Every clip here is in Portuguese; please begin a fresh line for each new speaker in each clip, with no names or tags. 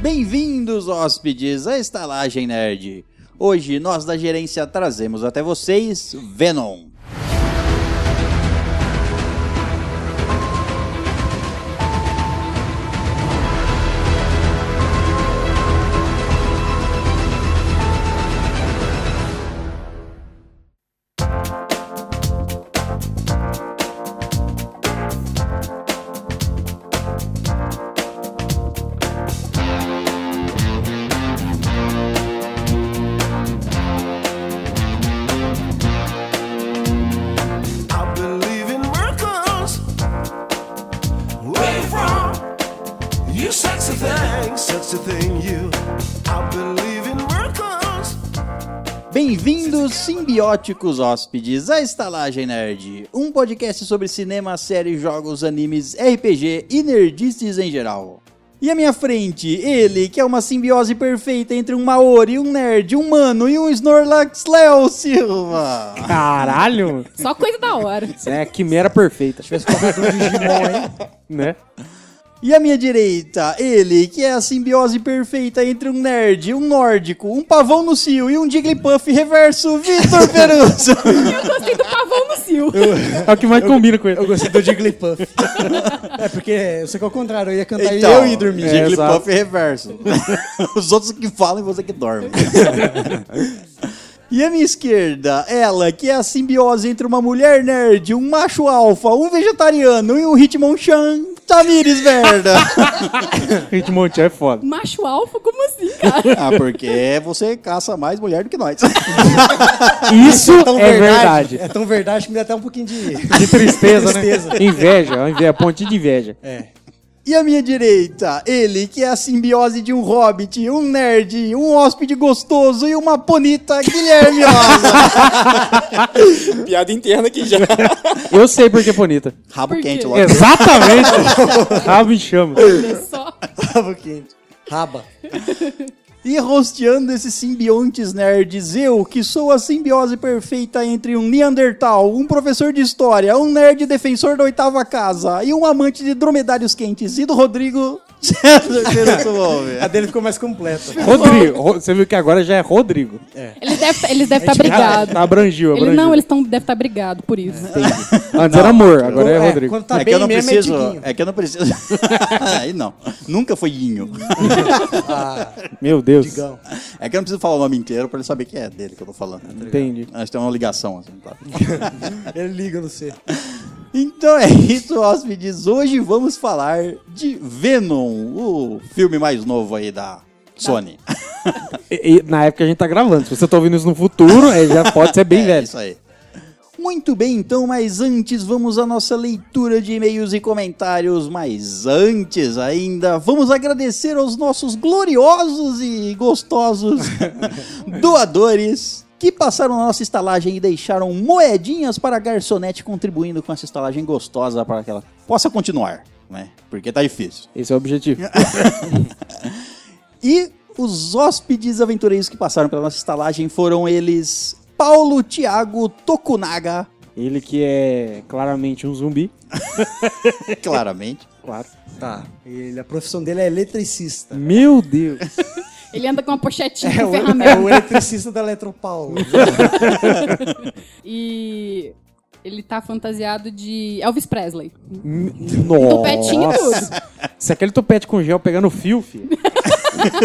Bem-vindos, hóspedes, à Estalagem Nerd. Hoje, nós da gerência trazemos até vocês Venom.
I believe in miracles. Where you from? You sexy thing, sexy thing, you. I believe in miracles.
Bem-vindos, simbióticos hóspedes, à Estalagem Nerd, um podcast sobre cinema, séries, jogos, animes, RPG e nerdices em geral. E à minha frente, ele, que é uma simbiose perfeita entre um Maori, um nerd, um mano e um Snorlax, Léo Silva.
Caralho!
Só coisa da hora.
É, quimera perfeita. Tivesse colocado um Digimon aí, né?
E à minha direita, ele, que é a simbiose perfeita entre um nerd, um nórdico, um pavão no cio e um Jigglypuff reverso, Vitor Peruso.
Eu gostei do pavão no cio.
É o que mais combina com ele.
Eu gostei do Jigglypuff. é, porque eu sei que é o contrário, eu ia cantar e
Então,
eu ia dormir.
É,
Jigglypuff
exato.
reverso. Os outros que falam e você que dorme. E à minha esquerda, ela, que é a simbiose entre uma mulher nerd, um macho alfa, um vegetariano e um Hitmonchan, Tamires Verda.
Hitmonchan é foda.
Macho alfa, como assim, cara?
ah, porque você caça mais mulher do que nós.
Isso é verdade.
É tão verdade que me dá até um pouquinho de.
De tristeza,
Tristeza.
né? Inveja, é uma inveja, é pontinho de inveja.
E à minha direita, ele que é a simbiose de um hobbit, um nerd, um hóspede gostoso e uma bonita Guilherme Rosa.
Piada interna aqui já.
Eu sei porque é bonita.
Rabo
Por quê?
quente logo.
Exatamente! Ah, me chama.
Olha só.
Rabo quente. Raba.
E rosteando esses simbiontes nerds, eu que sou a simbiose perfeita entre um Neandertal, um professor de história, um nerd defensor da oitava casa e um amante de dromedários quentes e do Rodrigo César Peruso Gomes.
A dele ficou mais completa.
Rodrigo, Ro- você viu que agora já é Rodrigo.
Eles devem eles deve estar brigados.
Tá abrangiu, abrangiu.
Ele, não, eles tão, devem estar brigados por isso.
Antes era amor, agora é Rodrigo.
Quando tá
é que
bem
eu não
mesmo,
preciso.
é Tiquinho.
É que eu não preciso. Aí não. Nunca foi Inho.
Meu Deus.
Digão.
É que eu não preciso falar o nome inteiro pra ele saber que é dele que eu tô falando. tá ligado?
Entendi.
Acho que tem uma ligação assim, tá?
Ele liga no C.
Então é isso, hóspedes. Hoje vamos falar de Venom, o filme mais novo aí da Sony.
E- e na época a gente tá gravando. Se você tá ouvindo isso no futuro, é, já pode ser bem
é
velho.
isso aí. Muito bem, então, mas antes vamos à nossa leitura de e-mails e comentários. Mas antes ainda, vamos agradecer aos nossos gloriosos e gostosos doadores que passaram na nossa estalagem e deixaram moedinhas para a garçonete, contribuindo com essa estalagem gostosa para que ela possa continuar, né? Porque tá difícil.
Esse é o objetivo.
E os hóspedes aventureiros que passaram pela nossa estalagem foram eles Paulo Tiago Tokunaga,
Ele que é claramente um zumbi.
claramente.
Claro.
Tá. Ele, a profissão dele é eletricista.
Meu Deus.
Ele anda com uma pochetinha
É
de
o,
ferramenta.
é o eletricista da Eletropaulo.
E ele tá fantasiado de Elvis Presley.
N-
Topetinho e
Nossa.
tudo.
Se aquele topete com gel pegando fio, filho.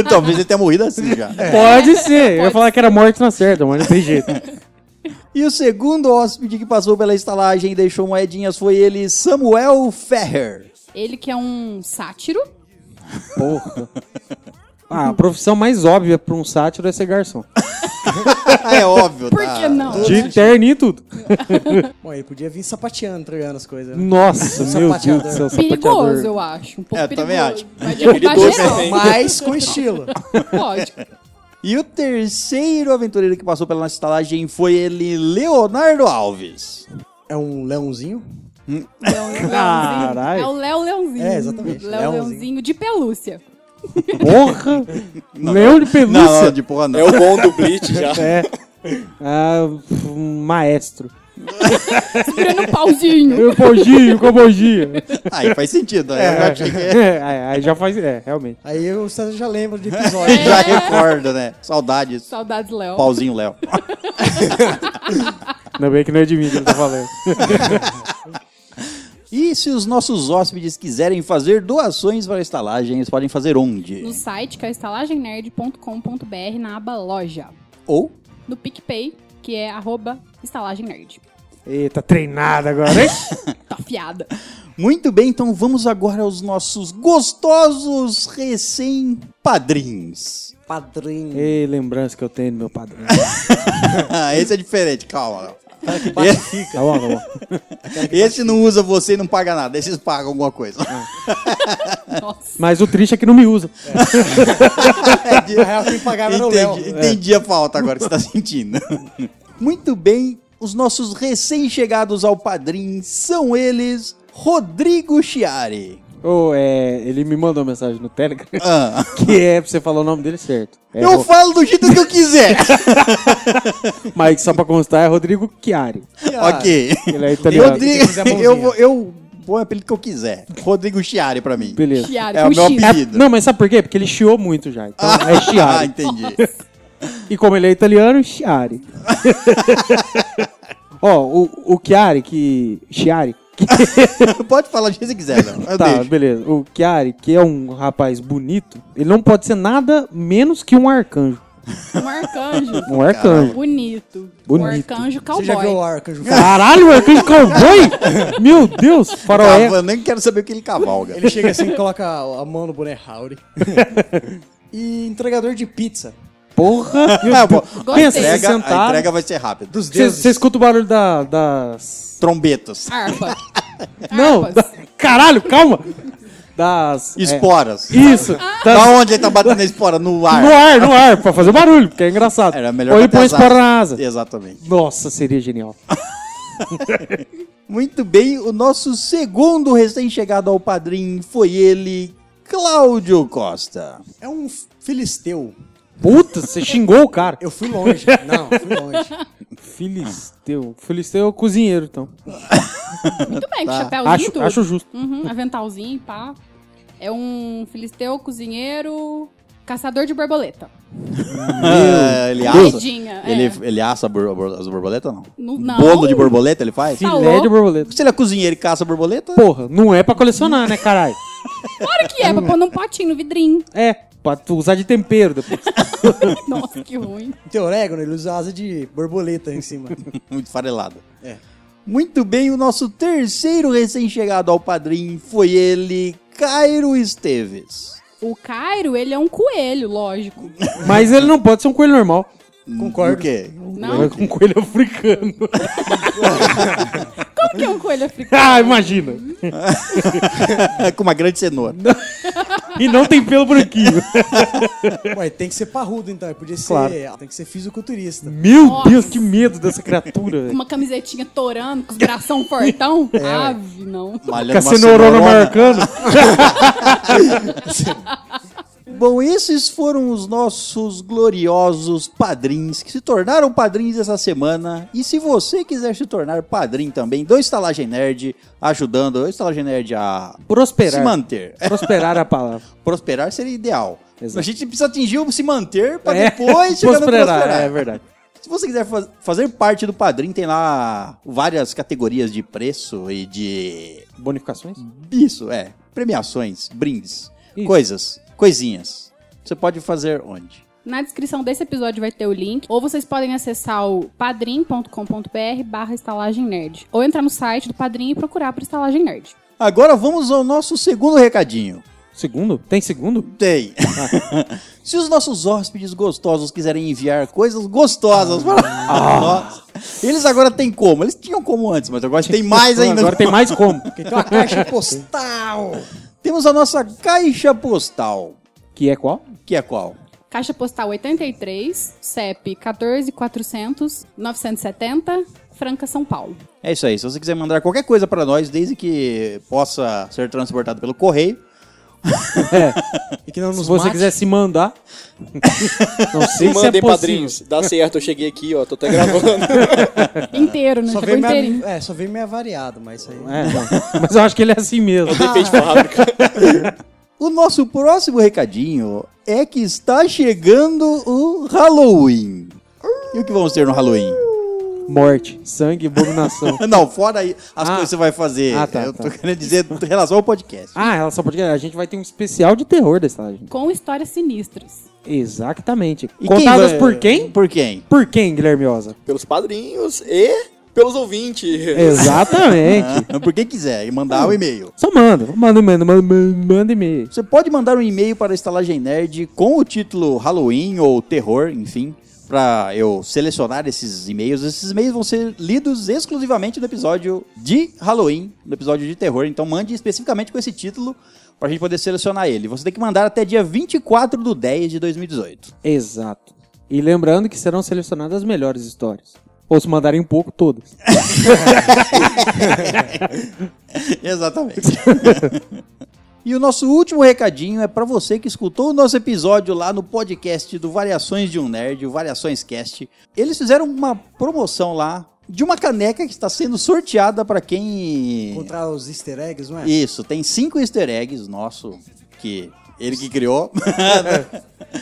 Talvez ele tenha morrido assim já.
Pode ser. Eu ia
Pode
falar que era morte na certa, mas não tem jeito.
E o segundo hóspede que passou pela estalagem e deixou moedinhas foi ele, Samuel Ferrer.
Ele que é um sátiro.
Porra. Ah, a profissão mais óbvia pra um sátiro é ser garçom.
é óbvio,
Por
tá?
que não?
De terno e tudo.
Bom, ele podia vir sapateando, entregando as coisas. Né?
Nossa, meu Deus
Sapateador.
do céu. sapateador.
Perigoso, eu acho. Um pouco
É,
perigoso.
também acho.
Vai derrubar
né?
Perigoso
geral.
também.
Mas com estilo.
Lógico.
E o terceiro aventureiro que passou pela nossa estalagem foi ele, Leonardo Alves.
É um leãozinho?
Léo Leãozinho.
Caralho.
É o Léo Leãozinho.
É, exatamente.
Léo
Leãozinho.
Leãozinho de pelúcia.
Porra. Leão de
Não,
pelúcia.
não, de porra não.
É o bom do Blitz já.
É. Ah, um maestro.
Segurando o um pauzinho.
Eu Boginho, com Boginho.
Aí faz sentido. Aí eu já, achei que é-
É, aí já faz. É, realmente.
Aí o César já lembra de episódio.
já recorda, né? Saudades.
Saudades, Léo.
Pauzinho Léo.
Ainda bem que não é de mim que ele tá falando.
E se os nossos hóspedes quiserem fazer doações para a estalagem, eles podem fazer onde?
No site que é estalagemnerd.com.br na aba loja.
Ou
No PicPay, que é arroba estalagemnerd.
Eita, treinado agora, hein?
Tá fiada.
Muito bem, então vamos agora aos nossos gostosos recém-padrinhos.
É.
Padrinho.
Ei, lembrança que eu tenho do meu padrinho.
Ah, Esse é diferente, calma.
Tá bom, tá bom.
Esse não usa você e não paga nada, esses pagam alguma coisa.
É.
Nossa.
Mas o triste é que não me usa.
Entendi,
Na real, quem pagava era o Léo. É.
entendi, entendi a falta agora que você está sentindo. Muito bem, os nossos recém-chegados ao padrinho são eles, Rodrigo Chiari.
Ô, é, ele me mandou uma mensagem no Telegram
Ah,
que é pra você falar o nome dele certo. É,
eu
Ro-
falo do jeito que eu quiser.
Mas só pra constar é Rodrigo Chiari.
ok.
Ele é italiano.
Rodrigo,
fazer a mãozinha.
eu, vou- eu vou o apelido que eu quiser. Rodrigo Chiari pra mim.
Beleza.
Chiado,
É o meu
Chiado.
É,
apelido.
não, mas sabe por quê? Porque ele chiou muito já. Então é
Ah,
Chiari.
entendi.
E como ele é italiano, Chiari. Ó, o, o Chiari, que. Chiari. que-
Pode falar do jeito que você quiser, não. Eu
tá,
deixo.
beleza. O Chiari, que é um rapaz bonito, ele não pode ser nada menos que um arcanjo.
Um arcanjo.
Um arcanjo.
Bonito. Um
Bonito.
arcanjo
Você já
cowboy.
viu o Arcanjo?
Caralho, um arcanjo cowboy? Meu Deus, faroé.
Cava- nem quero saber o que ele cavalga.
Ele chega assim, coloca a mão no boné Howdy. e entregador de pizza.
Porra. meu
Ah, bom.
Deus.
Gostei.
é um tipo- Pensa, você
Entrega- a
sentado.
entrega vai ser rápida. Dos
Você você escuta o barulho da, das.
trombetas,
Harpa.
Não,
Harpas.
da- caralho, calma! Das. é,
esporas.
Isso! das-
Da onde ele tá batendo a espora? No ar.
no ar, no ar, pra fazer barulho, porque é engraçado.
Era melhor
Ou ele
bater
põe
as
espora
asas.
na asa.
Exatamente.
Nossa, seria genial.
Muito bem, o nosso segundo recém-chegado ao padrinho foi ele, Cláudio Costa.
É um filisteu.
Puta, você xingou o cara.
Eu fui longe. Não, fui longe.
Filisteu. Filisteu é o cozinheiro, então.
Muito bem,
Tá.
com chapéuzinho e
Acho,
tudo.
acho justo.
Uhum, aventalzinho, pá. É um filisteu, cozinheiro, caçador de borboleta.
Ah, ele assa.
Doidinha, é.
Ele, ele assa bor- bor- as borboletas ou não?
Não- não.
Bolo de borboleta ele faz?
Sim. Tá
Filé de
louco?
borboleta.
Se ele é cozinheiro e caça borboleta,
Porra, não é pra colecionar, né, caralho?
Claro que é, pra pôr num potinho, no vidrinho.
É, pra tu usar de tempero depois.
Nossa, que ruim.
Tem orégano, Um ele usa asa de borboleta em cima.
muito farelado.
É.
Muito bem, o nosso terceiro recém-chegado ao padrinho foi ele, Cairo Esteves.
O Cairo, ele é um coelho, lógico.
Mas ele não pode ser um coelho normal.
O
Concordo.
quê?
Não?
É um coelho africano.
Como que é um coelho africano?
ah, imagina.
Com uma grande cenoura.
E não tem pelo branquinho.
Ué, tem que ser parrudo então, ele podia ser,
Claro.
tem que ser fisiculturista.
Meu
Nossa.
Deus, que medo dessa criatura.
Com
velho.
uma camisetinha torando, com os bração fortão? Ave, não.
Malhando
Com a
uma
cenourona
cenourona.
marcando.
Bom, esses foram os nossos gloriosos padrinhos que se tornaram padrinhos essa semana. E se você quiser se tornar padrinho também do Estalagem Nerd, ajudando o Estalagem Nerd a se
Prosperar.
manter, é,
Prosperar é a palavra.
prosperar seria ideal.
Exato.
A gente precisa atingir o se manter para
É,
depois chegar no prosperar.
É verdade.
Se você quiser faz- fazer parte do padrinho, tem lá várias categorias de preço e de.
Bonificações?
Isso, é. Premiações, brindes,
Isso.
coisas, coisinhas. Você pode fazer onde?
Na descrição desse episódio vai ter o link, ou vocês podem acessar o padrim.com.br barra estalagem nerd, ou entrar no site do Padrim e procurar por estalagem nerd.
Agora vamos ao nosso segundo recadinho.
Segundo? Tem segundo?
Tem. Se os nossos hóspedes gostosos quiserem enviar coisas gostosas para nós, eles agora têm como. Eles tinham como antes, mas agora tem mais ainda.
Agora tem mais como.
Então a caixa postal.
Temos a nossa caixa postal,
Que é qual?
que é qual?
Caixa postal 83, CEP 14400 970, Franca, São Paulo.
É isso aí. Se você quiser mandar qualquer coisa para nós, desde que possa ser transportado pelo correio,
E que não
Se
nos
você
mate.
quiser se mandar. não sei se
Mandei
é possível.
padrinhos. Dá certo, eu cheguei aqui, ó. Tô até gravando.
Inteiro, né?
Só
Chegou
vem,
inteirinho.
minha, é, só vem meio avariado, mas isso aí.
É, não. Mas eu acho que ele é assim mesmo.
Defeito de fábrica.
O nosso próximo recadinho é que está chegando o Halloween. E o que vamos ter no Halloween?
Morte, sangue e abominação.
Não, fora aí as
Ah.
coisas que você vai fazer.
Ah, tá,
Eu tô
tá.
querendo dizer em relação ao podcast.
Ah, ela só pode. A gente vai ter um especial de terror da estalagem.
Com histórias sinistras.
Exatamente.
E quem
Contadas
vai-
por quem?
Por quem?
Por quem, Guilherme Osa?
Pelos padrinhos e pelos ouvintes.
É.
Exatamente.
Ah, por quem quiser e mandar o e-mail.
Só manda, manda, manda, manda, manda, manda e-mail.
Você pode mandar um e-mail para Estalagem Nerd com o título Halloween ou Terror, enfim, para eu selecionar esses e-mails. Esses e-mails vão ser lidos exclusivamente no episódio de Halloween, no episódio de terror. Então mande especificamente com esse título para a gente poder selecionar ele. Você tem que mandar até dia 24 do 10 de 2018.
Exato. E lembrando que serão selecionadas as melhores histórias. Ou se mandarem um pouco, todas.
Exatamente. E o nosso último recadinho é para você que escutou o nosso episódio lá no podcast do Variações de um Nerd, o Variações Cast. Eles fizeram uma promoção lá de uma caneca que está sendo sorteada para quem.
Encontrar os easter eggs, não é?
É. Isso, tem cinco easter eggs nosso que ele que criou.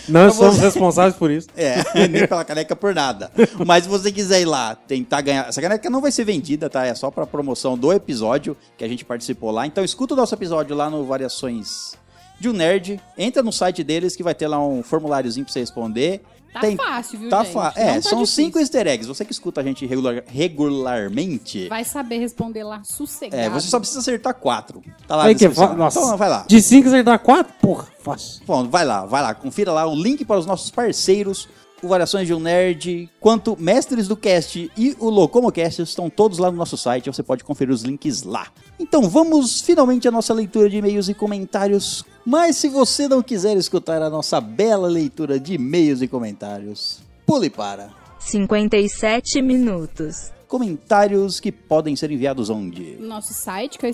Nós somos responsáveis por isso.
É, nem pela caneca por nada. Mas se você quiser ir lá tentar ganhar. Essa caneca não vai ser vendida, tá? É só pra promoção do episódio que a gente participou lá. Então escuta o nosso episódio lá no Variações de um Nerd. Entra no site deles que vai ter lá um formuláriozinho pra você responder.
Tá fácil, viu,
Tá
gente?
fa-
Não
É,
tá
são
difícil.
cinco easter eggs. Você que escuta a gente regular- regularmente.
Vai saber responder lá sossegado.
É, você só precisa acertar quatro. Tá lá
Aí
na
que
descrição.
fa- nossa.
Então vai lá.
De 5 acertar 4? Porra, fácil.
Bom, vai lá, vai lá, confira lá o link para os nossos parceiros, o Variações de um Nerd, quanto Mestres do Cast e o Locomocast estão todos lá no nosso site, você pode conferir os links lá. Então vamos finalmente à nossa leitura de e-mails e comentários. Mas se você não quiser escutar a nossa bela leitura de e-mails e comentários, pule para
57 minutos.
comentários que podem ser enviados onde?
No nosso site, que é o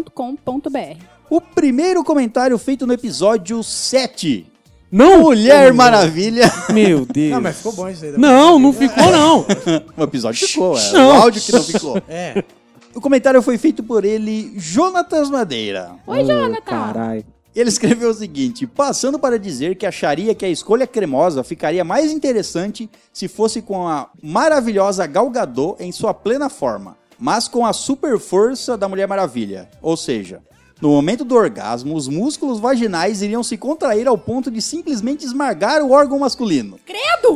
estalagemnerd.com.br.
O primeiro comentário feito no episódio 7.
Não!
Mulher Maravilha.
Meu Deus.
Não, mas ficou bom isso aí.
Não, não ficou, não.
O episódio ficou, é.
Não.
O áudio que não ficou.
É,
O comentário foi feito por ele, Jonatas Madeira.
Oi, Jonathan!
Caralho.
Ele escreveu o seguinte: passando para dizer que acharia que a escolha cremosa ficaria mais interessante se fosse com a maravilhosa Gal Gadot em sua plena forma, mas com a super força da Mulher Maravilha. Ou seja, no momento do orgasmo, os músculos vaginais iriam se contrair ao ponto de simplesmente esmagar o órgão masculino.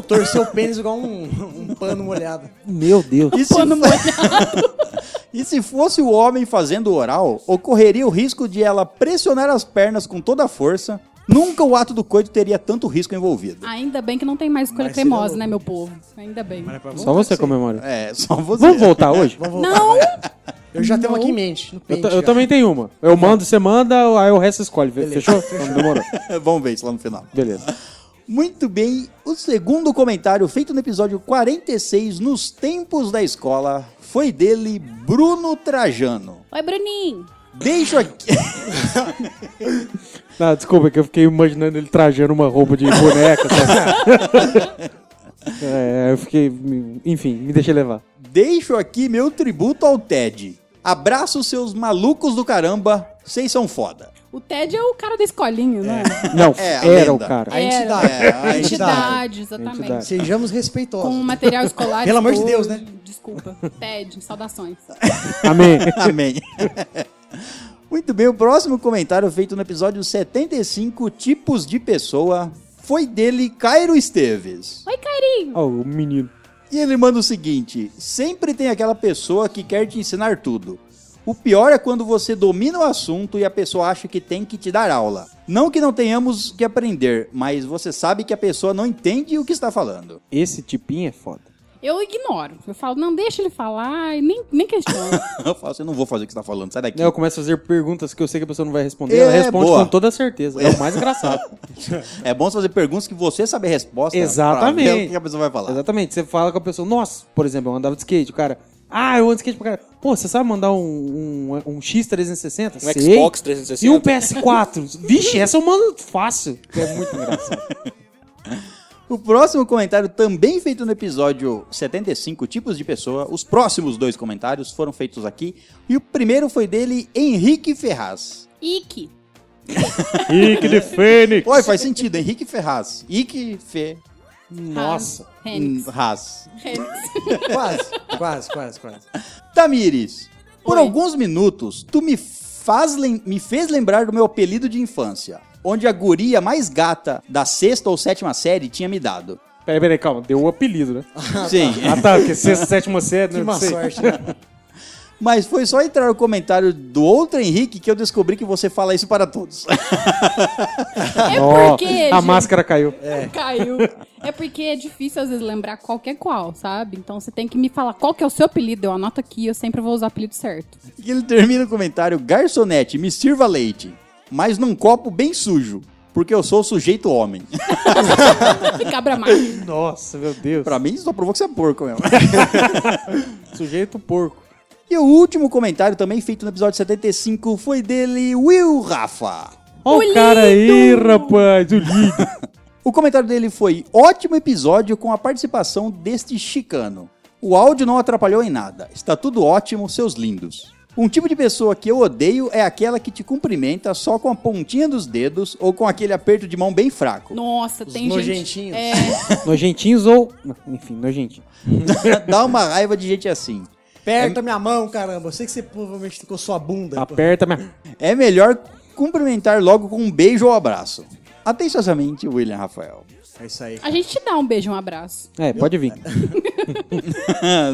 torceu o pênis igual um, um pano molhado.
Meu Deus.
E se, E se fosse o homem fazendo oral, ocorreria o risco de ela pressionar as pernas com toda a força. Nunca o ato do coito teria tanto risco envolvido.
Ainda bem que não tem mais escolha
Mas
cremosa,
seria
né, meu povo? Ainda bem.
Mas é pra
Só
voltar
você
isso aí.
comemora.
É, só você.
Vamos voltar hoje?
Vamos voltar.
Não!
Eu já tenho
Não.
uma aqui em mente.
Eu,
No pente,
ta- eu
já.
também tenho uma. Eu mando, você manda, aí o resto escolhe. Fe- Fechou? Então, Demorou.
Vamos ver isso lá no final.
Beleza.
Muito bem, o segundo comentário feito no episódio 46, nos tempos da escola, foi dele, Bruno Trajano.
Oi, Bruninho!
Deixo aqui.
Ah, desculpa, é que eu fiquei imaginando ele trajando uma roupa de boneca. sabe? é, eu fiquei. Enfim, me deixei levar.
Deixo aqui meu tributo ao Ted. Abraço seus malucos do caramba, vocês são foda.
O Ted é o cara da escolinha, né?
Não,
É, a
era o
lenda.
cara.
A entidade.
É, a
a entidade.
Entidade, exatamente.
Entidade.
Sejamos
Com um
respeitosos.
material escolar.
Pelo amor de
escolar,
Deus, né?
Desculpa. Ted, saudações.
Amém.
Amém. Muito bem, o próximo comentário feito no episódio 75, Tipos de Pessoa, foi dele, Cairo Esteves.
Oi, carinho!
Ó, o menino.
E ele manda o seguinte: sempre tem aquela pessoa que quer te ensinar tudo. O pior é quando você domina o assunto e a pessoa acha que tem que te dar aula. Não que não tenhamos que aprender, mas você sabe que a pessoa não entende o que está falando.
Esse tipinho é foda.
Eu ignoro. Eu falo, não, deixa ele falar, e nem, nem questiono.
Eu falo assim, eu não vou fazer o que você está falando, sai daqui.
Eu começo a fazer perguntas que eu sei que a pessoa não vai responder.
É,
ela responde
boa.
com toda certeza. É o mais engraçado.
É bom você fazer perguntas que você sabe a resposta. pra ver
Exatamente.
O que a pessoa vai falar.
Exatamente. Você fala com a pessoa, nossa, por exemplo, eu andava de skate, o cara. Ah, eu ando de skate pra caralho. Pô, você sabe mandar um, um, um X360?
Um
Sei.
Xbox 360.
E um PS4? Vixe, essa eu mando fácil. É muito engraçado.
O próximo comentário, também feito no episódio 75, Tipos de Pessoa. Os próximos dois comentários foram feitos aqui. E o primeiro foi dele, Henrique Ferraz.
Ike.
Rick de Fênix.
Oi, faz sentido, Henrique Ferraz. Ike Fe...
Nossa.
Henrique.
Raz.
Quase, quase, quase, quase.
Tamires, por
Oi.
alguns minutos, tu me, faz lem- me fez lembrar do meu apelido de infância, onde a guria mais gata da sexta ou sétima série tinha me dado.
Peraí, peraí, calma. Deu um apelido, né?
Sim,
Ah, tá. Porque sexta, sétima série, né?
Que má
Não sei.
sorte, né?
mas foi só entrar no comentário do outro Henrique que eu descobri que você fala isso para todos.
É
Ó,
porque.
a
gente,
máscara caiu.
Caiu. É porque é difícil às vezes lembrar qualquer qual, sabe? Então você tem que me falar qual que é o seu apelido. Eu anoto aqui, eu sempre vou usar o apelido certo.
E ele termina o comentário: garçonete, me sirva leite, mas num copo bem sujo, porque eu sou sujeito homem.
Cabra mais.
Nossa, meu Deus.
pra mim, só provou que você é porco mesmo.
Sujeito porco.
e o último comentário, também feito no episódio 75, foi dele, Will Rafa.
Ó o,
O
cara aí,
lindo.
rapaz. O lindo.
O comentário dele foi: ótimo episódio com a participação deste chicano. O áudio não atrapalhou em nada. Está tudo ótimo, seus lindos. Um tipo de pessoa que eu odeio é aquela que te cumprimenta só com a pontinha dos dedos ou com aquele aperto de mão bem fraco.
Nossa,
né? Os
tem gente.
nojentinhos.
É,
Nojentinhos ou... Enfim, nojentinho.
Dá uma raiva de gente assim.
Aperta minha mão, caramba. Eu sei que você provavelmente tocou sua bunda. pô.
Aperta minha...
É melhor cumprimentar logo com um beijo ou abraço. Atenciosamente, William Rafael.
É isso aí.
a gente te dá um beijo, um abraço.
É, pode vir.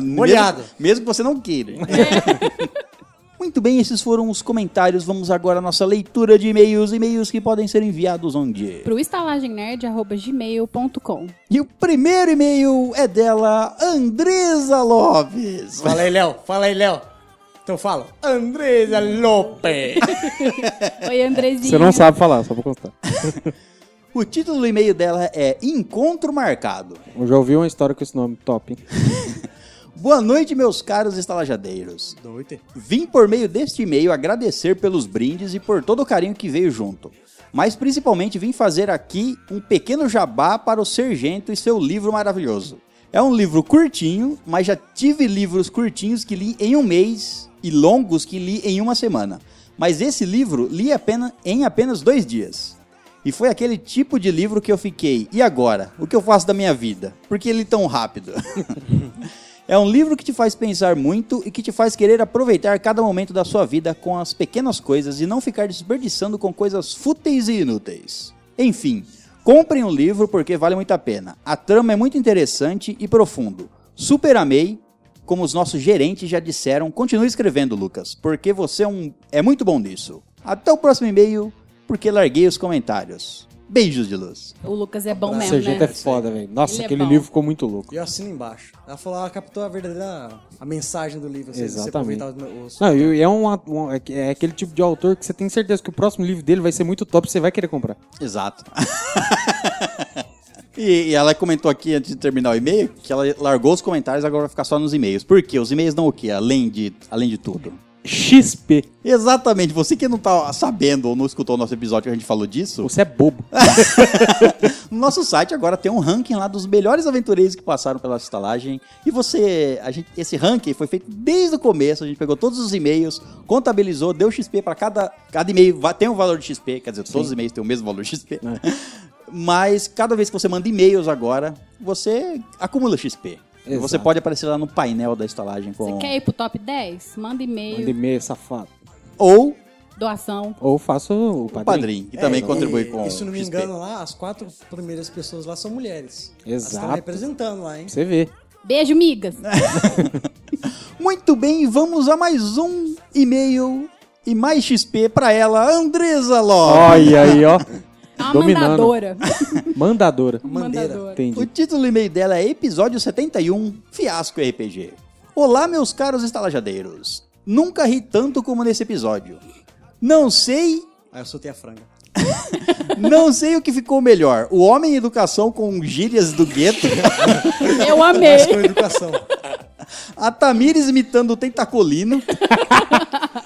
Molhado.
Ah, Mesmo, mesmo que você não queira. Muito bem, esses foram os comentários. Vamos agora à nossa leitura de e-mails. E-mails que podem ser enviados onde?
Pro estalagemnerd.gmail.com.
E o primeiro e-mail é dela, Andresa Lopes.
Fala aí, Léo. Fala aí, Léo. Então fala. Andresa Lopes.
Oi, Andrezinho.
Você não sabe falar, só pra constar.
O título do e-mail dela é Encontro Marcado.
Eu já ouvi uma história com esse nome top. hein?
Boa noite, meus caros estalajadeiros.
Doite.
Vim por meio deste e-mail agradecer pelos brindes e por todo o carinho que veio junto. Mas principalmente vim fazer aqui um pequeno jabá para o Sergento e seu livro maravilhoso. É um livro curtinho, mas já tive livros curtinhos que li em um mês e longos que li em uma semana. Mas esse livro li apenas, em apenas dois dias. E foi aquele tipo de livro que eu fiquei. E agora? O que eu faço da minha vida? Por que ele tão rápido? É um livro que te faz pensar muito e que te faz querer aproveitar cada momento da sua vida com as pequenas coisas e não ficar desperdiçando com coisas fúteis e inúteis. Enfim, comprem o livro porque vale muito a pena. A trama é muito interessante e profundo. Super amei, como os nossos gerentes já disseram. Continue escrevendo, Lucas, porque você é, um... é muito bom nisso. Até o próximo e-mail, porque larguei os comentários. Beijos de luz.
O Lucas é bom
Esse
mesmo,
Sargento
né?
é foda, velho. Nossa,
Ele é
aquele
bom.
livro ficou muito louco.
E eu assino embaixo. Ela falou, ela captou a verdadeira a mensagem do livro. Assim, Você
Exatamente.
aproveitar os, os...
Não, e é, um, um- é aquele tipo de autor que você tem certeza que o próximo livro dele vai ser muito top, você vai querer comprar.
Exato. e, e ela comentou aqui antes de terminar o e-mail que ela largou os comentários agora vai ficar só nos e-mails. Por quê? Os e-mails dão o quê? Além de, além de tudo.
XP.
Exatamente. Você que não tá sabendo ou não escutou o nosso episódio que a gente falou disso,
Você é bobo.
no nosso site agora tem um ranking lá dos melhores aventureiros que passaram pela estalagem. E você, a gente, esse ranking foi feito desde o começo. A gente pegou todos os e-mails, contabilizou, deu XP para cada cada e-mail va- tem um valor de XP, quer dizer, todos os e-mails têm o mesmo valor de
É.
XP. Mas cada vez que você manda e-mails agora, você acumula XP. E Você
Exato.
pode aparecer lá no painel da estalagem com
Você quer ir pro top 10? Manda
Manda
e-mail,
e-mail, safado.
ou
doação.
Ou faço o
o
padrinho.
padrinho, que também
É,
contribui
e,
com
E se não me
XP.
engano lá, as quatro primeiras pessoas lá são mulheres. Elas estão
Exato.
representando lá, hein?
Pra Você vê.
Beijo, migas.
Muito bem, vamos a mais um e-mail e mais XP pra ela, Andresa Lopes.
Olha aí, ó.
É uma
Dominando.
mandadora.
Mandadora.
Mandeira.
mandadora.
O
Entendi.
título do e-mail dela é Episódio 71, Fiasco RPG. Olá, meus caros estalajadeiros. Nunca ri tanto como nesse episódio. Não sei,
Aí eu soltei a franga.
não sei o que ficou melhor. O homem em educação com gírias do gueto
Eu amei.
Com educação.
A Tamires imitando o Tentacolino.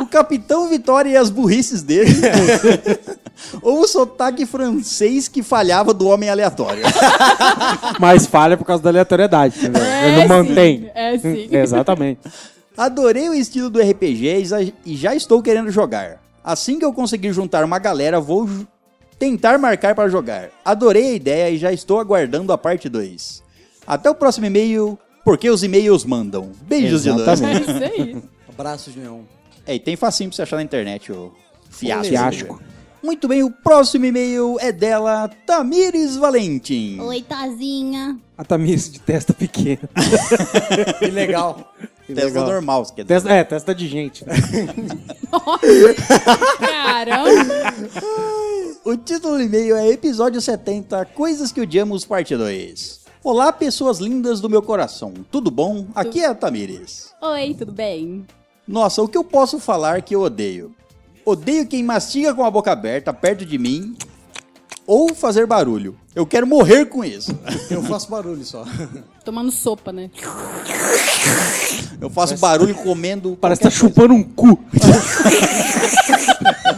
o Capitão Vitória e as burrices dele. Ou o sotaque francês que falhava do homem aleatório.
Mas falha por causa da aleatoriedade, entendeu?
É,
Ele não
sim.
mantém.
É, sim.
Exatamente.
Adorei o estilo do RPG e já- e já estou querendo jogar. Assim que eu conseguir juntar uma galera, vou ju- tentar marcar para jogar. Adorei a ideia e já estou aguardando a parte 2. Até o próximo e-mail, porque os e-mails mandam. Beijos de lã.
Exatamente.
É isso aí.
Abraço, Julião.
É, e tem facinho pra você achar na internet, o fiasco.
Fiasco.
Muito bem, o próximo e-mail é dela, Tamires Valentim.
Oi, Tazinha.
A Tamires de testa pequena.
Que legal.
Que
Testa
legal.
normal, você quer dizer.
Testa, é, testa de gente. né?
Caramba.
O título do e-mail é Episódio 70, Coisas que Odiamos, Parte 2. Olá, pessoas lindas do meu coração. Tudo bom? Aqui é a Tamires.
Oi, tudo bem?
Nossa, o que eu posso falar que eu odeio? Odeio quem mastiga com a boca aberta perto de mim ou fazer barulho. Eu quero morrer com isso.
Eu faço barulho só.
Tomando sopa, né?
Eu faço barulho comendo.
Parece que tá
qualquer coisa.
chupando um cu.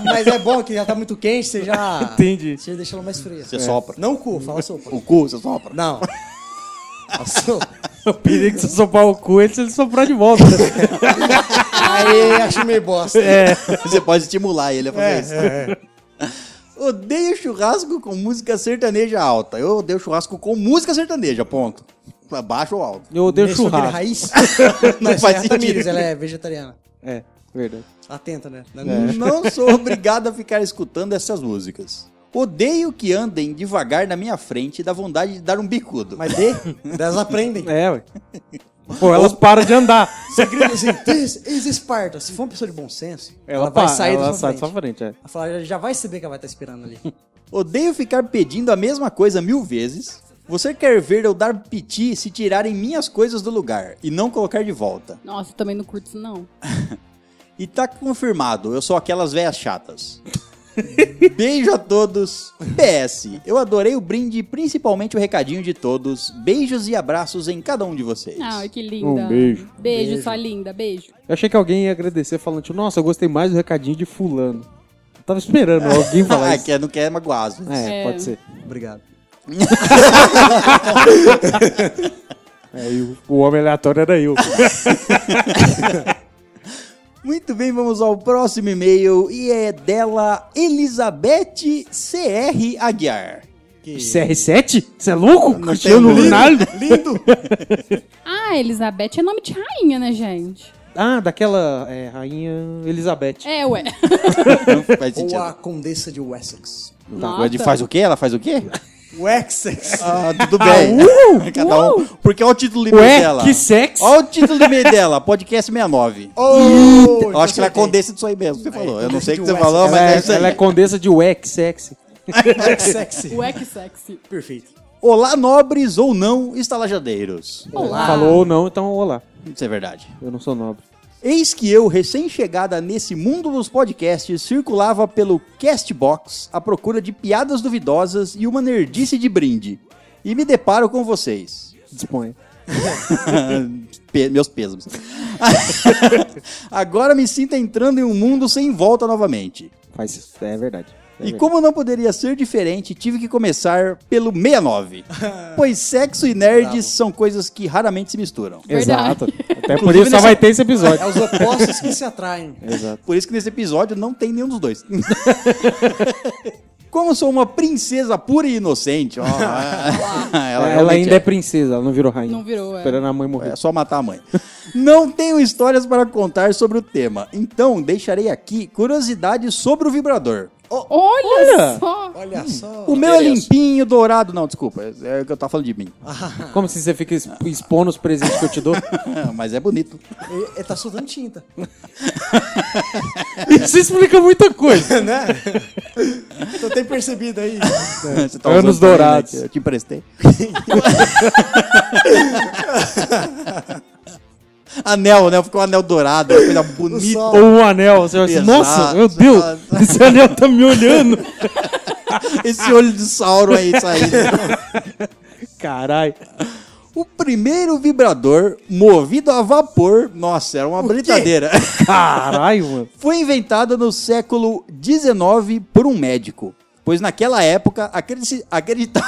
Mas é bom que já tá muito quente, você já.
Entendi.
Você deixa ela mais fria.
Você sopra.
Não o cu, fala sopa.
O cu, você sopra.
Não. A sopa.
Eu pedi que você sopar o cu antes ele soprar de volta.
Aí acho meio bosta.
É,
Você pode estimular ele a fazer isso. Odeio churrasco com música sertaneja alta. Eu odeio churrasco com música sertaneja, ponto. Pra Baixo ou alto.
Eu odeio
Começou aquele
churrasco.
raiz.
Não
Mas
faz
é a
sentido.
Tamires, ela é vegetariana.
É, verdade.
Atenta, né?
Não sou obrigado a ficar escutando essas músicas. Odeio que andem devagar na minha frente e dá vontade de dar um bicudo.
Mas dê, elas aprendem.
É, ué. Pô, elas param de andar.
Você grita assim, this is Esparta. Se for uma pessoa de bom senso, ela,
Ela,
vai
pa-
sair
ela
da sua
sai
frente.
da sua frente. É.
Ela fala, já vai saber que ela vai estar esperando ali.
Odeio ficar pedindo a mesma coisa mil vezes. Você quer ver eu dar piti se tirarem minhas coisas do lugar e não colocar de volta.
Nossa, eu também não curto isso, não.
E tá confirmado, eu sou aquelas velhas chatas. Beijo a todos. PS, eu adorei o brinde e principalmente o recadinho de todos. Beijos e abraços em cada um de vocês.
Ai, que linda.
Um beijo.
Beijo, sua linda. Beijo.
Eu achei que alguém ia agradecer falando, tipo, nossa, eu gostei mais do recadinho de fulano. Eu tava esperando alguém falar
Ah,
isso.
quer, não quer magoar. né? às vezes.
É,
É.
pode ser.
Obrigado.
É, e o, o homem aleatório era eu.
Muito bem, vamos ao próximo e-mail e é dela Elizabeth CR Aguiar.
CR7? Você é louco?
Não tem
Cristiano
lindo.
Ronaldo?
Ah, Elizabeth é nome de rainha, né, gente?
Ah, daquela é, rainha Elizabeth.
É, ué.
Não faz
Ou a
sentido.
Condessa de Wessex.
Ela de- faz o quê? Ela faz o quê?
Wessex.
Ah, tudo bem.
uh,
Cada um. Porque olha o título do e-mail
Ué,
dela.
que sexo.
Olha o título do e-mail dela, podcast 69.
Oh,
Eu acho que ela é
acertei.
condessa disso aí mesmo, que você falou. Eu não sei o que você
Condessa de
falou, mas
é ela,
é,
é,
isso aí.
ela é condessa de Wex, sexy.
É Wessex.
O é ex-sexy.
Perfeito.
Olá, nobres ou não, estalajadeiros.
Olá.
Falou ou não, então olá.
Isso é verdade.
Eu não sou nobre.
Eis que eu, recém-chegada nesse mundo dos podcasts, circulava pelo Castbox à procura de piadas duvidosas e uma nerdice de brinde. E me deparo com vocês.
Disponha.
Pe- meus pêsames. Agora me sinto entrando em um mundo sem volta novamente.
Faz isso. É verdade.
E
É verdade.
como não poderia ser diferente, tive que começar pelo 69. pois sexo e nerds são coisas que raramente se misturam.
Exato. Até por
Inclusive
isso só
nesse-
vai ter esse
É
episódio.
os opostos que se atraem.
Exato.
É Por isso que nesse episódio não tem nenhum dos dois. como sou uma princesa pura e inocente, ó. ah,
Ela,
realmente
ainda é. princesa, ela não virou rainha.
Não virou, é.
Esperando a mãe morrer.
É só matar a mãe. Não tenho histórias para contar sobre o tema, então deixarei aqui curiosidades sobre o vibrador.
Olha, só.
Olha só.
O meu é
interessa.
limpinho, dourado. Não, desculpa, é o que eu tava falando de mim.
Como se você fica exp- expondo os presentes que eu te dou?
Mas é bonito.
Ele, ele tá soltando tinta.
Isso explica muita coisa.
né? Eu tenho percebido aí.
Você tá
Anos
usando também, né,
dourados.
que Eu te emprestei. anel, né? Ficou um anel dourado, uma coisa bonita.
sol.
Ou um anel. Você vai assim,
Exato.
nossa, meu Deus, esse anel tá me olhando.
Esse olho de Sauron aí saindo.
Caralho.
O primeiro vibrador movido a vapor, nossa, era uma brincadeira,
Caralho, mano.
foi inventado no século XIX por um médico. Pois naquela época, acredi acreditava.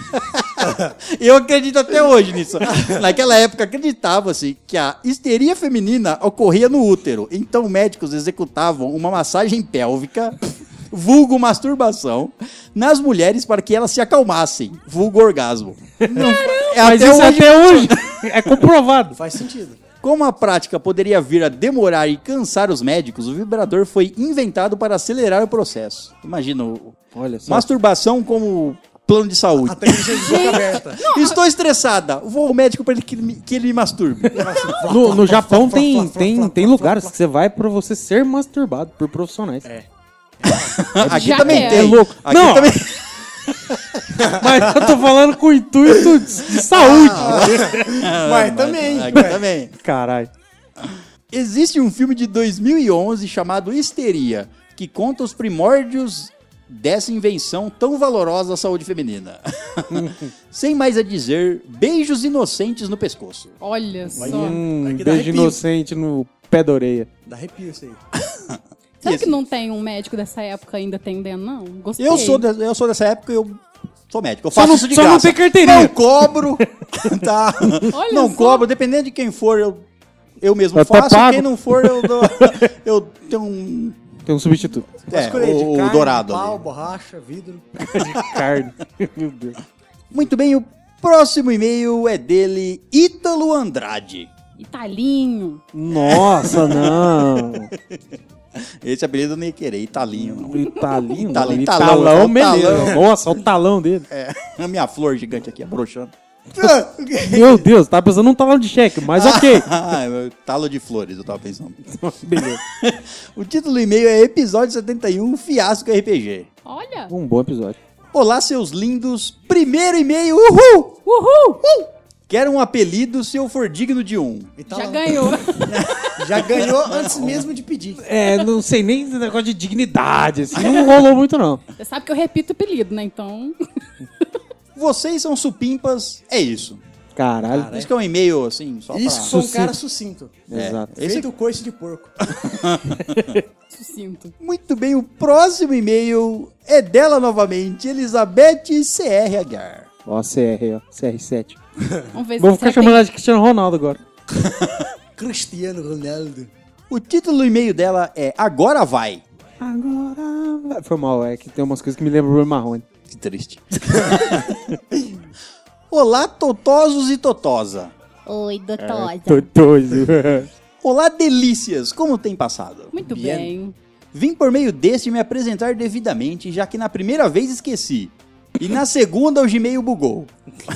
Eu acredito até hoje nisso. Naquela época, acreditava-se que a histeria feminina ocorria no útero. Então, médicos executavam uma massagem pélvica, vulgo masturbação, nas mulheres para que elas se acalmassem, vulgo orgasmo. Não- é
Mas isso até hoje é comprovado.
Faz sentido.
como a prática poderia vir a demorar e cansar os médicos, o vibrador foi inventado para acelerar o processo. Imagina, o-
Olha só.
masturbação como plano de saúde.
A tecnologia de boca aberta.
Estou estressada, vou ao médico para que, ele me- que ele me masturbe.
assim,
No, no Japão tem, tem, tem lugares assim. que você vai pra você ser masturbado por profissionais. É,
Aqui
Já
também
é.
tem.
É
louco.
Aqui
Não.
também-
Mas eu tô falando com o intuito de de saúde.
Mas também.
Aqui também.
Caralho.
Existe um filme de 2011 chamado Histeria, que conta os primórdios dessa invenção tão valorosa à saúde feminina. Sem mais a dizer, beijos inocentes no pescoço.
Olha só.
Um
Aqui dá
beijo
arrepio.
inocente no pé da orelha.
Dá arrepio isso aí.
Será
Esse.
que não tem um médico dessa época ainda atendendo, não? Gostei.
Eu sou, de- eu sou dessa época, eu sou médico. Eu
Só
faço
não-
isso de
só não
graça.
tem carteirinha.
Não cobro, tá?
Olha
não
só.
cobro, dependendo de quem for, eu, eu mesmo
Eu até
faço.
É, tá pago.
Quem não for, eu, dou, eu tenho um...
Tem um substituto.
É,
Escolher de
o, o
carne,
dourado
Pau,
ali.
borracha, vidro.
Carne. Meu Deus.
Muito bem, o próximo e-mail é dele, Ítalo Andrade.
Italinho.
Nossa, não.
Esse apelido eu nem ia querer, Italinho não.
O Italinho.
Italão,
mano.
italão, é
Italão,
o
beleza.
talão.
Nossa, olha o talão dele.
É, a minha flor gigante aqui, abrochando.
Meu Deus, tava pensando num talão de cheque, mas ok.
Ah, meu talo de flores, eu tava pensando.
Beleza.
O título do e-mail é Episódio 71, Fiasco RPG.
Olha.
Um bom episódio.
Olá, seus lindos. Primeiro e-mail, uhul!
Uhul.
Quero um apelido se eu for digno de um.
E tá
Já
lá.
ganhou.
Já ganhou antes mesmo de pedir.
É, não sei nem esse negócio de dignidade, assim. Não rolou muito, não.
Você sabe que eu repito o apelido, né? Então.
Vocês são supimpas, é isso.
Caralho.
Isso que é um e-mail, assim, só pra...
Isso foi um
Sucinto.
cara sucinto.
Exato.
Esse- é
Feito coice de porco.
Sucinto.
Muito bem, o próximo e-mail é dela novamente, Elizabeth C.R. Aguiar.
Ó, CR, ó. CR7.
Vamos ver
Vou
se
ficar
você
chamando ela de Cristiano Ronaldo agora.
Cristiano Ronaldo.
O título do e-mail dela é Agora Vai.
Agora. vai. Foi mal, é que tem umas coisas que me lembram o Bruno Marrone.
Que triste. Olá, totosos e totosa.
Oi, doutora.
tá.
Tô doido.
Olá, delícias. Como tem passado?
Muito bem.
Vim por meio deste me apresentar devidamente, já que na primeira vez esqueci. E na segunda o Gmail bugou.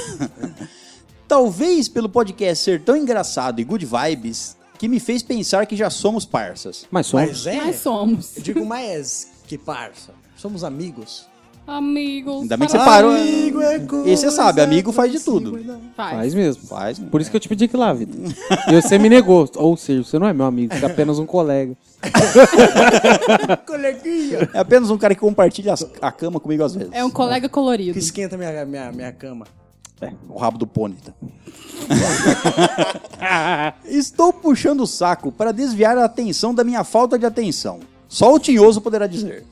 Talvez pelo podcast ser tão engraçado e good vibes que me fez pensar que já somos parças.
Mas só.
Mas é.
Nós somos.
Eu digo mais que parça. Somos amigos.
Amigos.
Ainda bem que você
parabéns.
parou.
Amigo é
E você sabe, amigo faz de tudo.
Faz.
Faz mesmo.
Faz, né?
Por isso que eu te pedi aqui lá, Vitor. E você me negou. Ou seja, você não é meu amigo, você é apenas um colega.
Coleguinha.
É apenas um cara que compartilha as- a cama comigo às vezes.
É um colega colorido.
Que esquenta minha, minha, minha cama.
É, o rabo do pônei. tá? Estou puxando o saco para desviar a atenção da minha falta de atenção. Só o tinhoso poderá dizer.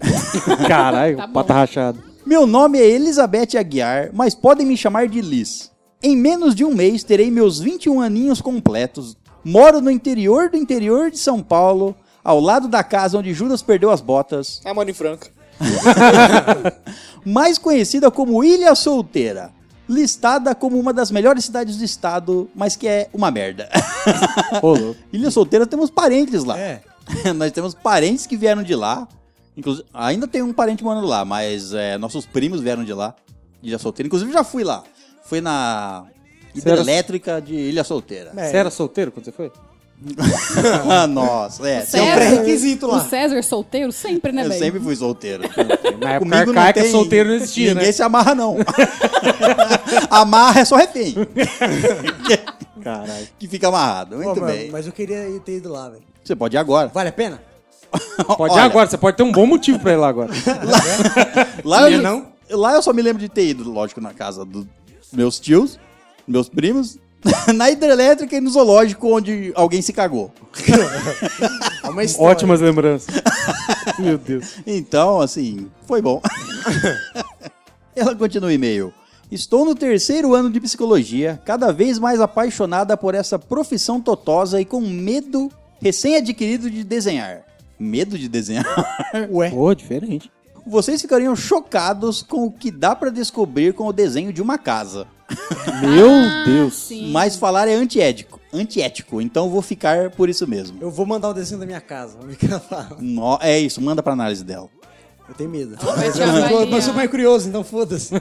Caralho,
Tá bom.
pata rachada.
Meu nome é Elizabeth Aguiar, mas podem me chamar de Liz. Em menos de um mês terei meus 21 aninhos completos. Moro no interior do interior de São Paulo, ao lado da casa onde Judas perdeu as botas,
Ah, mano, em Franca.
mais conhecida como Ilha Solteira, listada como uma das melhores cidades do estado, mas que é uma merda.
Ô, louco.
Ilha Solteira temos parentes lá.
É.
Nós temos parentes que vieram de lá. Inclusive, ainda tem um parente morando lá, mas é, nossos primos vieram de lá, de Ilha Solteira. Inclusive, já fui lá. Fui na
Você era-
hidrelétrica de Ilha Solteira.
É.
Você era solteiro quando você foi?
Ah, Nossa, é.
César-
sempre-
pré-requisito lá.
O César solteiro sempre, assim, né,
Eu
velho?
sempre fui solteiro.
Na época arcaica, solteiro não existia,
Ninguém
né?
se amarra, não. amarra é só refém
Caralho.
que fica amarrado.
Pô,
Muito
mas,
bem.
mas eu queria ir- ter ido lá, velho.
Você pode ir agora.
Vale a pena?
Pode ir
Olha.
agora, você pode ter um bom motivo pra ir lá agora.
Lá eu,
Não é não?
lá eu só me lembro de ter ido, lógico, na casa dos meus tios. meus primos, na hidrelétrica e no zoológico onde alguém se cagou.
É uma história.
Ótimas lembranças. Meu Deus.
Então, assim, foi bom. Ela continua o e-mail. Estou no terceiro ano de psicologia, cada vez mais apaixonada por essa profissão totosa e com medo recém-adquirido de desenhar. Medo de desenhar?
Ué,
Pô, diferente.
Vocês ficariam chocados com o que dá pra descobrir com o desenho de uma casa.
Meu Deus.
Ah, Sim.
Mas falar é antiético. Antiético, então vou ficar por isso mesmo.
eu vou mandar o desenho da minha casa. Vamos ver o que ela fala.
No- é isso, manda pra análise dela.
Eu tenho medo.
Mas
Mas,
já
eu,
vai-
sou- mas sou mais curioso, então foda-se.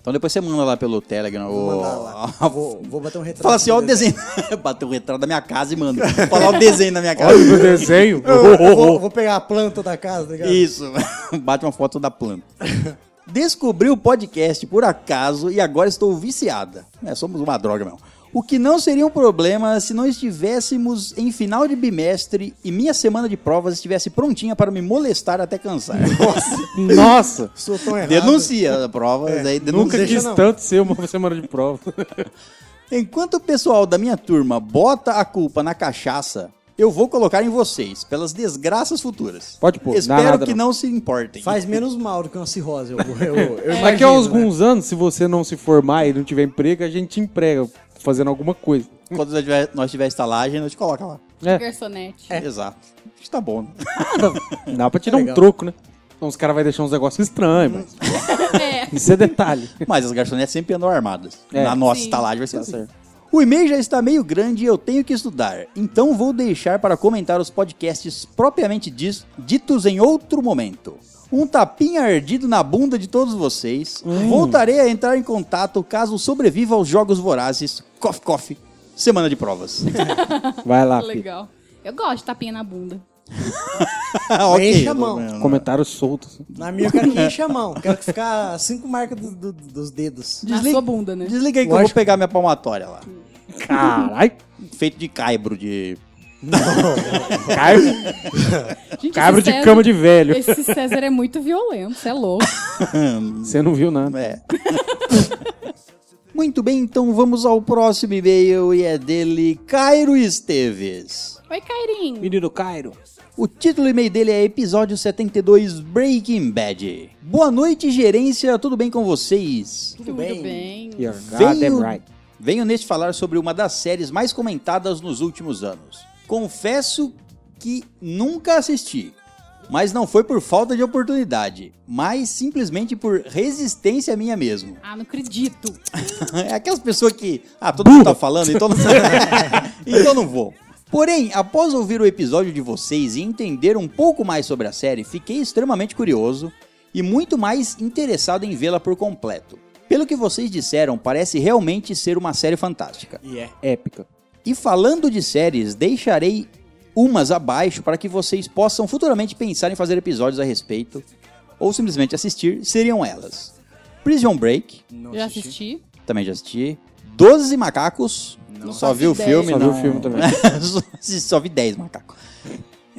Então depois você manda lá pelo Telegram.
Vou
ô-
mandar Tá lá. Vou, vou bater um retrato.
Fala assim, ó o
do
desenho. Bateu o retrato da minha casa e manda. Falar o desenho da minha casa.
Olha o desenho.
Eu vou, vou pegar a planta da casa, tá ligado?
Isso. Bate uma foto da planta. Descobri o podcast por acaso e agora estou viciada. É, somos uma droga mesmo. O que não seria um problema se não estivéssemos em final de bimestre e minha semana de provas estivesse prontinha para me molestar até cansar.
Nossa.
Sou tão errado.
Denuncia a prova, aí denuncia.
É, Nunca quis
não.
tanto ser uma semana de prova.
Enquanto o pessoal da minha turma bota a culpa na cachaça, eu vou colocar em vocês, pelas desgraças futuras.
Pode pôr,
Espero
dá nada
que
não.
não. se importem.
Faz menos mal do que uma cirrose, eu, eu, eu
É
imagino,
Daqui a
né?
alguns anos, se você não se formar e não tiver emprego, a gente te emprega fazendo alguma coisa.
Quando nós tiver, nós tiver estalagem, nós te coloca lá.
É,
Garçonete.
Exato. Acho que tá bom. né?
dá pra tirar um
Legal. Hum.
troco, né? Então os caras vão deixar uns negócios estranhos, mas
É.
isso é detalhe.
Mas as garçonetes sempre andam armadas.
É.
Na nossa
Sim.
estalagem vai ser assim. O e-mail já está meio grande e eu tenho que estudar. Então vou deixar para comentar os podcasts propriamente dis- ditos em outro momento. Um tapinha ardido na bunda de todos vocês. Voltarei a entrar em contato caso sobreviva aos Jogos Vorazes. Cof, cof. Semana de provas.
Vai lá, filho.
Legal. Eu gosto de tapinha na bunda.
Ok,
Enche a
eu tô
mão.
vendo.
Comentários soltos.
Na minha eu quero que enche a mão. Quero que ficar cinco marcas do- do- dos dedos.
Na sua bunda, né?
Desliga aí que eu vou
Lógico.
pegar minha palmatória lá.
Caralho.
Feito de caibro, de...
Caio.
Gente,
Cabro
esse
de cama de velho.
Esse César é muito violento, você é louco.
Você não viu nada.
É. Muito bem, então vamos ao próximo e-mail e é dele Cairo Esteves.
Oi, Cairinho.
Menino Cairo.
O título do e-mail dele é Episódio 72 Breaking Bad. Boa noite, gerência, tudo bem com vocês?
Tudo
bem?
bem?
You're goddamn right.
venho neste falar sobre uma das séries mais comentadas nos últimos anos. Confesso que nunca assisti, mas não foi por falta de oportunidade, mas simplesmente por resistência minha mesmo.
Ah, não acredito.
É aquelas pessoas que. Ah, todo mundo tá falando, então não, então não vou. Porém, após ouvir o episódio de vocês e entender um pouco mais sobre a série, fiquei extremamente curioso e muito mais interessado em vê-la por completo. Pelo que vocês disseram, parece realmente ser uma série fantástica.
E é.
Épica.
E falando de séries, deixarei umas abaixo para que vocês possam futuramente pensar em fazer episódios a respeito ou simplesmente assistir, seriam elas: Prison Break,
Já assisti.
também já assisti. Doze macacos. Não só vi o
dez.
filme,
Só viu
não.
o filme também.
Só- só vi 10 macacos.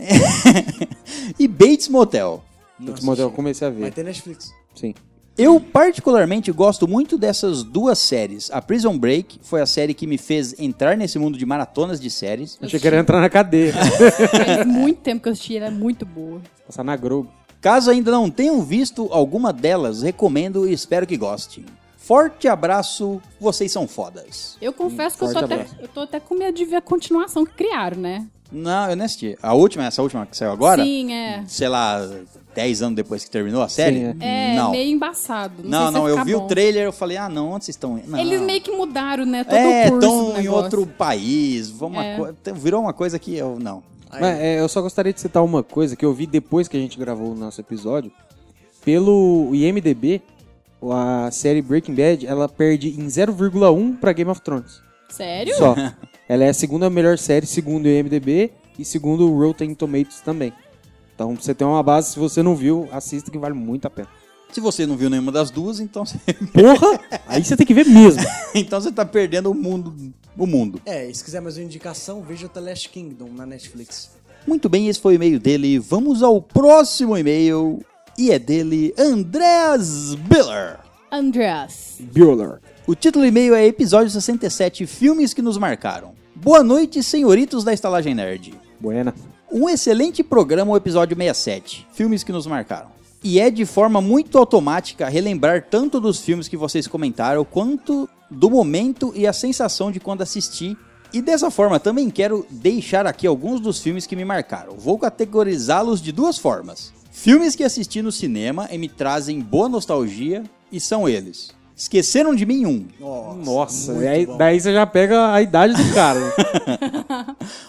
e Bates Motel.
Esse modelo eu comecei a
Vai
ver.
ter Netflix.
Sim.
Eu particularmente gosto muito dessas duas séries. A Prison Break foi a série que me fez entrar nesse mundo de maratonas de séries.
Achei que era entrar na cadeia.
Faz muito tempo que eu assisti, ela é muito boa.
Passar na Globo.
Caso ainda não tenham visto alguma delas, recomendo e espero que gostem. Forte abraço, vocês são fodas.
Eu confesso que eu tô,
forte
até,
abraço.
eu tô até com medo de ver a continuação que criaram, né?
Não, eu não assisti. A última, essa última que saiu agora?
Sim, é.
Sei lá, 10 anos depois que terminou a série?
Sim,
É
Não.
meio embaçado. Não,
Não,
sei se
não,
vai
eu
ficar
vi
bom.
o trailer, eu falei, ah, não, onde vocês estão indo? Não.
Eles meio que mudaram, né? Todo
É,
o curso do
estão em
negócio.
outro país, vão uma
É.
co- tem- virou uma coisa que eu não.
Mas, é, eu só gostaria de citar uma coisa que eu vi depois que a gente gravou o nosso episódio. Pelo IMDB, a série Breaking Bad, ela perde em 0,1 pra Game of Thrones.
Sério?
Só. Ela é a segunda melhor série, segundo o IMDB e segundo o Rotten Tomatoes também. Então, pra você ter uma base, se você não viu, assista que vale muito a pena.
Se você não viu nenhuma das duas, então você,
Porra! Aí você tem que ver mesmo.
então você tá perdendo o mundo, o mundo.
É, e se quiser mais uma indicação, veja The Last Kingdom na Netflix.
Muito bem, esse foi o e-mail dele. Vamos ao próximo e-mail e é dele Andreas Biller.
Andreas.
Bueller.
O título do e-mail é Episódio 67 Filmes que nos marcaram. Boa noite, senhoritos da Estalagem Nerd.
Buena.
Um excelente programa, o episódio 67, filmes que nos marcaram. E é de forma muito automática relembrar tanto dos filmes que vocês comentaram, quanto do momento e a sensação de quando assisti. E dessa forma também quero deixar aqui alguns dos filmes que me marcaram. Vou categorizá-los de duas formas. Filmes que assisti no cinema e me trazem boa nostalgia, e são eles. Esqueceram de mim um,
Nossa,
muito
aí-
bom.
daí você já pega a idade do cara.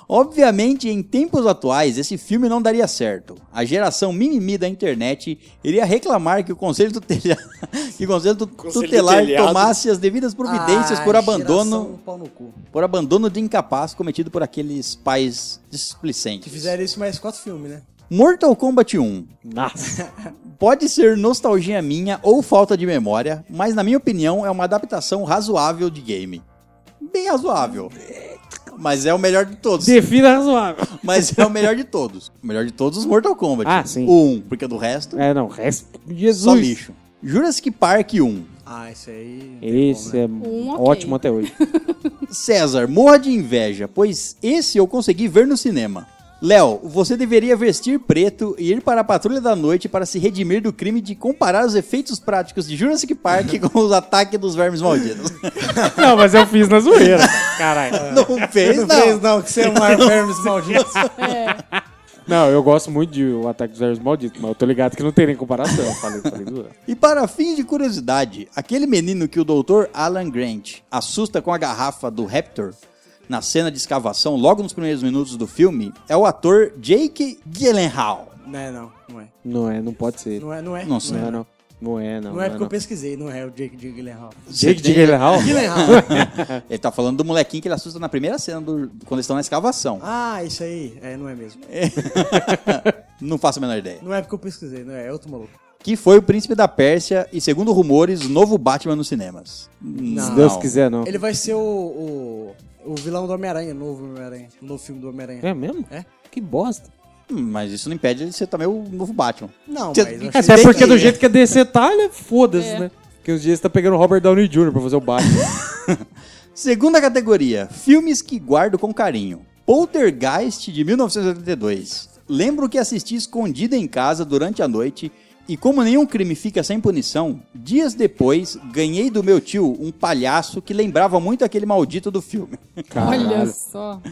Obviamente, em tempos atuais, esse filme não daria certo. A geração mimimi da internet iria reclamar que o Conselho, Tutelar, que o Conselho Tu-
Conselho
Tutelar
Tutelado.
tomasse as devidas providências por,
Ah,
abandono,
geração pau no cu.
por abandono de incapaz cometido por aqueles pais
Que
displicentes.
fizeram isso mais quatro filmes, né?
Mortal Kombat 1.
Nossa.
Pode ser nostalgia minha ou falta de memória, mas na minha opinião é uma adaptação razoável de game. Bem razoável. Mas é o melhor de todos.
Defina razoável.
Mas é o melhor de todos. O melhor de todos os Mortal Kombat.
Ah, sim.
O 1, porque do resto,
É, não, resto.
só
Jesus.
lixo. Jurassic Park 1.
Ah, isso aí.
Esse é
Um, ok.
ótimo até hoje.
César, morra de inveja, pois esse eu consegui ver no cinema. Léo, você deveria vestir preto e ir para a Patrulha da Noite para se redimir do crime de comparar os efeitos práticos de Jurassic Park com os ataques dos vermes malditos.
não, mas eu fiz na zoeira. Caralho.
Não fez, não.
Não fez, não, que você é um Marvermes maldito.
Não, eu gosto muito de O Ataque dos Vermes Malditos, mas eu tô ligado que não tem nem comparação. Eu Falei, falei zoeira.
E para fim de curiosidade, aquele menino que o Dr. Alan Grant assusta com a garrafa do Raptor na cena de escavação logo nos primeiros minutos do filme é o ator Jake Gyllenhaal.
Não é, não. Não é.
Não é, não pode ser.
Não é, não é.
Nossa,
não
Não é,
é,
não. Não é, não.
Não é porque eu
não.
pesquisei, não é o Jake É de Guilherme
Jake Gyllenhaal?
Ele tá falando do molequinho que ele assusta na primeira cena do, quando eles estão na escavação.
Ah, isso aí. É, não é mesmo.
Não faço a menor ideia.
Não é porque eu pesquisei, não é. É outro maluco.
Que foi o príncipe da Pérsia e, segundo rumores, novo Batman nos cinemas.
Se
Não.
Deus quiser, É, não.
Ele vai ser o, o, o vilão do Homem-Aranha, o novo Homem-Aranha. O novo filme do Homem-Aranha.
É mesmo?
É.
Que bosta.
Hum, Mas isso não impede de ser também o novo Batman.
Não,
Cê-
mas eu
É,
achei-
Até
bem
porque
que-
do jeito que a DC tá, né? Foda-se,
É.
né? Porque os dias tá pegando o Robert Downey Jr. pra fazer o Batman.
Segunda categoria: filmes que guardo com carinho. Poltergeist de 1982. Lembro que assisti escondido em casa durante a noite e, como nenhum crime fica sem punição, dias depois ganhei do meu tio um palhaço que lembrava muito aquele maldito do filme.
Olha
Caralho.
só.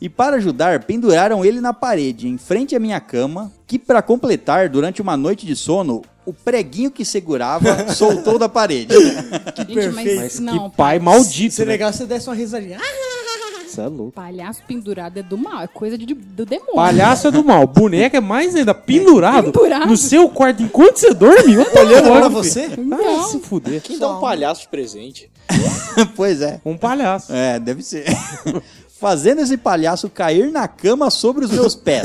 E para ajudar, penduraram ele na parede, em frente à minha cama, que para completar, durante uma noite de sono, o preguinho que segurava soltou da parede.
Gente, mas,
Mas
não,
que pai maldito.
Seria
né?
legal se você desse uma risadinha. Ah,
Isso é louco.
palhaço pendurado é do mal, é coisa de, do demônio.
Palhaço é do mal. Boneca é mais ainda pendurado,
Pendurado.
no seu quarto enquanto você dorme.
olhando pra
Então,
Olha,
você?
Ah, se fuder.
Quem dá um palhaço de presente?
pois é.
Um palhaço.
É, deve ser. Fazendo esse palhaço cair na cama sobre os meus pés.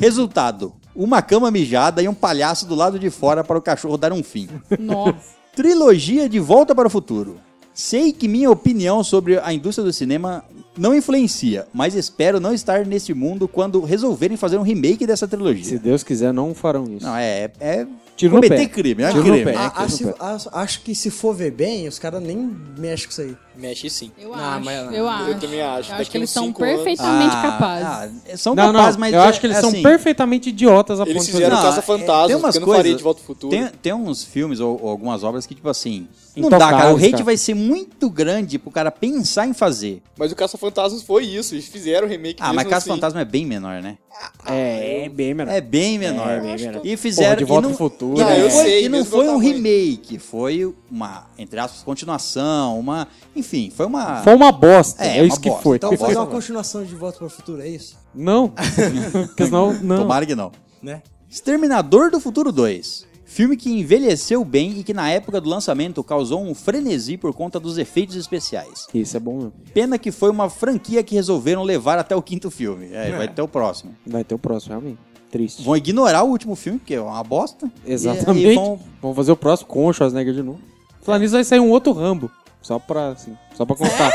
Resultado: uma cama mijada e um palhaço do lado de fora para o cachorro dar um fim.
Nossa.
Trilogia de Volta para o Futuro. Sei que minha opinião sobre a indústria do cinema não influencia, mas espero não estar neste mundo quando resolverem fazer um remake dessa
Se
trilogia.
Deus quiser, não farão isso.
Não, é. é
Tiro no
cometer
pé.
crime, é
Tiro no
crime.
pé.
Ah,
que
acho,
não
acho- acho que se for ver bem, os caras nem mexem com isso aí.
Mexe sim.
Eu
Ah,
acho.
mas-
eu acho.
também acho.
Eu
Daqui
acho que eles
uns
são
cinco anos-
perfeitamente
Ah,
capazes.
ah, são
não,
capazes,
não.
mas.
eu
é-
acho que eles
é
são
assim.
perfeitamente idiotas a ponto
Eles
de
fizeram
fazer.
Não,
Caça
é-
Fantasmas,
tem umas
porque eu não faria
coisas-
de Volta ao Futuro.
Tem, tem uns filmes ou, ou algumas obras que, tipo assim, não dá,
Intocáveis,
cara. O hate
Então, cara.
vai ser muito grande pro cara pensar em fazer.
Mas o Caça-Fantasmas foi isso. Eles fizeram o remake
Ah,
mesmo
mas Caça
assim.
Fantasma é bem menor, né?
É, é bem menor.
É bem menor.
É, bem
um-
menor.
E fizeram.
Porra, de Volta
e não,
pro Futuro,
E não,
né? Eu
foi,
sei,
e não
mesmo
foi
do
um
tamanho.
remake, foi uma, entre aspas, continuação, uma. Enfim, foi uma.
Foi uma bosta.
É,
É,
uma
isso que
bosta.
foi.
Então fazer uma
favor.
continuação de Volta para o Futuro, é isso?
Não. Porque senão, não.
Tomara que não.
Né?
Exterminador do Futuro 2. Filme que envelheceu bem e que na época do lançamento causou um frenesi por conta dos efeitos especiais.
Isso é bom mesmo.
Pena que foi uma franquia que resolveram levar até o quinto filme. É, vai até o próximo.
Vai ter o próximo, realmente. Triste.
Vão ignorar o último filme, porque é uma bosta. E-
Exatamente.
e vão-
Vamos fazer o próximo com o Schwarzenegger de novo. Falando nisso, vai sair um outro Rambo. Só pra, assim, só pra contar.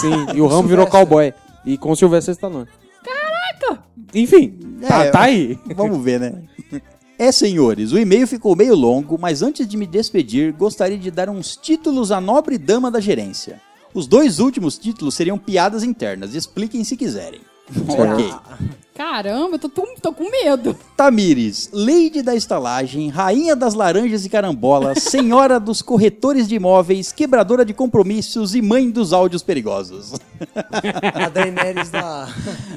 Sim, e o Rambo virou
Sylvester.
cowboy. E com o Sylvester Stallone. Caraca! Enfim, tá,
É,
tá aí.
Vamos ver, né? É, senhores, o e-mail ficou meio longo, mas antes de me despedir, gostaria de dar uns títulos à nobre dama da gerência. Os dois últimos títulos seriam piadas internas, expliquem se quiserem. ok.
Caramba, eu tô, tô, tô com medo.
Tamires, Lady da Estalagem, Rainha das Laranjas e Carambola, Senhora dos Corretores de Imóveis, Quebradora de Compromissos e Mãe dos Áudios Perigosos.
A Daenerys da.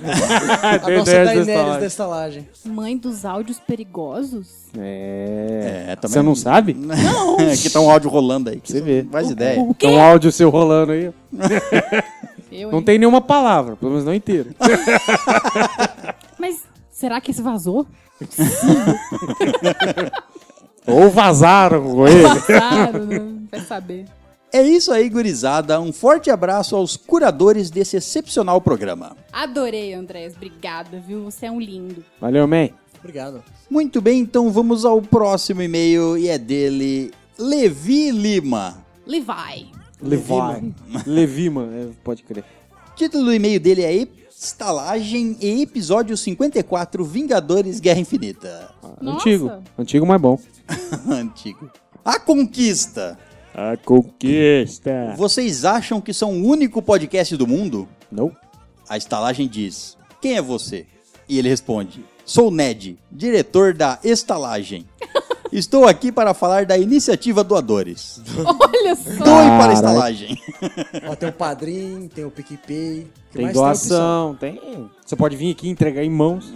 a
Daenerys
nossa
da
Daenerys
estalagem.
da estalagem.
Mãe dos áudios perigosos?
É.
É, também-
Você não sabe?
Não! que tá um áudio rolando aí.
Você vê.
Faz ideia.
O
Tem um áudio seu rolando aí.
Eu,
Não
hein?
tem nenhuma palavra, pelo menos não inteiro.
Mas será que esse vazou?
Ou vazaram com ele.
Claro, né? vai saber.
É isso aí, gurizada. Um forte abraço aos curadores desse excepcional programa.
Adorei, Andrés. Obrigada, viu? Você é um lindo.
Valeu, man.
Obrigado.
Muito bem, então vamos ao próximo e-mail e é dele, Levi Lima.
Levi.
Levi. Levi, mano. É, pode crer.
título do e-mail dele é Estalagem e Episódio 54 Vingadores Guerra Infinita.
Nossa.
Antigo. Antigo, mas bom.
Antigo. A Conquista.
A conquista.
Vocês acham que são o único podcast do mundo?
Não.
A estalagem diz: Quem é você? E ele responde: Sou Ned, diretor da Estalagem. Estou aqui para falar da iniciativa Doadores.
Olha
Doe para
só.
a
Caralho.
estalagem.
Ó, tem o Padrim, tem o PicPay. o que
Tem
mais
doação, tem. Você pode vir aqui entregar em mãos.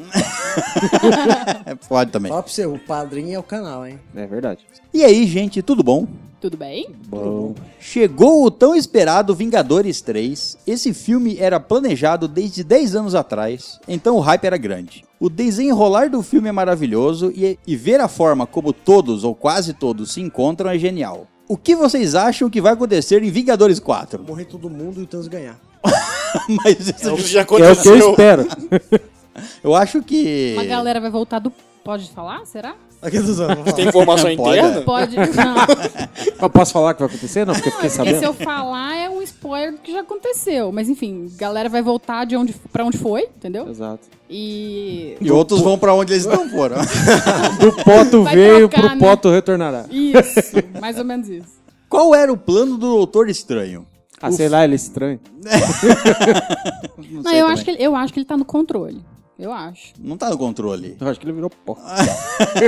É, Pode
Tem
também.
Fala pra você, o Padrim é o canal, hein?
É verdade.
E aí, gente, tudo bom?
Tudo bem?
Bom.
Chegou o tão esperado Vingadores 3. Esse filme era planejado desde 10 anos atrás, então o hype era grande. O desenrolar do filme é maravilhoso e, e ver a forma como todos ou quase todos se encontram é genial. O que vocês acham que vai acontecer em Vingadores 4?
Morrer todo mundo e o Thanos ganhar.
Mas isso
É o que já
É o que eu
aconteceu.
espero.
eu acho que.
Uma galera vai voltar do. Pode falar? Será?
Aqui dos anos.
é
Tem informação
Pode,
interna?
Pode. Não.
Eu posso falar o que vai acontecer? Não, porque eu fiquei
Porque se
sabendo.
eu falar é um spoiler do que já aconteceu. Mas enfim, galera vai voltar de onde, pra onde foi, entendeu?
Exato.
E.
E outros vão pra onde eles não foram.
Do poto
Vai
veio,
trocar,
pro
né?
poto retornará.
Isso, mais ou menos isso.
Qual era o plano do Doutor Estranho?
Ah, sei lá, ele é estranho.
Não,
sei
eu
também.
acho, que ele, eu acho que ele tá no controle. Eu acho.
Não tá no controle.
Eu acho que ele virou pó.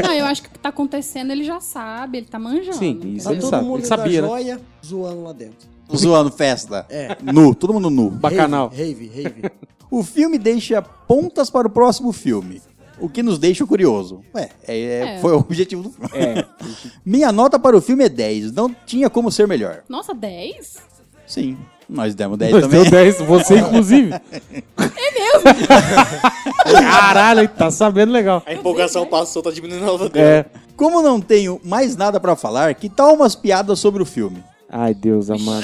Não, eu acho que o que tá acontecendo ele já sabe, ele tá manjando.
Sim,
entendeu?
isso
Tá
ele
todo
sabe.
mundo
Ele sabia,
da
né?
joia zoando lá dentro.
Zoando festa.
É.
Nu, todo mundo nu.
Bacanal.
Rave, rave. rave.
O filme deixa pontas para o próximo filme. O que nos deixa curioso. Ué, é- é-
É.
foi o objetivo do filme.
É.
Minha nota para o filme é 10. Não tinha como ser melhor.
Nossa, 10?
Sim, nós demos 10
Mas deu
também.
10, você inclusive. É mesmo? Caralho, ele tá sabendo legal.
A empolgação passou, tá diminuindo a nota dele.
É.
Como não tenho mais nada para falar, que tal umas piadas sobre o filme?
Ai, Deus amado.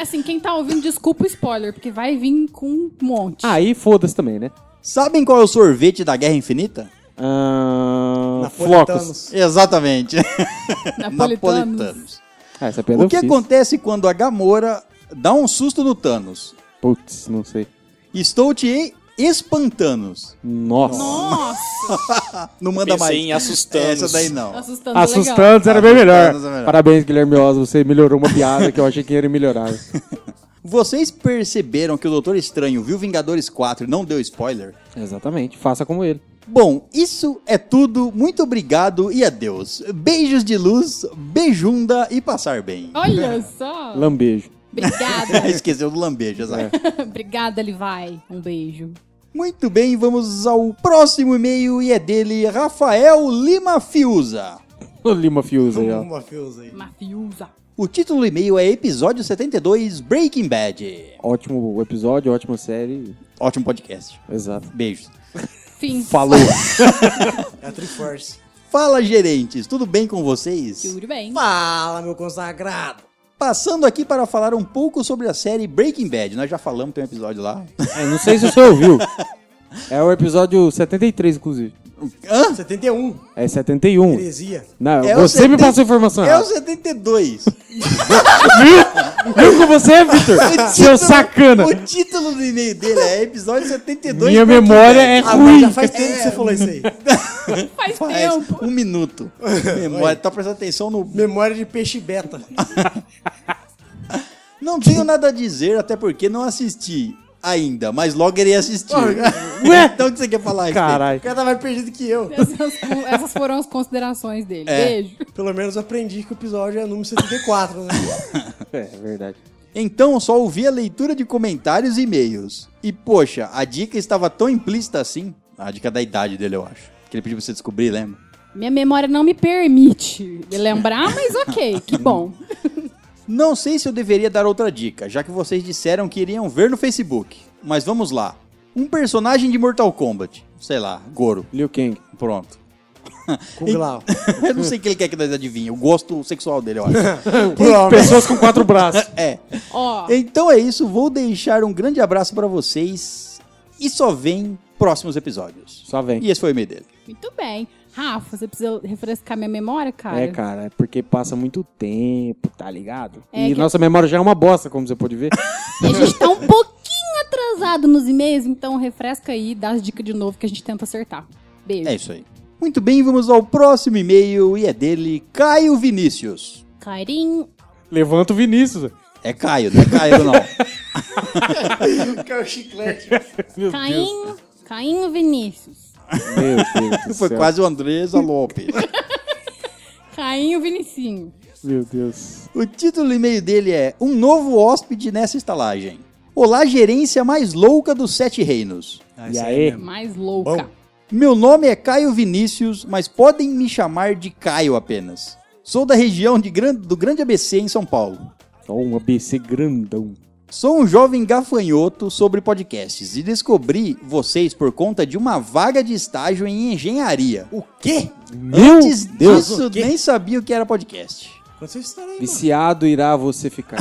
Assim, quem tá ouvindo, desculpa o spoiler, porque vai vir com um monte.
Aí foda-se também, né?
Sabem qual é o sorvete da Guerra Infinita?
Ah, flocos.
Napolitanos.
Exatamente.
Napolitanos.
Ah, essa piada
O que
eu fiz.
acontece quando a Gamora dá um susto no Thanos?
Putz, não sei.
Estou te espantando.
Nossa.
Nossa,
Não manda
Pensei
mais.
em assustanos.
Essa daí não.
assustando legal.
Assustando era bem melhor.
Assustantes é melhor.
Parabéns, Guilherme Oz. Você melhorou uma piada que eu achei que era melhorar.
Vocês perceberam que o Doutor Estranho viu Vingadores 4 e não deu spoiler?
Exatamente. Faça como ele.
Bom, isso é tudo. Muito obrigado e adeus. Beijos de luz, beijunda e passar bem.
Olha só.
Lambejo.
Obrigada.
Esqueceu do lambejo, exato.
Obrigada, Levi. Um beijo.
Muito bem, vamos ao próximo e-mail e é dele, Rafael Lima Fiuza.
O Lima Fios aí, ó.
Uma fios aí.
Mafiosa.
O título do e-mail é Episódio 72 Breaking Bad.
Ótimo episódio, ótima série.
Ótimo podcast.
Exato.
Beijos.
Fim.
Falou.
É a Triforce.
Fala, gerentes, tudo bem com vocês?
Tudo bem.
Fala, meu consagrado.
Passando aqui para falar um pouco sobre a série Breaking Bad. Nós já falamos, tem um episódio lá.
É, não sei se você ouviu. É o episódio 73, inclusive.
Hã?
71.
É 71.
Heresia.
Não,
É o
você me
70
passou informação
É o
errada.
72.
Viu com você, Victor?
O
Seu
título-
sacana.
O título do e-mail dele é episódio 72.
Minha
Breaking
memória
Bad.
é
Ah,
ruim. É.
mas já faz tempo que você falou isso aí.
Faz
Faz
tempo.
um minuto. Memória, tá prestando atenção no.
Memória de peixe beta.
É.
Não tenho nada a dizer, até porque não assisti ainda, mas logo irei assistir.
Ué?
Então o que você quer falar? Steve?
O
Caralho.
cara tá mais perdido que eu.
Essas, essas foram as considerações dele.
É.
Beijo.
Pelo menos eu aprendi que o episódio é número 74, né?
É verdade.
Então só ouvi a leitura de comentários e e-mails. E poxa, a dica estava tão implícita assim. A dica da idade dele, eu acho. Que ele pediu pra você descobrir, lembra?
Minha memória não me permite lembrar, mas ok, que bom.
Não sei se eu deveria dar outra dica, já que vocês disseram que iriam ver no Facebook. Mas vamos lá. Um personagem de Mortal Kombat. Sei lá, Goro.
Liu Kang.
Pronto.
Kung Lao.
eu não sei o que ele quer que nós adivinhe. O gosto sexual dele, eu acho.
Pessoas com quatro braços.
É.
Ó,
Então é isso. Vou deixar um grande abraço pra vocês. E só vem próximos episódios.
Só vem.
E esse foi o e-mail dele.
muito bem. Rafa, você precisa refrescar minha memória, cara?
É, cara, é porque passa muito tempo, tá ligado?
É
e
que-
nossa memória já é uma bosta, como você pode ver.
E a gente tá um pouquinho atrasado nos e-mails, então refresca aí, dá as dicas de novo que a gente tenta acertar. Beijo.
É isso aí. Muito bem, vamos ao próximo e-mail. E é dele, Caio Vinícius.
Carinho.
Levanta o Vinícius.
É Caio, não é Caio, não.
Cara, é o chiclete.
Meu Deus.
Caim, Caim Vinícius.
Meu Deus do
Foi
céu.
quase o Andresa Lopes.
Caim Vinicinho.
Meu Deus.
O título do e-mail dele é Um Novo Hóspede Nessa Estalagem. Olá, gerência mais louca dos Sete Reinos.
Ah,
e Ah, aí?
Mais louca.
Meu nome é Caio Vinícius, mas podem me chamar de Caio apenas. Sou da região de gran- do Grande ABC em São Paulo.
Ó, um ABC grandão.
Sou um jovem gafanhoto sobre podcasts e descobri vocês por conta de uma vaga de estágio em engenharia. O quê?
Meu
Antes
Deus.
disso, nem sabia o que era podcast.
Quando vocês estarem aí, mano.
Viciado irá você ficar.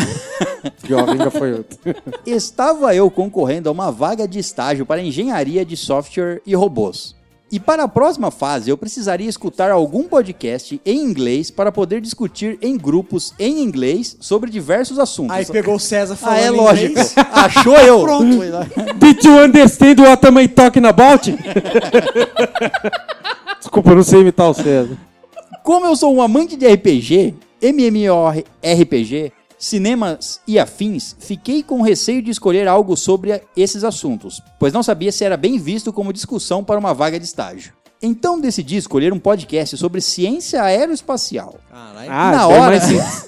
Jovem gafanhoto.
Estava eu concorrendo a uma vaga de estágio para engenharia de software e robôs. E para a próxima fase, eu precisaria escutar algum podcast em inglês para poder discutir em grupos em inglês sobre diversos assuntos.
Aí pegou o
ah,
César falando
é
em
lógico.
inglês.
Achou eu.
Pronto.
Foi lá.
Did you understand what am I talking about? Desculpa, eu não sei imitar o César.
Como eu sou um amante de RPG, MMORPG, cinemas e afins, fiquei com receio de escolher algo sobre a- esses assuntos, pois não sabia se era bem visto como discussão para uma vaga de estágio. Então decidi escolher um podcast sobre ciência aeroespacial.
Caralho.
Ah,
Na
isso daí é
hora.
mais simples.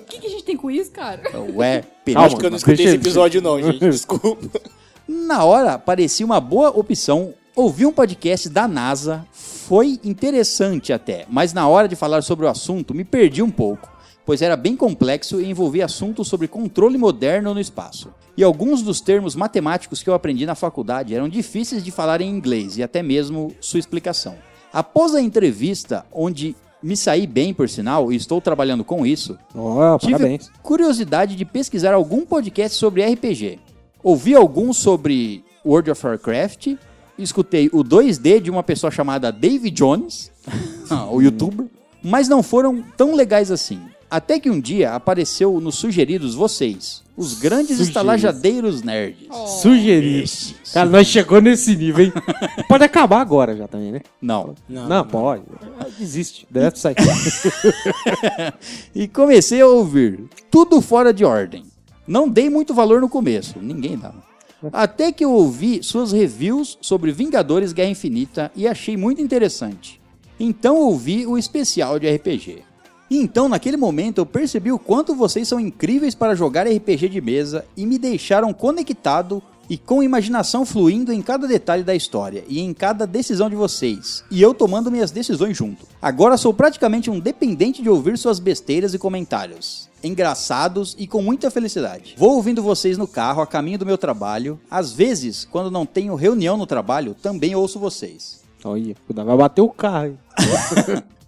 O que, que a gente tem com isso, cara?
Ué, perigo.
Calma.
Acho que eu não escutei
Deixa
esse
ele-
episódio, não, gente. Desculpa.
Na hora, parecia uma boa opção. Ouvi um podcast da NASA, foi interessante até, mas na hora de falar sobre o assunto me perdi um pouco, pois era bem complexo e envolvia assuntos sobre controle moderno no espaço. E alguns dos termos matemáticos que eu aprendi na faculdade eram difíceis de falar em inglês e até mesmo sua explicação. Após a entrevista, onde me saí bem, por sinal, e estou trabalhando com isso,
Ó,
Tive
parabéns.
curiosidade de pesquisar algum podcast sobre RPG. Ouvi alguns sobre World of Warcraft, escutei o 2D de uma pessoa chamada Dave Jones, ah,
Hum.
o youtuber, mas não foram tão legais assim. Até que um dia apareceu nos sugeridos vocês, os grandes
Sugeridos.
estalajadeiros nerds.
Oh. Sugerido. Cara, nós chegou nesse nível, hein? pode acabar agora já também, né?
Não.
Não, pode. Desiste. Deve sair.
E comecei a ouvir tudo fora de ordem. Não dei muito valor no começo, ninguém dava. Até que eu ouvi suas reviews sobre Vingadores Guerra Infinita e achei muito interessante. Então ouvi o especial de RPG. E então, naquele momento, eu percebi o quanto vocês são incríveis para jogar RPG de mesa e me deixaram conectado e com imaginação fluindo em cada detalhe da história e em cada decisão de vocês, e eu tomando minhas decisões junto. Agora sou praticamente um dependente de ouvir suas besteiras e comentários. Engraçados e com muita felicidade. Vou ouvindo vocês no carro a caminho do meu trabalho. Às vezes, quando não tenho reunião no trabalho, também ouço vocês.
Olha, cuidado, vai bater o carro, hein?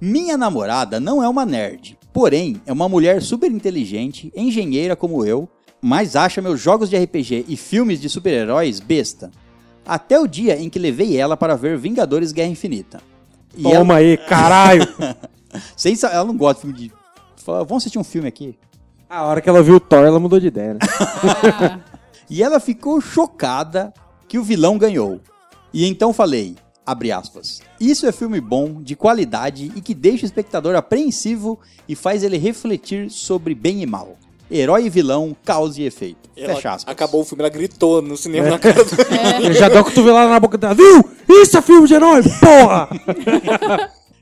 Minha namorada não é uma nerd, porém é uma mulher super inteligente, engenheira como eu, mas acha meus jogos de RPG e filmes de super-heróis besta. até o dia em que levei ela para ver Vingadores Guerra Infinita. E
Toma aí, caralho!
ela, sem, sa- ela não gosta de filme de. Fala, vamos assistir um filme aqui.
A hora que ela viu o Thor, ela mudou de ideia, né?
E ela ficou chocada que o vilão ganhou. E então falei, abre aspas, isso é filme bom, de qualidade e que deixa o espectador apreensivo e faz ele refletir sobre bem e mal. Herói e vilão, causa e efeito.
Ela
Fecha aspas. É.
Acabou o filme, ela gritou no cinema na cara do...
Eu É. já dou a cotovelada na boca dela. Viu? Isso é filme de herói, porra!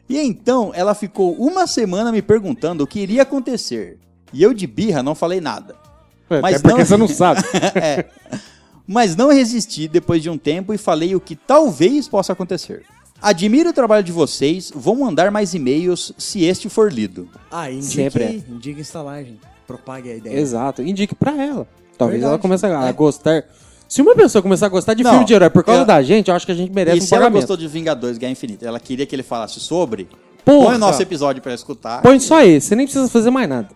E então ela ficou uma semana me perguntando o que iria acontecer. E eu de birra não falei nada.
Mas Até porque você não sabe.
É. Mas não resisti depois de um tempo e falei o que talvez possa acontecer. Admiro o trabalho de vocês, vou mandar mais e-mails se este for lido.
Ah, indique,
Sempre é.
indique estalagem. Propague a ideia.
Exato. Indique pra ela. Talvez
Verdade.
ela comece a gostar. Se uma pessoa começar a gostar de
É. Não,
filme de herói por causa
eu-
da gente, eu acho que a gente merece
e
um
se ela
pagamento.
gostou de Vingadores Guerra Infinita, ela queria que ele falasse sobre,
Porra!
põe o nosso episódio pra ela escutar.
Põe só esse, você nem precisa fazer mais nada.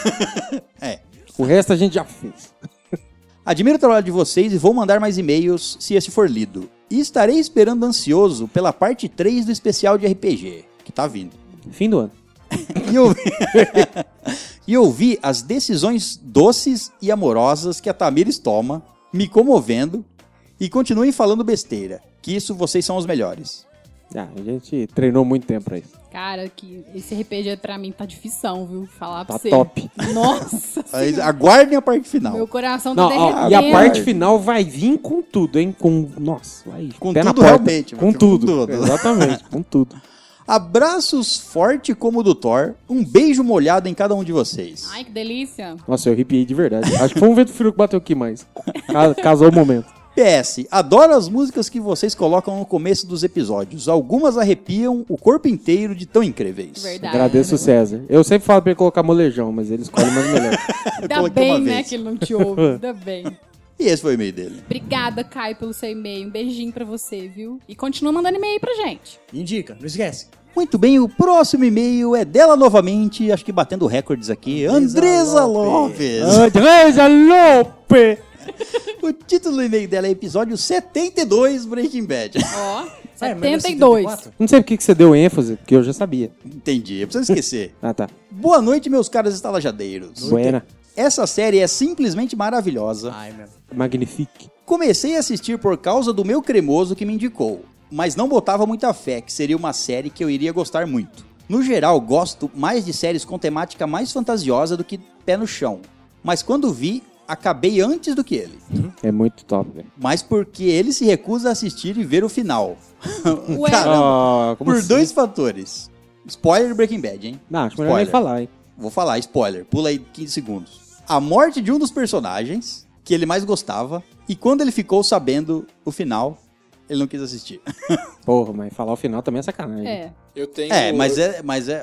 É.
O resto a gente já fez.
Admiro o trabalho de vocês e vou mandar mais e-mails se esse for lido. E estarei esperando ansioso pela parte 3 do especial de RPG, que tá vindo.
Fim do ano.
E ouvi... e ouvi as decisões doces e amorosas que a Tamires toma, me comovendo, e continuem falando besteira, que isso vocês são os melhores.
Ah, a gente treinou muito tempo pra isso.
Cara, que esse RPG pra mim tá difícil, viu? Falar pra
Tá
você.
top.
Nossa,
Aí, Aguardem a parte final.
meu coração tá
Não, ó,
derretendo.
e a parte final vai vir com tudo, hein? Com. Nossa, vai.
Com
pé na
tudo
porta.
realmente,
Com
mano, com
tudo.
tudo.
Exatamente, com tudo.
Abraços forte como o do Thor, um beijo molhado em cada um de vocês.
Ai, que delícia. Nossa.
Nossa, eu arrepiei de verdade. Acho que foi um vento frio que bateu aqui mais. Ca- Casou o momento.
PS, adoro as músicas que vocês colocam no começo dos episódios. Algumas arrepiam o corpo inteiro de tão incríveis.
Verdade.
Agradeço o César. Eu sempre falo pra ele colocar molejão, mas ele escolhe mais melhor.
Ainda
coloquei uma
bem, né,
vez.
que ele não te ouve. Ainda bem.
E esse foi o e-mail dele.
Obrigada, Caio, pelo seu e-mail. Um beijinho pra você, viu? E continua mandando e-mail pra gente.
Indica, não esquece.
Muito bem, o próximo e-mail é dela novamente, acho que batendo recordes aqui, Andresa
Andresa
Lopes.
Lopes.
Andresa Lope!
O título do e-mail dela é episódio 72 Breaking Bad.
Ó,
É, mas não é
72.
74?
Não sei por que que você deu ênfase, porque eu já sabia.
Entendi, eu preciso esquecer.
Ah, tá.
Boa noite, meus caros estalajadeiros.
Buena.
Essa série é simplesmente maravilhosa.
Ai, meu.
Magnifique.
Comecei a assistir por causa do meu cremoso que me indicou, mas não botava muita fé que seria uma série que eu iria gostar muito. No geral, gosto mais de séries com temática mais fantasiosa do que pé no chão, mas quando vi, acabei antes do que ele.
É muito top, velho.
mas porque ele se recusa a assistir e ver o final.
Ué.
Caramba,
Ah, como
por
assim?
dois fatores. Spoiler de Breaking Bad, hein?
Não, acho melhor nem
Spoiler.
falar, hein?
Vou falar, spoiler, pula aí 15 segundos. A morte de um dos personagens que ele mais gostava e quando ele ficou sabendo o final, ele não quis assistir.
Porra, mas falar o final também é sacanagem.
É.
Eu tenho...
É, mas é, mas é,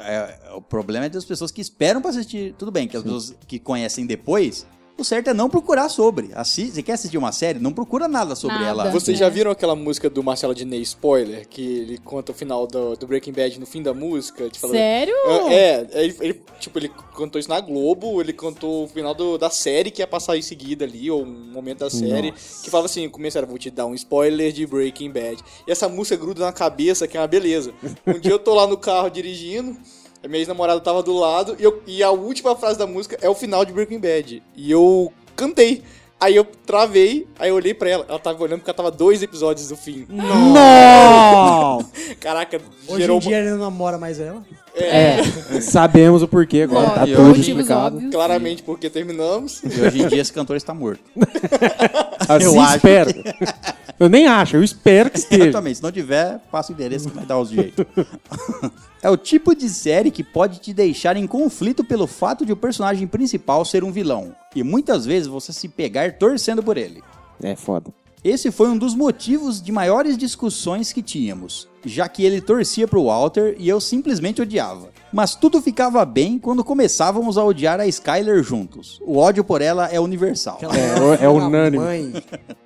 é- o problema é das pessoas que esperam pra assistir. Tudo bem que as pessoas que conhecem depois, o certo é não procurar sobre. Assi você quer assistir uma série, não procura nada sobre
Nada.
ela.
Vocês já viram aquela música do Marcelo Diney, Spoiler? Que ele conta o final do, do Breaking Bad no fim da música? Te falando-
Sério?
É, é, ele, ele- tipo, ele contou isso na Globo, ele contou o final do- da série que ia passar em seguida ali, ou um momento da série, que falava assim, começaram, vou te dar um spoiler de Breaking Bad. E essa música gruda na cabeça, que é uma beleza. Um dia eu tô lá no carro dirigindo, a minha ex-namorada tava do lado, e, eu- e a última frase da música é o final de Breaking Bad. E eu cantei. Aí eu travei, aí eu olhei pra ela, ela tava olhando porque ela tava dois episódios do fim.
Não!
Caraca,
Hum. Hoje
gerou
em
uma-
dia ele não namora mais ela.
Sabemos o porquê agora,
Ó,
tá
por
tudo
motivos
explicado.
é
óbvios.
claramente porque terminamos.
E hoje em dia esse cantor está morto.
Assim
Eu acho
espero. Eu nem acho, eu espero que esteja.
Exatamente. Se não tiver, passa o endereço que vai dar os direitos. é o tipo de série que pode te deixar em conflito pelo fato de o personagem principal ser um vilão. E muitas vezes você se pegar torcendo por ele.
É foda.
Esse foi um dos motivos de maiores discussões que tínhamos, já que ele torcia pro Walter e eu simplesmente odiava. Mas tudo ficava bem quando começávamos a odiar a Skyler juntos. O ódio por ela é universal.
É, é unânime.
Mãe.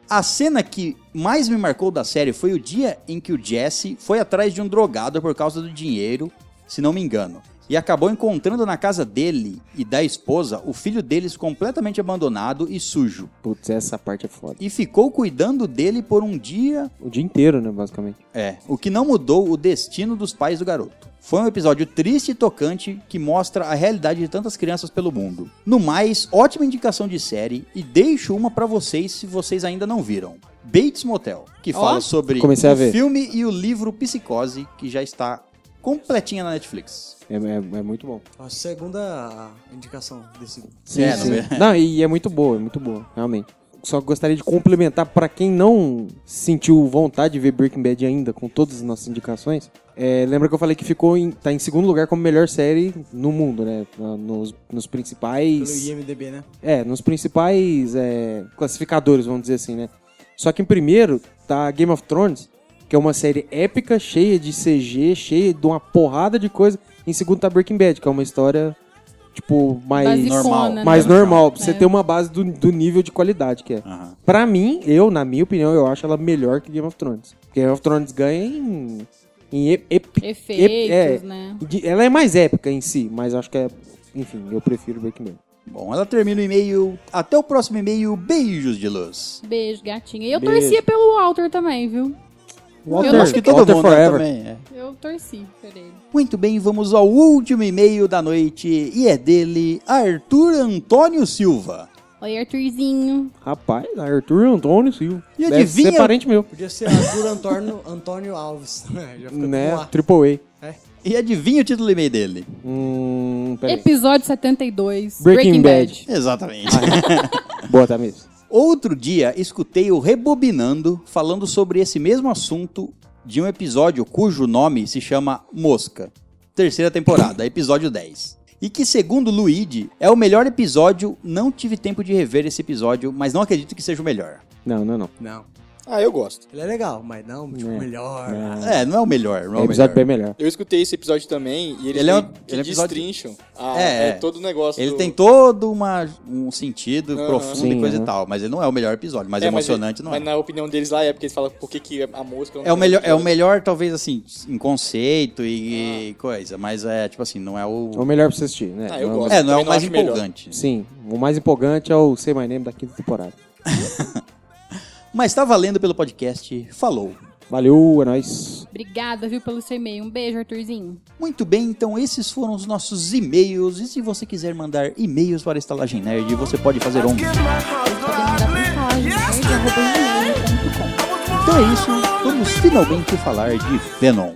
A cena que mais me marcou da série foi o dia em que o Jesse foi atrás de um drogado por causa do dinheiro, se não me engano. e acabou encontrando na casa dele e da esposa o filho deles completamente abandonado e sujo.
Putz, essa parte é foda.
E ficou cuidando dele por um dia
O dia inteiro, né, basicamente.
é, o que não mudou o destino dos pais do garoto. Foi um episódio triste e tocante que mostra a realidade de tantas crianças pelo mundo. No mais, ótima indicação de série e deixo uma pra vocês se vocês ainda não viram. Bates Motel, que fala sobre
Comecei a
o
ver.
filme e o livro Psicose, que já está completinha na Netflix.
É, é- é muito bom.
A segunda indicação desse.
Sim,
É,
sim.
não-
Não, e é muito boa, é muito boa, realmente. Só gostaria de complementar pra quem não sentiu vontade de ver Breaking Bad ainda, com todas as nossas indicações. É, lembra que eu falei que ficou em, tá em segundo lugar como melhor série no mundo, né? Na- Nos, nos
Pelo
principais.
IMDB, né?
É, nos principais é, classificadores, vamos dizer assim, né? Só que em primeiro tá Game of Thrones, que é uma série épica, cheia de CG, cheia de uma porrada de coisa. Em segundo tá Breaking Bad, que é uma história, tipo, mais,
Basicona,
normal,
né?
mais normal. Pra você
É.
ter uma base do, do nível de qualidade que é.
Aham.
Pra mim, eu, na minha opinião, eu acho ela melhor que Game of Thrones. Porque Game of Thrones ganha em... em ep- ep- ep- é,
Efeitos, né?
de- ela é mais épica em si, mas acho que é... Enfim, eu prefiro Breaking Bad.
Bom, ela termina o e-mail. Até o próximo e-mail. Beijos de luz.
Beijo, gatinha. E eu
Beijo.
torcia pelo Walter também, viu?
Walter,
não
acho que todo
Walter
mundo né,
Forever.
também. é.
Eu torci por ele.
Muito bem, vamos ao último e-mail da noite e é dele, Arthur Antônio Silva.
Oi, Arthurzinho.
Rapaz, Arthur Antônio Silva.
E
Deve
adivinha-
ser parente meu.
Podia ser Arthur Antônio, Antônio Alves. Já fica
Né?
com A.
Triple A.
E adivinha o título do e-mail dele?
Hum, peraí.
Episódio 72.
Breaking Bad.
Exatamente.
Bota tá mesmo.
Ah, é. Outro dia escutei o Rebobinando falando sobre esse mesmo assunto de um episódio cujo nome se chama Mosca. Terceira temporada, episódio 10. E que, segundo Luigi, é o melhor episódio. Não tive tempo de rever esse episódio, mas não acredito que seja o melhor.
Não, não, não.
Não.
Ah, eu gosto.
Ele é legal, mas não, tipo,
É.
melhor.
É, não é o melhor. Não é
É
o
episódio
melhor.
bem melhor.
Eu escutei esse episódio também e eles,
Ele é um-
têm-
ele é um
eles
episódio-
destrincham a-
É,
é,
é.
todo o negócio.
Ele
do-
tem todo uma, um sentido
Aham.
profundo e
Sim,
coisa e
aham.
tal, mas ele não é o melhor episódio, mas
É, mas
emocionante
ele-
não é.
Mas na opinião deles lá é porque eles falam por que, que a mosca... não Ah.
É o
tem
melhor, é o
episódio.
melhor talvez assim, em conceito e coisa, mas é tipo assim, não é
É o
o
melhor pra você assistir, né?
Ah, eu
Não-
gosto.
É, não é
Também
o mais
acho melhor.
empolgante.
Sim, o mais empolgante é o Say My Name da quinta temporada.
Mas tá valendo pelo podcast. Falou.
Valeu, é nóis.
Obrigada, viu, pelo seu e-mail. Um beijo, Arthurzinho.
Muito bem, então esses foram os nossos e-mails. E se você quiser mandar e-mails para a Estalagem Nerd, você pode fazer um.
Give my heart
Mandar
gladly.
mensagem,
Yesterday,
nerd, arroba
I
gmail.com.
was born
Então é isso, vamos finalmente falar de Venom.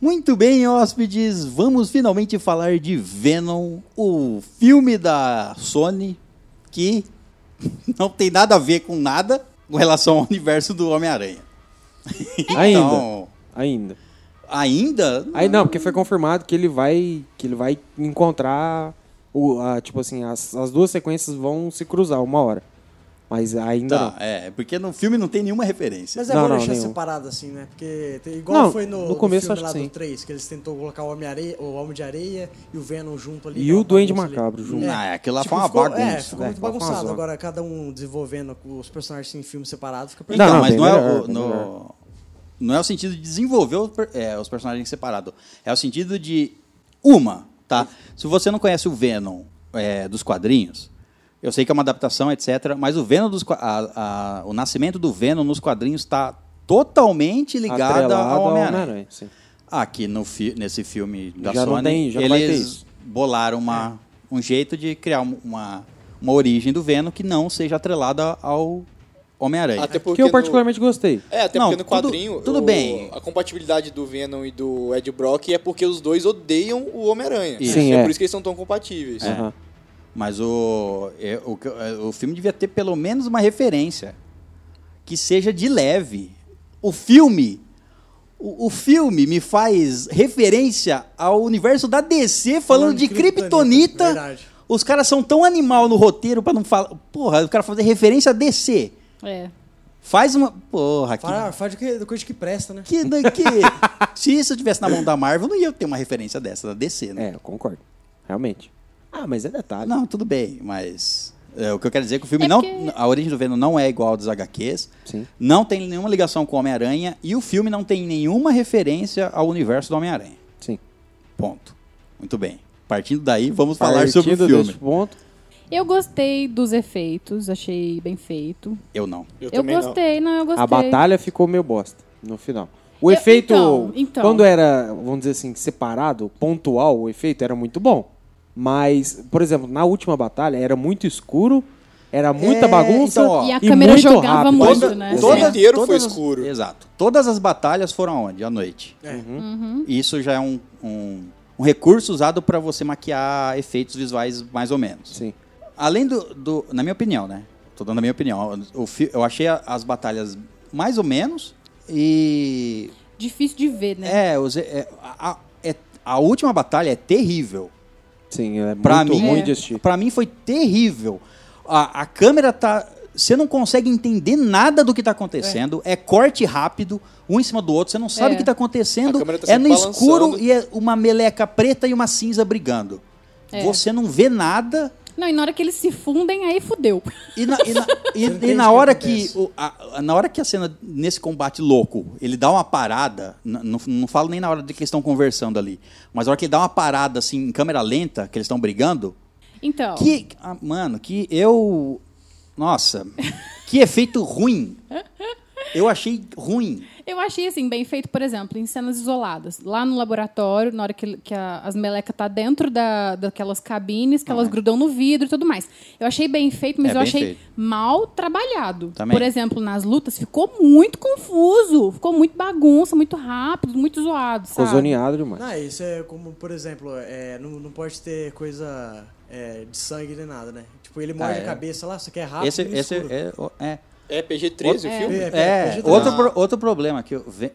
Muito bem, hóspedes, vamos finalmente falar de Venom, o filme da Sony que não tem nada a ver com nada com relação ao universo do Homem-Aranha.
Ainda.
Então,
Ainda.
ainda?
Aí não, porque foi confirmado que ele vai. que ele vai encontrar. O, a- tipo assim, as, as duas sequências vão se cruzar uma hora. Mas ainda
Tá, é, porque no filme não tem nenhuma referência.
Mas é
Não,
bom
não,
deixar
nenhum.
separado assim, né? Porque tem- igual
Não,
foi no,
no começo
filme
acho
lá
que
do
sim.
3, que eles tentou colocar o Homem-Areia, o Homem de Areia e o Venom junto ali.
E
deu
o
uma
Duende
bagunça ali.
Macabro junto.
Ah, é, aquilo lá foi uma
ficou, É,
bagunça,
ficou
né?
muito
Foi uma
bagunçado.
zona.
Agora cada um desenvolvendo com os personagens em filme separado, fica
Então,
Não, não,
mas
bem
não é,
melhor,
o,
bem
no-
melhor.
não é o sentido de desenvolver o per- é, os personagens separados. É o sentido de uma, tá? Se você não conhece o Venom é, dos quadrinhos, eu sei que é uma adaptação, etc. Mas o Venom dos qua- a- a- o nascimento do Venom nos quadrinhos está totalmente ligado
Atrelado
ao
ao
Homem-Aranha.
Homem-Aranha, sim.
Aqui no fi- nesse filme da
Já não
Sony,
tem- já não vai ter
eles
isso. É.
bolaram uma, um jeito de criar um- uma, uma origem do Venom que não seja atrelada ao Homem-Aranha.
Até porque
Que eu
no-
particularmente gostei.
É, até
Não,
porque no
tudo-
quadrinho.
tudo
o-
bem.
A compatibilidade do Venom e do Ed Brock é porque os dois odeiam o Homem-Aranha.
Isso. Sim,
é,
é.
por isso que eles são tão compatíveis.
É.
Aham.
Mas o, é, o, que- é, o filme devia ter pelo menos uma referência que seja de leve. O filme. O, o filme me faz referência ao universo da DC falando,
Falando
de
de
Kryptonita.
Kryptonita, é verdade.
Os caras são tão animal no roteiro pra não falar. Porra, o cara fazer referência a DC.
É.
Faz uma. Porra, que.
Fala, faz de que- coisa que presta, né?
Que, que... Se isso tivesse na mão da Marvel, não ia ter uma referência dessa, da DC, né?
É, eu concordo. Realmente. Ah, mas é detalhe.
Não, tudo bem, mas. é, o que eu quero dizer é que o filme
É
não.
porque-
A origem do Venom não é igual ao dos HQs.
Sim.
Não tem nenhuma ligação com o Homem-Aranha. E o filme não tem nenhuma referência ao universo do Homem-Aranha.
Sim.
Ponto. Muito bem. Partindo daí, vamos
Tá
falar sobre o
Partindo
filme.
deste ponto,
Eu gostei dos efeitos, achei bem feito.
Eu não.
Eu,
Eu,
também não.
gostei, não. eu gostei.
a batalha ficou meio bosta no final. O
Eu-
efeito,
então, então.
quando era, vamos dizer assim, separado, pontual, o efeito era muito bom. Mas, por exemplo, na última batalha era muito escuro, era muita
É,
bagunça
então, ó,
E a câmera
muito
jogava
rápido.
muito, né?
toda-
Sim.
inteiro foi
as-
escuro. É.
exato. Todas as batalhas foram aonde? À noite. Uhum.
Uhum.
Isso já é um, um- um recurso usado para você maquiar efeitos visuais mais ou menos.
Sim.
Além do, do- Na minha opinião, né? Tô dando a minha opinião. O fi- eu achei a- as batalhas mais ou menos. E.
Difícil de ver, né?
É, os- é, a, a- é- a última batalha é terrível.
Sim, é
Pra
muito
mim,
ruim de assistir.
pra mim foi terrível. A, a câmera tá. Você não consegue entender nada do que tá acontecendo. É, corte rápido, um em cima do outro. Você não sabe
É.
o que tá acontecendo.
A câmera tá
é no
sempre balançando.
escuro e é uma meleca preta e uma cinza brigando. Você não vê nada.
Não, e na hora que eles se fundem, aí fudeu.
E na, e na- e-
entende
e na
o que
hora que
acontece.
o- a- a- na hora que a cena nesse combate louco ele dá uma parada, n- não, não falo nem na hora de que eles estão conversando ali, mas na hora que ele dá uma parada assim em câmera lenta que eles estão brigando,
Então,
que ah, mano que eu nossa que efeito ruim, eu achei ruim.
eu achei, assim, bem feito, por exemplo, em cenas isoladas. Lá no laboratório, na hora que, que a- as melecas tá dentro da, daquelas cabines, que elas grudam no vidro e tudo mais. Eu achei bem feito, mas
É,
eu
bem
achei
feito.
mal trabalhado.
Também.
Por exemplo, nas lutas, ficou muito confuso. Ficou muito bagunça, muito rápido, muito zoado,
Ficou
sabe?
zoneado demais.
Ah, isso é como, por exemplo, é, não, não pode ter coisa é, de sangue nem nada, né? Tipo, ele morde
Ah, é.
a cabeça lá, só que é
Ah,
rápido
esse
e
esse
escuro.
é, o- é,
É PG-13 o filme?
É,
é,
PG-13.
outro
Ah.
pro- outro problema que o Ven-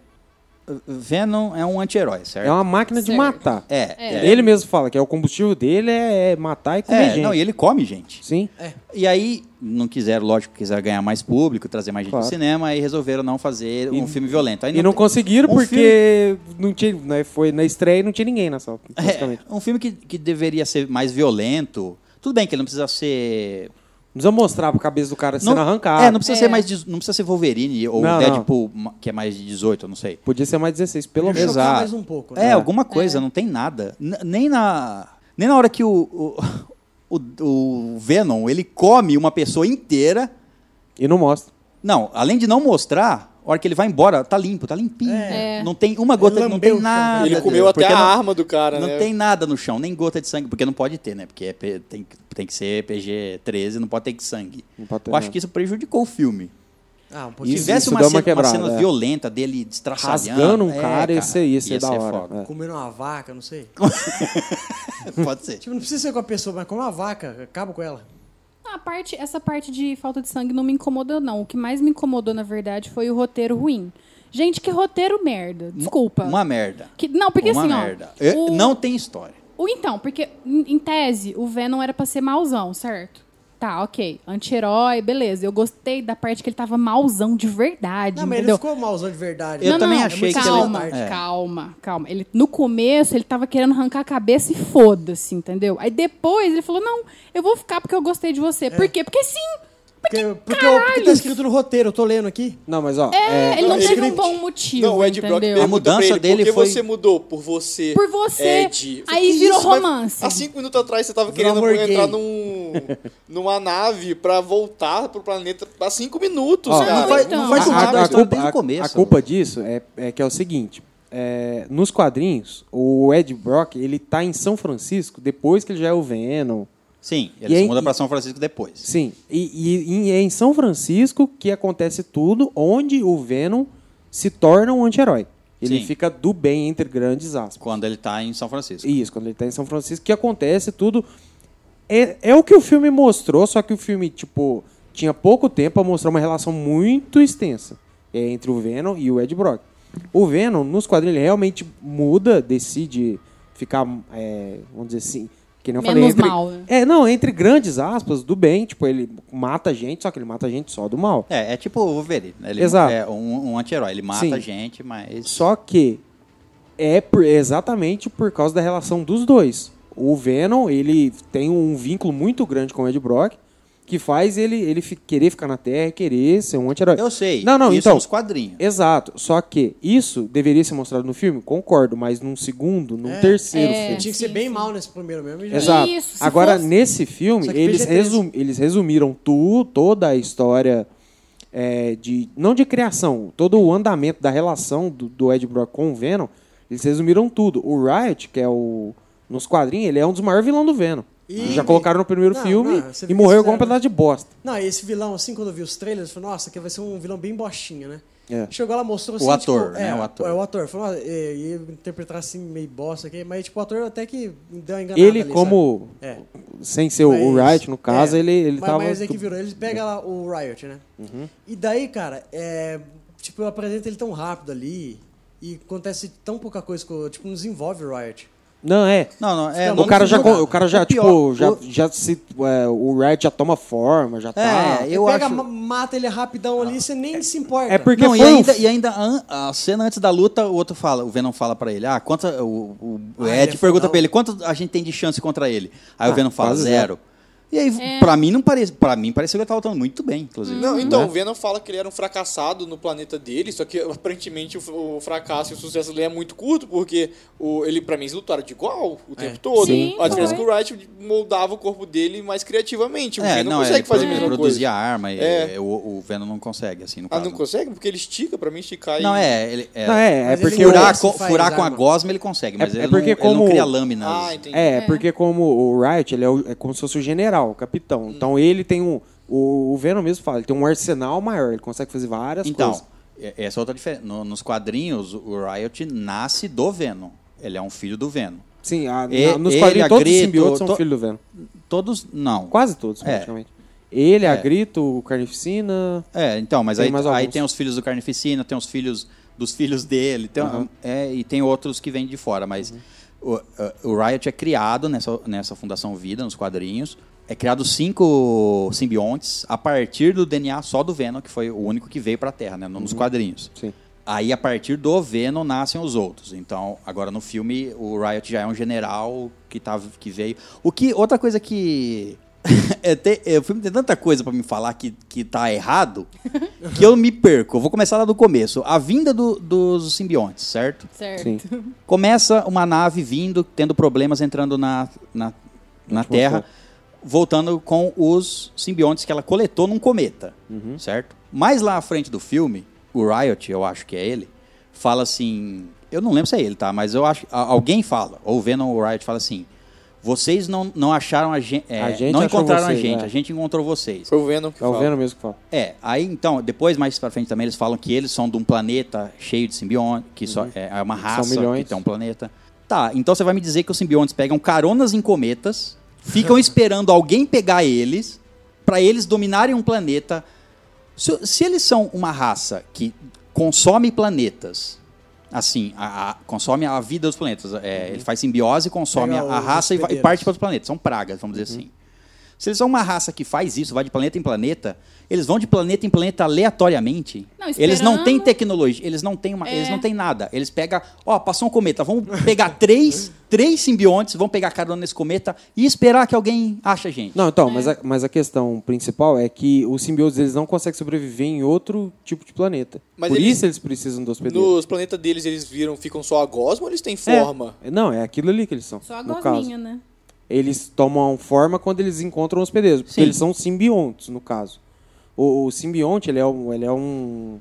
Venom é um anti-herói, certo?
É uma máquina de
Certo.
matar.
É, é.
Ele mesmo fala que é o combustível dele é matar e comer
É,
gente.
não, e é, ele come gente.
Sim.
E aí, não quiseram, lógico, quiseram ganhar mais público, trazer mais gente
Claro.
pro cinema, e resolveram não fazer um filme violento. Aí
E não
tem-
conseguiram
um
porque não tinha, né, foi na estreia e não tinha ninguém na sala,
É,
basicamente.
um filme que, que deveria ser mais violento. Tudo bem que ele não precisa ser.
Não precisa mostrar pra cabeça do cara sendo arrancada.
É, não precisa ser mais. de- Não precisa ser Wolverine ou
Não,
Deadpool, ma- que é mais de 18, eu não sei.
Podia ser mais 16, pelo menos.
Exato. mais um pouco,
É,
né?
alguma coisa, não tem nada. N- nem, na, nem na hora que o, o, o, o Venom ele come uma pessoa inteira.
E não mostra.
Não, além de não mostrar, a hora que ele vai embora, tá limpo, tá limpinho.
É.
Não tem uma gota,
Ele
não tem
lambeu o chão.
nada.
Ele comeu
porque
até a
não-
arma do cara,
Não
né?
tem nada no chão, nem gota de sangue, porque não pode ter, né? Porque é P- tem, que- tem que ser PG-13, não pode ter sangue.
Não pode ter
Eu acho
nada.
que isso prejudicou o filme. Se
Ah, um
Isso,
pouquinho.
tivesse
isso
uma,
dá uma
cena, uma
quebrada,
cena
é.
violenta dele destraçalhando...
Rasgando um
é,
cara, esse aí, esse é da hora. É.
Comendo uma vaca, não sei.
né?
foda. Pode ser.
Tipo, não precisa ser com a pessoa, mas com uma vaca, acaba com ela.
Ah, A parte, essa parte de falta de sangue não me incomodou, não. O que mais me incomodou, na verdade, foi o roteiro ruim. Gente, que roteiro merda. Desculpa.
Uma merda.
Que- não, porque
uma
assim, ó,
merda. Eu-
o-
Não tem história.
Ou então, porque em em tese, o Venom era pra ser mauzão, certo? Tá, ok. Anti-herói, beleza. Eu gostei da parte que ele tava mauzão de verdade,
Não, mas ele
entendeu?
não ficou mauzão de verdade.
Eu
não,
também
não,
achei que ele-
calma,
É.
calma, calma. Ele no começo ele tava querendo arrancar a cabeça e foda-se, entendeu? Aí depois ele falou: "Não, eu vou ficar porque eu gostei de você". Por quê? Porque sim.
Porque, porque, eu- porque tá escrito no roteiro, eu tô lendo aqui.
Não, mas ó.
É, ele não
Ele-
teve um bom motivo,
Não, o Ed Brock
entendeu?
perguntou
A mudança
pra ele,
dele
Por que
foi-
você mudou? Por você.
Por você.
Ed. Eu
Aí
falei, "Que
virou
isso, mas
romance."
Há cinco minutos atrás você tava
Virou
querendo
amor gay.
entrar num, numa nave pra voltar pro planeta há cinco minutos,
Ó,
cara.
não faz- não faz
Muito
sentido,
rápido.
mas tudo desde o começo.
a culpa disso é, é que é o seguinte. é, nos quadrinhos, o Ed Brock, ele tá em São Francisco depois que ele já é o Venom.
Sim,
E
ele
aí-
se muda pra
e-
São Francisco depois.
Sim, e, e- e é em São Francisco que acontece tudo onde o Venom se torna um anti-herói. Ele
Sim.
fica do bem entre grandes aspas.
Quando ele tá em São Francisco.
Isso, quando ele tá em São Francisco, que acontece tudo. É, é o que o filme mostrou, só que o filme, tipo, tinha pouco tempo pra mostrar uma relação muito extensa é, entre o Venom e o Ed Brock. O Venom, nos quadrinhos, ele realmente muda, decide ficar, é, vamos dizer assim, Que nem eu
Menos
falei, entre-
mal, né?
É, não, entre grandes aspas, do bem, tipo, ele mata gente, só que ele mata gente só do mal.
É, é tipo o Wolverine. né? Ele
Exato.
é um, um anti-herói. Ele mata
Sim.
a gente, mas.
Só que é por- exatamente por causa da relação dos dois. O Venom, ele tem um vínculo muito grande com o Ed Brock, que faz ele, ele fi- querer ficar na Terra, querer ser um anti-herói.
Eu sei.
Não, não,
isso
então.
é os quadrinhos.
Exato. Só que isso deveria ser mostrado no filme, concordo, mas num segundo, num terceiro
É.
filme.
Tinha que ser bem mal nesse primeiro mesmo. e já-
Exato.
Isso, se
Agora,
fosse-
nesse filme,
Só que
eles,
PG-13.
resum- eles resumiram tu, toda a história é, de. Não de criação, todo o andamento da relação do, do Ed Brock com o Venom. Eles resumiram tudo. O Riot, que é o. Nos quadrinhos, ele é um dos maiores vilões do Venom.
E-
Já colocaram no primeiro
Não,
filme
não, você
e
fica
morreu igual um
sincero,
pedaço de bosta.
Não, e esse vilão, assim, quando eu vi os trailers, eu falei, nossa, que vai ser um vilão bem bostinha, né?
É.
Chegou lá, mostrou
O
assim.
ator,
tipo,
né?
É,
O ator.
É, o ator. Falou, nossa, é, ia interpretar assim, meio bosta aqui. Mas, tipo, o ator até que deu uma enganada.
ele,
ali,
como.
sabe? É.
Sem ser o- o
Mas-
Riot, no caso,
é,
ele, ele
mas,
tava. Uhum.
Mas é que virou. Ele pega lá o Riot, né? E daí, cara, é, tipo, apresenta ele tão rápido ali e acontece tão pouca coisa, com, tipo, não desenvolve o Riot.
Não, é.
Não, não, é.
O
não
O cara, já,
jogado.
co- o cara já,
É
tipo,
pior,
já,
o-
já se. é, o Riot já toma forma, já tá.
É, eu
pega,
acho.
ma- mata ele rapidão ali, você nem se importa.
Ah. É porque
não, e
foi um
ainda,
f-
e ainda an- a cena antes da luta, o outro fala, o Venom fala pra ele, ah, quanta. O, o- o
Ah,
Ed
ele é
pergunta
fodão.
pra ele, quanto a gente tem de chance contra ele? Aí
Ah,
o Venom fala,
quase
zero. E aí, pra mim, não parece. Pra mim, pareceu que ele tava lutando muito bem, inclusive.
Não, então,
Né?
o Venom fala que ele era um fracassado no planeta dele, só que aparentemente o, o fracasso e o sucesso dele é muito curto, porque o, ele, pra mim, eles lutaram de igual o tempo todo.
Sim,
a diferença é
foi.
que o Wright moldava o corpo dele mais criativamente. O
é,
Venom
não,
tipo, consegue
é,
fazer a
ele
mesma
produzir
coisa.
a arma, e-
É.
o, o Venom não consegue, assim, no
Ah,
caso.
não consegue? Porque ele estica, pra mim, esticar e-
Não, é, ele, é,
Não, é, é
Mas ele
porque, o,
não-
furar,
o-
co-
faz
furar com a
arma.
gosma ele consegue, mas
É- é
ele,
porque
não, ele não
como-
cria lâminas.
Ah, entendi.
é, é porque como o Riot, ele é, o- é como se fosse o general, o capitão.
Hum.
Então ele tem um. O, o Venom mesmo fala, ele tem um arsenal maior, ele consegue fazer várias
Então,
coisas.
é- essa é outra diferença. No- nos quadrinhos, o Riot nasce do Venom. Ele é um filho do Venom.
Sim, a-
e-
na- nos
ele,
quadrinhos
a
todos os
Grito,
simbiotes são
to-
filhos do Venom.
Todos, não.
Quase todos,
É.
praticamente. Ele, a
É.
Grito, o Carnificina.
É, então, mas
Tem
aí,
mais
aí
alguns.
tem os filhos do Carnificina, tem os filhos dos filhos dele, tem- é, e tem outros que vêm de fora, mas
Uhum.
o, o Riot é criado nessa, nessa Fundação Vida, nos quadrinhos, é criado cinco simbiontes a partir do DNA só do Venom, que foi o único que veio pra Terra, né,
Uhum.
nos quadrinhos.
Sim.
Aí, a partir do Venom, nascem os outros. Então, agora no filme, o Riot já é um general que, tá, que veio. O que, outra coisa que. é, tem- é, o filme tem tanta coisa pra me falar que, que tá errado que eu me perco. Eu vou começar lá do começo. A vinda do- dos simbiontes, certo?
Certo.
Sim.
Começa uma nave vindo, tendo problemas, entrando na, na, na Terra, voltando com os simbiontes que ela coletou num cometa,
Uhum.
certo? Mais lá à frente do filme, o Riot, eu acho que é ele, fala assim... Eu não lembro se é ele, tá? Mas eu acho... a- Alguém fala, ou o Venom ou o Riot fala assim... Vocês não, não acharam a gente...
A gente
não
achou
encontraram
vocês,
a gente,
é.
a gente encontrou vocês.
Foi o Venom que
É o
fala.
Venom mesmo que fala.
É, aí então, depois, mais pra frente também, eles falam que eles são de um planeta cheio de simbiontes, que
Uhum.
só é, é uma raça
milhões.
que tem um planeta. Tá, então você vai me dizer que os simbiontes pegam caronas em cometas, ficam esperando alguém pegar eles, pra eles dominarem um planeta. Se, se eles são uma raça que consome planetas, assim, a- a- consome a vida dos planetas, é, ele faz simbiose, consome a,
Uhum. Pega
a
os
raça e, vai- e
hospedeiros. Uhum.
parte para outros planetas, são pragas, vamos dizer assim. Se eles são uma raça que faz isso, vai de planeta em planeta, eles vão de planeta em planeta aleatoriamente.
Não,
eles não têm
esperando.
tecnologia, eles não têm uma,
É.
eles não têm nada. Eles pegam, ó, passou um cometa, vão pegar três, três simbiontes, vão pegar carona nesse cometa e esperar que alguém ache a gente.
Não, então, mas, a, mas a questão principal é que os simbiotes eles não conseguem sobreviver em outro tipo de planeta.
Mas
Por
eles-
isso eles precisam do hospedeiro.
Nos planetas deles, eles viram, ficam só a gosma ou eles têm
É.
forma?
Não, é aquilo ali que eles são.
Só a
no caso.
gosminha, né?
Eles tomam forma quando eles encontram hospedeiros. Porque
Sim.
eles são simbiontes, no caso. O, o simbionte, ele é um, ele é um.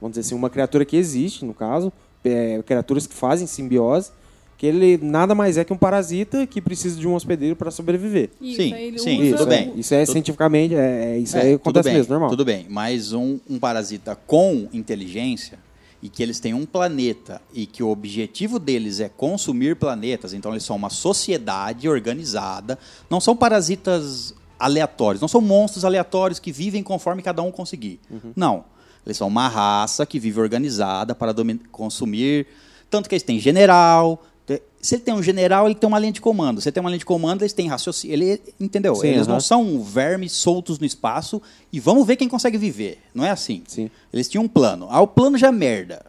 Vamos dizer assim, uma criatura que existe, no caso. é, criaturas que fazem simbiose. Que ele nada mais é que um parasita que precisa de um hospedeiro para sobreviver.
Isso,
Sim,
aí ele
sim,
usa.
tudo bem.
é, isso é
Tudo-
cientificamente. É, é- isso aí
tudo
acontece
bem,
mesmo, normal.
Tudo bem, mas um, um parasita com inteligência e que eles têm um planeta e que o objetivo deles é consumir planetas, então eles são uma sociedade organizada, não são parasitas aleatórios, não são monstros aleatórios que vivem conforme cada um conseguir.
Uhum.
Não. Eles são uma raça que vive organizada para domi- consumir. Tanto que eles têm general, te- se ele tem um general, ele tem uma linha de comando. Se ele tem uma linha de comando, eles têm raciocínio. Ele, entendeu?
Sim,
eles
aham.
não são vermes soltos no espaço e vamos ver quem consegue viver. Não é assim.
Sim.
Eles tinham um plano. Ah, o plano já é merda.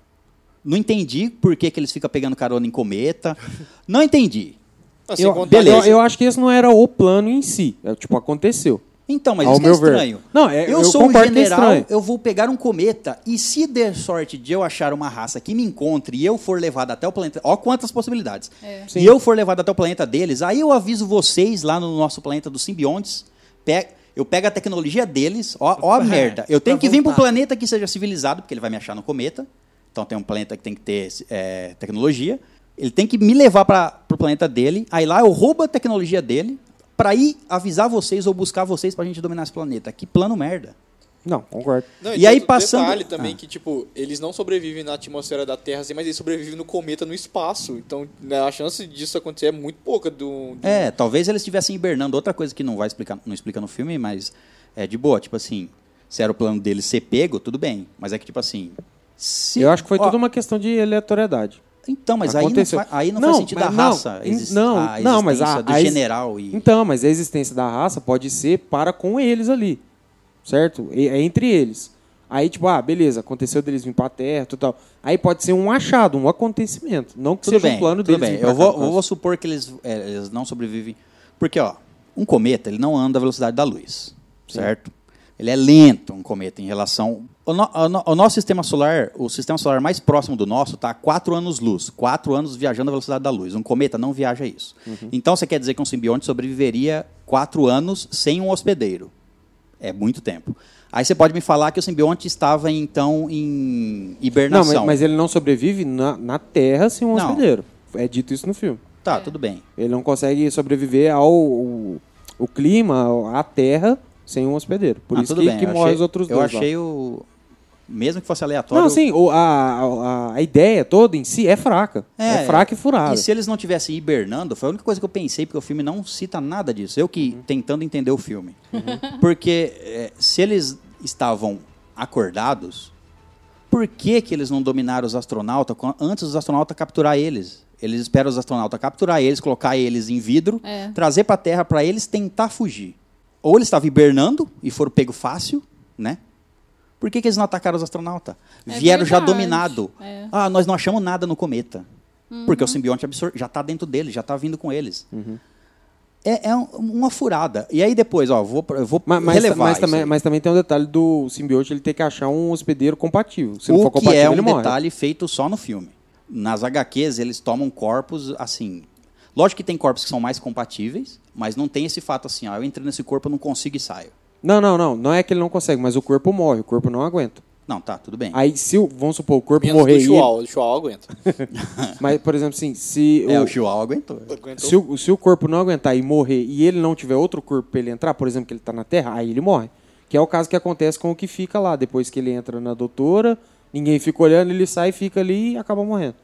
Não entendi por que, que eles ficam pegando carona em cometa. Não entendi.
Ah, sem
Eu-
contar-
beleza.
Eu, eu acho que esse não era o plano em si. É, tipo, aconteceu.
Então, mas
Ao
isso que é
meu ver.
estranho.
Não, é-
eu,
eu
sou um
concordo que é
general,
estranho.
eu vou pegar um cometa e se der sorte de eu achar uma raça que me encontre e eu for levado até o planeta... Ó quantas possibilidades.
Sim.
E eu for levado até o planeta deles, aí eu aviso vocês lá no nosso planeta dos simbiontes, pe- eu pego a tecnologia deles, ó, ó a merda. Eu tenho
É.
que
Pra
vir para um
voltar.
planeta que seja civilizado, porque ele vai me achar no cometa. Então tem um planeta que tem que ter é, tecnologia. Ele tem que me levar para o planeta dele. Aí lá eu roubo a tecnologia dele para ir avisar vocês ou buscar vocês pra gente dominar esse planeta. Que plano merda.
Não, concordo.
Não,
E
tem
aí,
outro
passando-
detalhe também
Ah.
que, tipo, eles não sobrevivem na atmosfera da Terra, assim, mas eles sobrevivem no cometa no espaço. Então, né, a chance disso acontecer é muito pouca do... do-
É, talvez eles estivessem hibernando. Outra coisa que não vai explicar, não explica no filme, mas é de boa, tipo assim, se era o plano deles ser pego, tudo bem. Mas é que, tipo assim. se-
Eu acho que foi
ó,
tudo uma questão de aleatoriedade.
Então, mas aí não,
Aconteceu.
fa- aí não, faz sentido a
mas não,
raça.
in-
exist-
não,
a
não, mas a,
existência do
a ex-
general e.
Então, mas a existência da raça pode ser para com eles ali, certo? E- É entre eles. Aí, tipo, ah, beleza, aconteceu deles vir pra terra, tudo tal. Aí pode ser um achado, um acontecimento. Não que
tudo
seja
bem,
um plano
tudo
deles
bem.
vir pra
Eu
cá,
vou,
no caso.
eu vou supor que eles, é, eles não sobrevivem. Porque, ó, um cometa, ele não anda à velocidade da luz, certo? Ele é lento, um cometa, em relação... O, no- o no- o nosso sistema solar, o sistema solar mais próximo do nosso, está a 4 anos-luz. 4 anos viajando à velocidade da luz. Um cometa não viaja isso.
Uhum.
Então, você quer dizer que um simbionte sobreviveria 4 anos sem um hospedeiro. É muito tempo. Aí você pode me falar que o simbionte estava, então, em
Não,
hibernação.
mas, mas ele não sobrevive na, na terra sem um
Não.
hospedeiro. É dito isso no filme.
Tá, tudo bem.
Ele não consegue sobreviver ao o, o clima, à terra, sem um hospedeiro. Por
Ah,
isso
tudo
que,
bem,
que
eu
morre
achei-
os outros
Eu
dois lá.
achei o. Mesmo que fosse aleatório.
Não, sim, o- a, a, a ideia toda em si é fraca. É, fraca e furada.
E se eles não tivessem hibernando, foi a única coisa que eu pensei, porque o filme não cita nada disso. Eu que
Uhum.
tentando entender o filme. Porque é, se eles estavam acordados, por que, que eles não dominaram os astronautas quan- antes dos astronautas capturar eles? Eles esperam os astronautas capturar eles, colocar eles em vidro,
É.
trazer para a Terra para eles tentar fugir. Ou eles estavam hibernando e foram pego fácil, né? Por que, que eles não atacaram os astronautas?
É
Vieram já
verdade.
dominado.
É. Uhum.
Ah, nós não achamos nada no cometa. Porque o simbionte absor- já está dentro deles, já está vindo com eles.
Uhum.
É, é um- uma furada. E aí depois, ó, vou, eu vou
Ma- Mas,
relevar
mas
isso
também,
aí.
mas também tem um detalhe do simbionte ele ter que achar um hospedeiro compatível. Se
o
não for
que
compatível,
é
ele
um
morre.
detalhe feito só no filme. Nas HQs, eles tomam corpos, assim... Lógico que tem corpos que são mais compatíveis, mas não tem esse fato assim, ó, eu entrei nesse corpo, eu não consigo e saio.
Não, não, não. Não é que ele não consegue, mas o corpo morre, o corpo não aguenta.
Não, tá, tudo bem.
Aí, se o, vamos supor, o corpo
Menos
morrer.
do
e
Chual, o Chual aguenta.
ele- mas, por exemplo, assim, se,
é,
o,
o Chihuahua aguentou.
Aguentou.
se, o, se o corpo não aguentar e morrer e ele não tiver outro corpo pra ele entrar, por exemplo, que ele tá na Terra, aí ele morre. Que é o caso que acontece com o que fica lá. Depois que ele entra na doutora, ninguém fica olhando, ele sai, fica ali e acaba morrendo.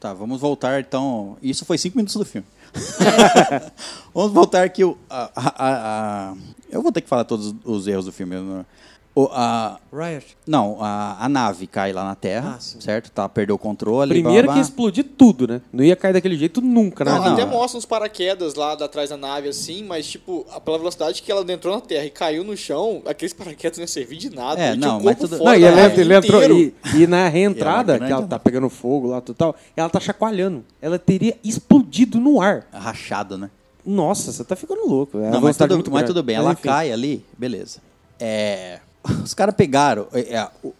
Tá, vamos voltar então. Isso foi cinco minutos do filme.
É.
vamos voltar que o. a- a- a- a- eu vou ter que falar todos os erros do filme. eu não- O, a,
Riot.
não, a, a nave cai lá na Terra,
Ah, sim.
certo? Tá, perdeu o controle.
Primeiro
blá,
que
blá,
explodir tudo, né? Não ia cair daquele jeito nunca,
Não,
né?
até
não.
mostra uns paraquedas lá da- atrás da nave, assim, mas, tipo, a- pela velocidade que ela entrou na Terra e caiu no chão, aqueles paraquedas não iam servir de nada.
É,
Ele tinha
não, mas
um corpo
tudo-
fora
Não, e
da
ele,
nave
entra- ele entrou
inteiro.
e, e na
E
reentrada,
ela é né?
que ela
entra.
tá pegando fogo lá total, ela tá chacoalhando. Ela teria explodido no ar.
blá. Rachado, né?
Nossa, você tá ficando louco. É
Não, mas tudo, mas tudo bem, ela
cai.
cai ali, beleza. É, os caras pegaram. é, é, o,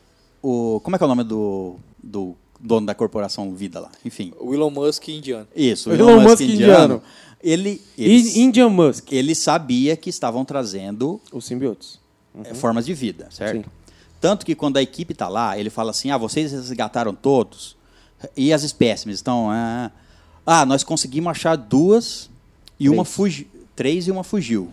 o- como é que é o nome do, do dono da corporação Vida lá? Enfim.
O Elon Musk indiano.
Isso,
Elon Musk indiano.
Ele, eles-
E Indian Musk,
ele sabia que estavam trazendo
os simbiotes.
eh, formas de vida, certo?
Uhum. Sim.
Tanto que quando a equipe está lá, ele fala assim: ah, vocês resgataram todos e as espécimes estão. Ah, ah, nós conseguimos achar duas e uma fugiu. Três e uma fugiu.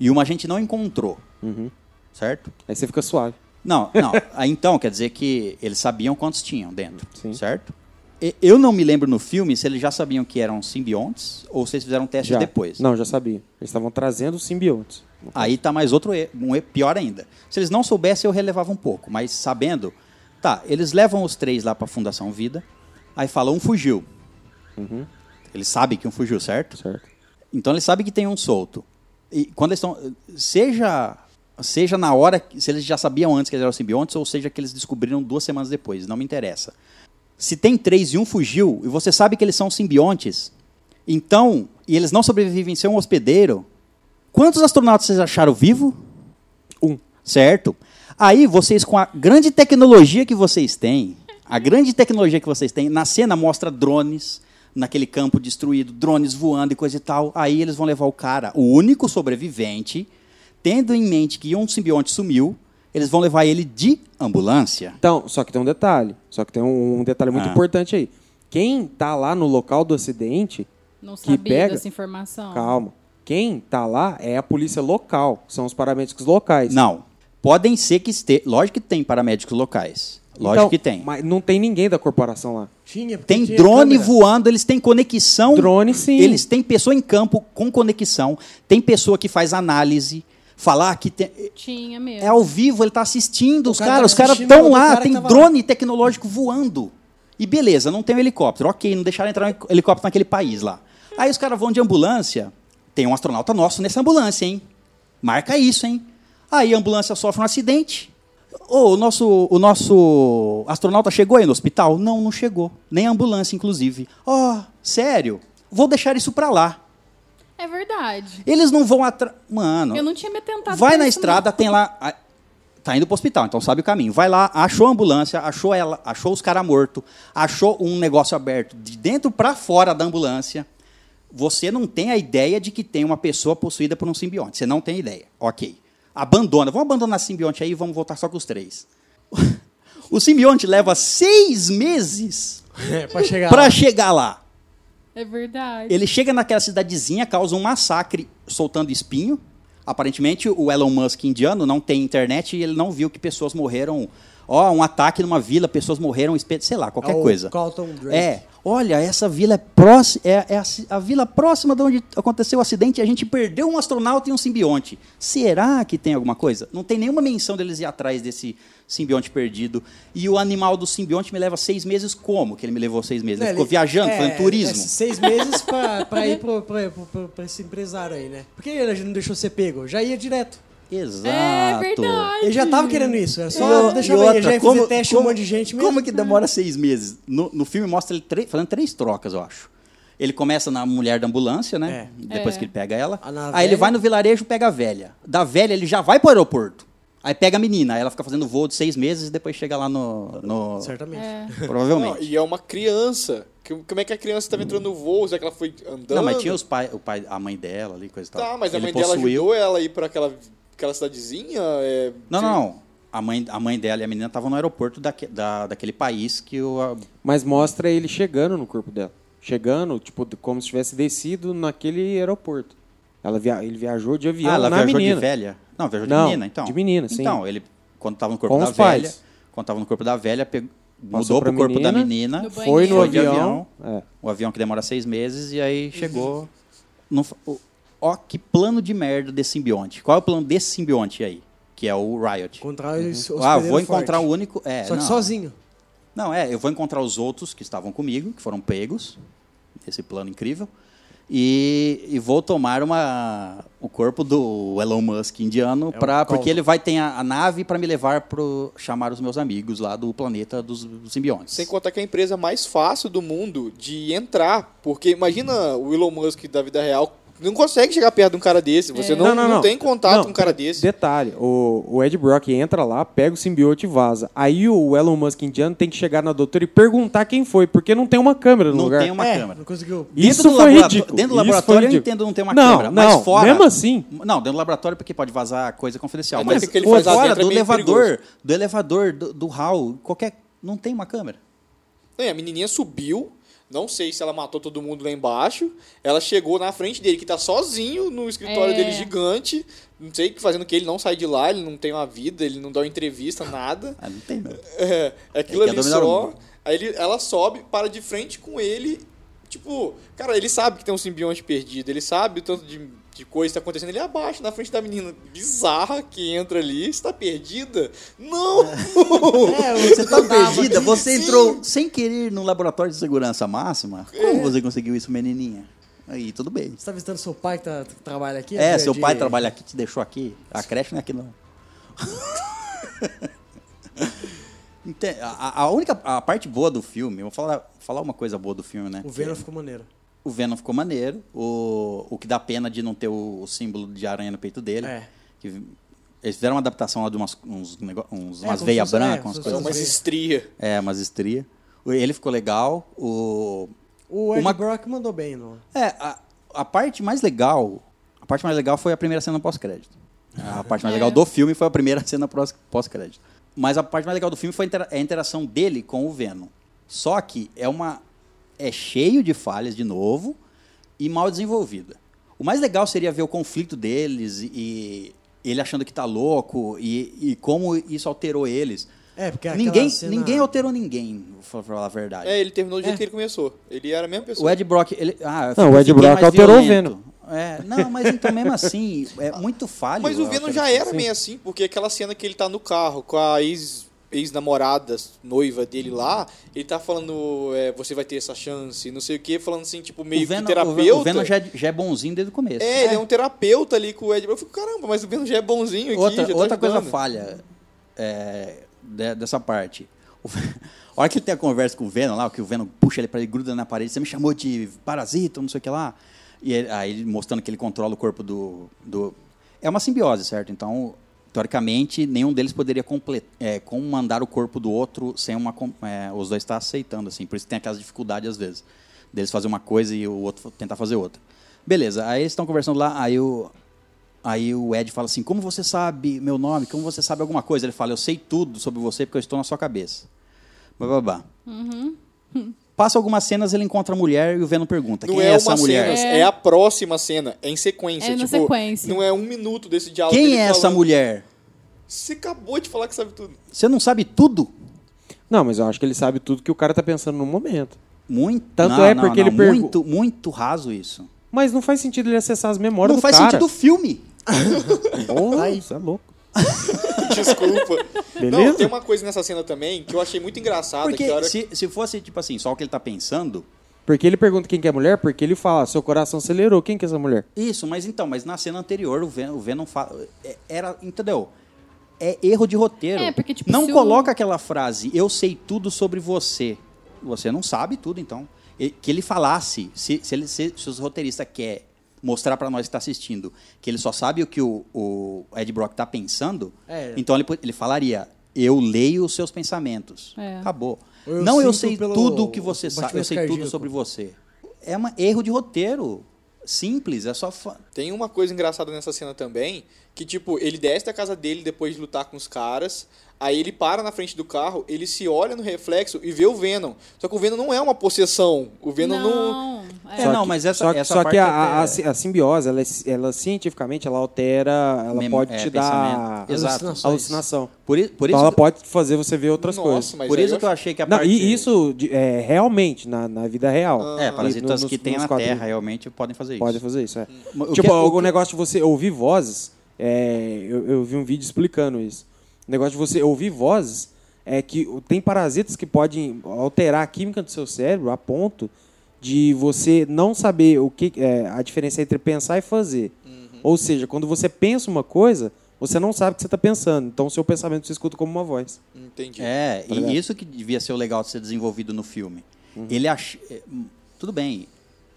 E uma a gente não encontrou.
Uhum.
Certo?
Aí você fica suave.
Não, não. Ah, Então, quer dizer que eles sabiam quantos tinham dentro, certo? E- Eu não me lembro no filme se eles já sabiam que eram simbiontes ou se eles fizeram testes
Já.
depois.
Não, já sabia. Eles estavam trazendo os simbiontes.
Aí tá mais outro erro, um erro pior ainda. Se eles não soubessem, eu relevava um pouco, mas sabendo, tá, eles levam os três lá pra Fundação Vida, aí falam, um fugiu. Ele sabe que um fugiu, certo?
Certo.
Então ele sabe que tem um solto. E quando eles estão. Seja. Seja na hora. que- Se eles já sabiam antes que eles eram simbiontes, ou seja que eles descobriram duas semanas depois. Não me interessa. Se tem três e um fugiu, e você sabe que eles são simbiontes, então. E eles não sobrevivem sem um hospedeiro. Quantos astronautas vocês acharam vivo?
Um.
Certo? Aí vocês, com a grande tecnologia que vocês têm, a grande tecnologia que vocês têm, na cena mostra drones naquele campo destruído, drones voando e coisa e tal. Aí eles vão levar o cara, o único sobrevivente, tendo em mente que um simbionte sumiu, eles vão levar ele de ambulância.
Então, só que tem um detalhe. Só que tem um, um detalhe muito
Ah.
importante aí. Quem tá lá no local do acidente,
Não
Que
sabia
pega-
dessa informação.
calma. Quem tá lá é a polícia local, são os paramédicos locais.
Não. Podem ser que esteja. Lógico que tem paramédicos locais. Lógico
Então,
que tem.
Mas não tem ninguém da corporação lá.
Tinha, porque
Tem
tinha
drone
câmera.
voando, eles têm conexão.
Drone, sim.
Eles têm pessoa em campo com conexão, tem pessoa que faz análise, falar que tem-
Tinha mesmo.
é ao vivo, ele tá assistindo os
cara
caras,
tava
os caras
assistindo
estão
o
lá,
cara que
tem
tava lá.
drone tecnológico voando. E beleza, não tem um helicóptero. OK, não deixaram entrar um helicóptero naquele país lá. Aí os caras vão de ambulância, tem um astronauta nosso nessa ambulância, hein? Marca isso, hein? Aí a ambulância sofre um acidente. Ô, o nosso, o nosso astronauta chegou aí no hospital? Não, não chegou. Nem a ambulância, inclusive. Ó, sério? Vou deixar isso pra lá.
É verdade.
Eles não vão atrás. Mano.
Eu não tinha me tentado.
Vai
pra
na
isso,
estrada,
não.
tem lá. a- Tá indo pro hospital, então sabe o caminho. Vai lá, achou a ambulância, achou ela, achou os caras mortos, achou um negócio aberto de dentro pra fora da ambulância. Você não tem a ideia de que tem uma pessoa possuída por um simbionte. Você não tem ideia. Ok. Abandona. Vamos abandonar esse simbionte aí e vamos voltar só com os três. o simbionte leva seis meses
É, pra chegar
pra
lá.
chegar lá.
É verdade.
Ele chega naquela cidadezinha, causa um massacre soltando espinho. Aparentemente, o Elon Musk indiano não tem internet e ele não viu que pessoas morreram. Ó, um ataque numa vila, pessoas morreram, espe- sei lá, qualquer
É o
coisa.
Carlton Drake.
É. Olha, essa vila é, próxima, é, é a, ci- a vila próxima de onde aconteceu o acidente e a gente perdeu um astronauta e um simbionte. Será que tem alguma coisa? Não tem nenhuma menção deles ir atrás desse simbionte perdido. E o animal do simbionte me leva seis meses como? Que ele me levou seis meses?
Né,
ele ficou
ele-
viajando,
é,
fazendo turismo?
é, seis meses pra, pra ir pro, pra, pro- pro- pra esse empresário aí, né? Por que ele não deixou ser pego? Já ia direto.
Exato.
É verdade.
Ele já tava querendo isso, era
E
só
o-
deixar
e
ele,
outra,
ele já ia fazer teste com um monte de gente mesmo.
Como que demora seis meses? No, no filme mostra ele tre- fazendo três trocas, eu acho. Ele começa na mulher da ambulância, né? Depois que ele pega ela.
É. Ah, na
Aí
velha?
ele vai no vilarejo pega a velha. Da velha ele já vai pro aeroporto. Aí pega a menina, aí ela fica fazendo voo de seis meses e depois chega lá no. no-
Certamente.
Não,
Provavelmente.
e é uma criança. Que- Como é que a criança tava entrando no voo? Será que ela foi andando?
Não, mas tinha os pai, o pai, a mãe dela ali, coisa e tal.
Tá, mas a
Ele
mãe dela
possuiu-
ajudou ela a ir pra aquela, aquela cidadezinha? É,
Não,
tinha-
não, não. A mãe, a mãe dela e a menina estavam no aeroporto daque, da, daquele país que o. a-
Mas mostra ele chegando no corpo dela. Chegando, tipo, como se tivesse descido naquele aeroporto. Ela via- Ele viajou de avião
Ah, ela
na
viajou
é menina.
de velha? Não, viajou de
Não,
menina, então.
de menina, sim.
Então, ele, quando tava no corpo
Com
da
os pais.
velha, quando tava no corpo da velha, pegou,
Passou
mudou pro
pra
corpo da
menina,
menina,
No banheiro.
Foi no
Foi de
avião. É.
o avião que demora seis meses, e
Uhum.
aí chegou... no fa- o- ó, que plano de merda desse simbionte. Qual é o plano desse simbionte aí? Que é o Riot.
Encontrar os, os
Ah,
hospedeiro
vou encontrar
forte.
o único... É,
Só que
não.
sozinho.
Não, é, eu vou encontrar os outros que estavam comigo, que foram pegos, esse plano incrível, e, e vou tomar uma, o corpo do Elon Musk indiano,
É um
pra,
caldo.
porque ele vai ter a, a nave para me levar para chamar os meus amigos lá do planeta dos, dos simbiontes.
Sem contar que é a empresa mais fácil do mundo de entrar. Porque imagina o Elon Musk da vida real. Não consegue chegar perto de um cara desse. Você
É.
não, não, tem contato
Não,
com um cara desse.
Detalhe, o, o Ed Brock entra lá, pega o simbiote e vaza. Aí o Elon Musk indiano tem que chegar na doutora e perguntar quem foi, porque não tem uma câmera no
não
lugar.
tem uma
é,
câmera.
não conseguiu.
Dentro
Isso
do
foi
laboratório-
ridículo.
Dentro do
Isso foi
laboratório eu
ridículo.
entendo não ter uma
não,
câmera,
não,
mas fora-
Mesmo assim,
Não, dentro do laboratório, porque pode vazar coisa confidencial.
É,
mas
porque ele
fora
faz lá dentro, é
do
meio
elevador, do elevador, do, do hall, qualquer... Não tem uma câmera.
Não, e É, a menininha subiu. Não sei se ela matou todo mundo lá embaixo. Ela chegou na frente dele, que tá sozinho no escritório
É.
dele gigante. Não sei o que fazendo o que ele não sai de lá, ele não tem uma vida, ele não dá uma entrevista, nada.
Ah, não tem mesmo.
É, aquilo
Ele quer
ali
dominar o
só.
mundo.
Aí ele- ela sobe, para de frente com ele. Tipo, cara, ele sabe que tem um simbionte perdido, ele sabe o tanto de de coisa que tá acontecendo, ele abaixa na frente da menina bizarra que entra ali, está perdida? Não!
É, você tá
Tava.
perdida, você
Sim.
entrou sem querer no laboratório de segurança máxima.
É.
Como você conseguiu isso, menininha? Aí, tudo bem.
Você tá visitando seu pai que, tá- que trabalha aqui?
É,
De-
seu
de-
pai trabalha aqui, te deixou aqui. A creche não é aqui, não. Ente- a, a única a parte boa do filme, eu vou falar, falar uma coisa boa do filme, né?
O Venom ficou maneiro.
O Venom ficou maneiro. O, o que dá pena de não ter o, o símbolo de aranha no peito dele.
É.
Que eles fizeram uma adaptação lá de umas, uns, nego- uns,
É,
umas
como
veias
se fosse- é,
brancas,
como
umas
se
São
coisas. assim.
fosse-
umas estria.
É, umas estria. O- Ele ficou legal. O.
O Ed
Uma-
Brock mandou bem, não?
É, a, a parte mais legal. A parte mais legal foi a primeira cena pós-crédito. A parte mais legal do filme foi a primeira cena pós- pós-crédito. Mas a parte mais legal do filme foi a intera- é a interação dele com o Venom. Só que é uma. É cheio de falhas de novo e mal desenvolvida. O mais legal seria ver o conflito deles e ele achando que tá louco e, e como isso alterou eles.
É, porque aquela
ninguém,
cena-
ninguém alterou ninguém, pra falar a verdade.
É, ele terminou do jeito que ele começou. Ele era a mesma pessoa.
O Ed Brock, ele. Ah, eu
Não,
fico-
o Ed
fiquei
Brock
mais
alterou o
violento. É, não, mas então mesmo assim, é muito falho.
Mas o
a
Venom já
alteração.
era meio assim, porque aquela cena que ele tá no carro com a ex- ex-namorada, noiva dele lá, ele tá falando, é, você vai ter essa chance, não sei o que, falando assim, tipo, meio
o Venom,
que
o Ven-
terapeuta.
O Venom já, é- já é bonzinho desde o começo.
É, ele é um terapeuta ali com o Ed. Eu fico, caramba, mas o Venom já é bonzinho aqui,
outra
já tá
outra coisa
ajudando.
falha é, de- dessa parte. O Ven- a hora que ele tem a conversa com o Venom lá, que o Venom puxa ele pra ele, gruda na parede, você me chamou de parasita, não sei o que lá. E ele- aí ele mostrando que ele controla o corpo do. do... É uma simbiose, certo? Então, teoricamente, nenhum deles poderia comple- é, comandar o corpo do outro sem uma. com- é, os dois estar aceitando, assim. Por isso que tem aquelas dificuldades às vezes. Deles fazer uma coisa e o outro tentar fazer outra. Beleza, aí eles estão conversando lá, aí o, Aí o Ed fala assim: Como você sabe meu nome? Como você sabe alguma coisa? Ele fala: Eu sei tudo sobre você porque eu estou na sua cabeça. Bababá.
Uhum.
Passa algumas cenas, ele encontra a mulher e o Venom pergunta:
Não
Quem
é,
é,
uma
essa mulher?
cena, é. a próxima cena, é em sequência.
É na
tipo,
sequência.
Não é um minuto desse diálogo.
Quem
dele
é essa
falando.
mulher?
Você acabou de falar que sabe tudo.
Você não sabe tudo?
Não, mas eu acho que ele sabe tudo que o cara tá pensando no momento.
Muito.
Tanto
não,
é
não,
porque
não,
ele pergu-
Muito, muito raso isso.
Mas não faz sentido ele acessar as memórias
não
do
faz
cara.
sentido o filme.
Porra, isso é louco.
Desculpa. Não,
Beleza?
tem uma coisa nessa cena também que eu achei muito engraçada.
Porque
que a hora
se, se fosse, tipo assim, só o que ele tá pensando.
Porque ele pergunta quem que é a mulher, porque ele fala, seu coração acelerou, quem que é essa mulher?
Isso, mas então, mas na cena anterior o Venom, o Venom fala. é- Era. Entendeu? É erro de roteiro.
É, porque, tipo,
Não
se o-
coloca aquela frase, eu sei tudo sobre você. Você não sabe tudo, então. E- que ele falasse, se, se, ele, se, se os roteiristas quer mostrar pra nós que está assistindo que ele só sabe o que o, o Ed Brock tá pensando,
É.
então ele, po- ele falaria, eu leio os seus pensamentos.
É.
Acabou.
Ou eu
não, eu
sinto
sei
pelo
tudo o que você sabe,
batimento
eu sei tudo
cardíaco.
sobre você. É um erro de roteiro. Simples, é só. fa-
Tem uma coisa engraçada nessa cena também, que tipo, ele desce da casa dele depois de lutar com os caras, aí ele para na frente do carro, ele se olha no reflexo e vê o Venom. Só que o Venom não é uma possessão. O Venom não,
Não.
É,
É.
Só
não,
que-
mas essa,
só, que-
essa
só
parte é
que a,
até-
a- a si- a simbiose, ela, é- ela cientificamente, ela altera, ela
Mem-
pode
é,
te dar
pensamento. Exato.
alucinação.
Por, i- por
então
isso,
ela pode fazer você ver outras
Nossa,
coisas.
mas
por
aí
isso
eu
que eu achei que a
Não,
parte...
e isso de- é, realmente, na, na vida real.
É, parasitas
E no-
que
nos-
tem
nos
na
quadrinhos.
Terra realmente podem fazer isso.
Pode fazer isso, é.
O
tipo,
que- o
o,
que-
negócio de você ouvir vozes, é, eu, eu vi um vídeo explicando isso. O negócio de você ouvir vozes é que o- tem parasitas que podem alterar a química do seu cérebro a ponto de você não saber o que é, a diferença entre pensar e fazer. Ou seja, quando você pensa uma coisa, você não sabe o que você está pensando. Então, o seu pensamento se escuta como uma voz.
entendi.
É,
Tá ligado? Uhum.
e isso que devia ser o legal de ser desenvolvido no filme. Ele ach... é, hum, Tudo bem.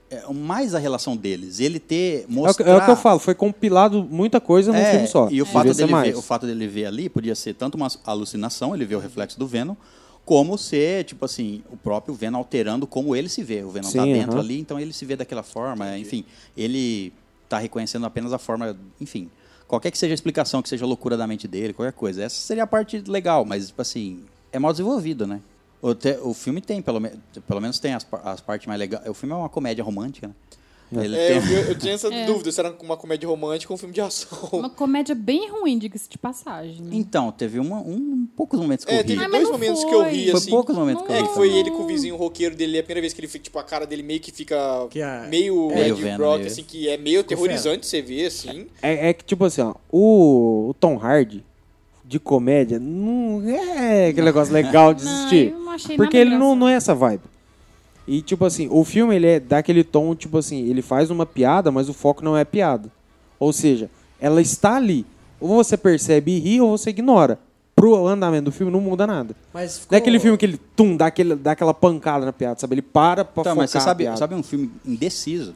É, mais a relação deles. Ele ter...
É o, que,
Mostrar...
é o que eu falo, foi compilado muita coisa num
É,
um filme só.
E o
Devia
fato,
ser
dele
mais.
ver, o fato dele ver ali podia ser tanto uma alucinação, ele vê o reflexo do Venom, como ser, tipo assim, o próprio Venom alterando como ele se vê. O Venom tá
Sim,
dentro
aham.
ali, então ele se vê daquela forma, enfim. Ele tá reconhecendo apenas a forma, enfim. Qualquer que seja a explicação, que seja a loucura da mente dele, qualquer coisa. Essa seria a parte legal, mas, tipo assim, é mal desenvolvido, né? O, te- o filme tem, pelo, me- pelo menos tem as, par- as partes mais legais. O filme é uma comédia romântica, né? Ele
É,
tem-
eu, eu- eu tinha essa dúvida se era uma comédia romântica ou um filme de ação.
É Uma comédia bem ruim, diga-se de passagem. né?
Então, teve uma, um, poucos momentos que eu
É,
ri.
teve
Ah, mas
dois
não
momentos
foi.
que eu ri,
Foi
assim.
poucos momentos que eu
É,
ri.
que foi
também.
ele com o vizinho roqueiro dele, é a primeira vez que ele fica, tipo, a cara dele meio que fica
Que é-
meio
Meio
Ed
vendo,
Brock,
meio-
assim, que é meio aterrorizante você ver, assim.
É, é que, tipo assim, ó, o, o Tom Hardy de comédia não é aquele negócio legal de
Não,
assistir.
eu não achei
porque ele
nada
não,
engraçado.
não é essa vibe. E, tipo assim, o filme ele é daquele tom, tipo assim, ele faz uma piada, mas o foco não é a piada. Ou seja, ela está ali. Ou você percebe e ri, ou você ignora. Pro andamento do filme não muda nada.
Mas
Não
ficou-
é aquele filme que ele tum, dá, aquele, dá aquela pancada na piada, sabe? Ele para pra
Então,
focar
mas você
a
sabe,
piada.
sabe um filme indeciso?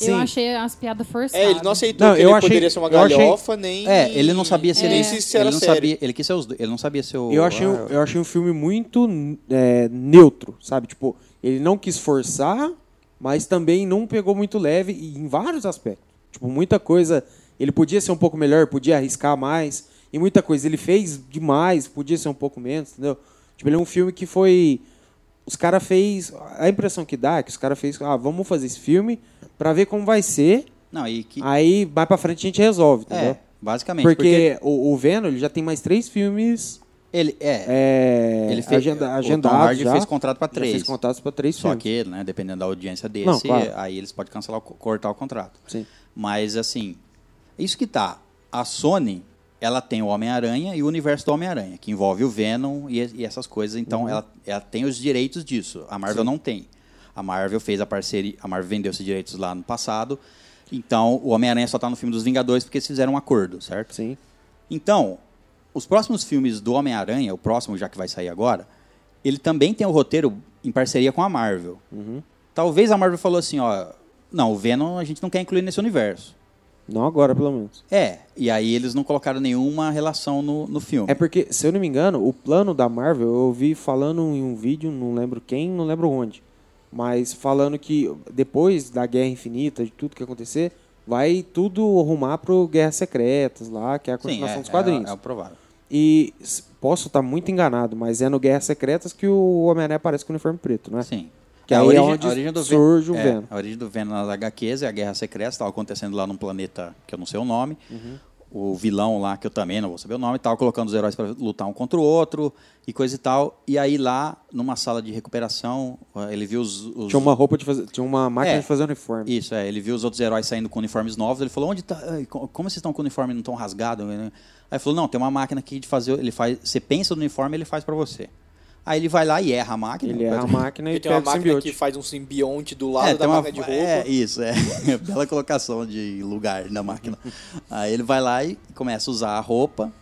Eu
Sim.
achei as piadas forçadas.
É, ele não aceitou
Não,
que
eu
ele
achei-
poderia ser uma
eu achei-
galhofa, nem.
É, ele não sabia se
nem
ele,
se isso
ele
era
não
sério.
sabia, ele quis ser os, do- ele não sabia se o
Eu achei, um-
ah,
eu achei um filme muito é, neutro, sabe? Tipo, ele não quis forçar, mas também não pegou muito leve e em vários aspectos. Tipo, muita coisa. Ele podia ser um pouco melhor, podia arriscar mais. E muita coisa ele fez demais, podia ser um pouco menos, entendeu? Tipo, ele é um filme que foi. Os caras fez. A impressão que dá é que os caras fez. Ah, vamos fazer esse filme pra ver como vai ser.
não, e que
Aí mais pra frente a gente resolve, Ah, entendeu?
é, basicamente,
porque,
porque,
o, o Venom ele já tem mais três filmes
ele é,
é,
Ele fez-
agenda,
o Tom
agendado
Hardy
já.
fez contrato pra
Já
três.
Fez contratos para três
só
filmes.
que, né, dependendo da audiência desse,
Não, claro.
aí eles podem cancelar, o co- cortar o contrato.
Sim.
Mas assim, isso que tá. A Sony, ela tem o Homem-Aranha e o universo do Homem-Aranha, que envolve o Venom e, e essas coisas.
Uhum.
Então, ela, ela tem os direitos disso. A Marvel não tem. A Marvel fez a parceria. A Marvel vendeu esses direitos lá no passado. Então, o Homem-Aranha só tá no filme dos Vingadores porque eles fizeram um acordo, certo?
Sim.
Então, os próximos filmes do Homem-Aranha, o próximo já que vai sair agora, ele também tem o roteiro em parceria com a Marvel.
Uhum.
Talvez a Marvel falou assim, ó, não, o Venom a gente não quer incluir nesse universo.
Não agora, pelo menos.
É, e aí eles não colocaram nenhuma relação no, no filme.
É porque, se eu não me engano, o plano da Marvel, eu ouvi falando em um vídeo, não lembro quem, não lembro onde. Mas falando que depois da Guerra Infinita, de tudo que acontecer, vai tudo arrumar pro Guerras Secretas lá, que é a continuação
é,
dos quadrinhos.
É, é o provável.
E s- posso estar muito enganado, mas é no Guerras Secretas que o Homem-Aranha aparece com o uniforme preto, né?
Sim.
Que aí é onde surge o
é,
Venom.
A origem do Venom nas HQs é a Guerra Secreta, estava acontecendo lá num planeta que eu não sei o nome.
Uhum.
O vilão lá, que eu também não vou saber o nome, estava colocando os heróis para lutar um contra o outro e coisa e tal. E aí lá, numa sala de recuperação, eh, ele viu os... os-
Tinha uma roupa de fazer. Tinha uma máquina
É.
de fazer uniforme.
Isso, é. Ele viu os outros heróis saindo com uniformes novos. Ele falou: onde tá. ai, co- Como vocês estão com o uniforme não tão rasgado? Aí ele falou: não, tem uma máquina aqui de fazer. Ele faz. Você pensa no uniforme, ele faz pra você. Aí ele vai lá e erra a máquina.
Ele é a máquina e
Porque tem uma
pega o
máquina que
simbionte.
faz um simbionte do
É,
lado da
tem uma-
máquina de roupa.
é, isso, é. Bela colocação de lugar na máquina. Aí ele vai lá e começa a usar a roupa.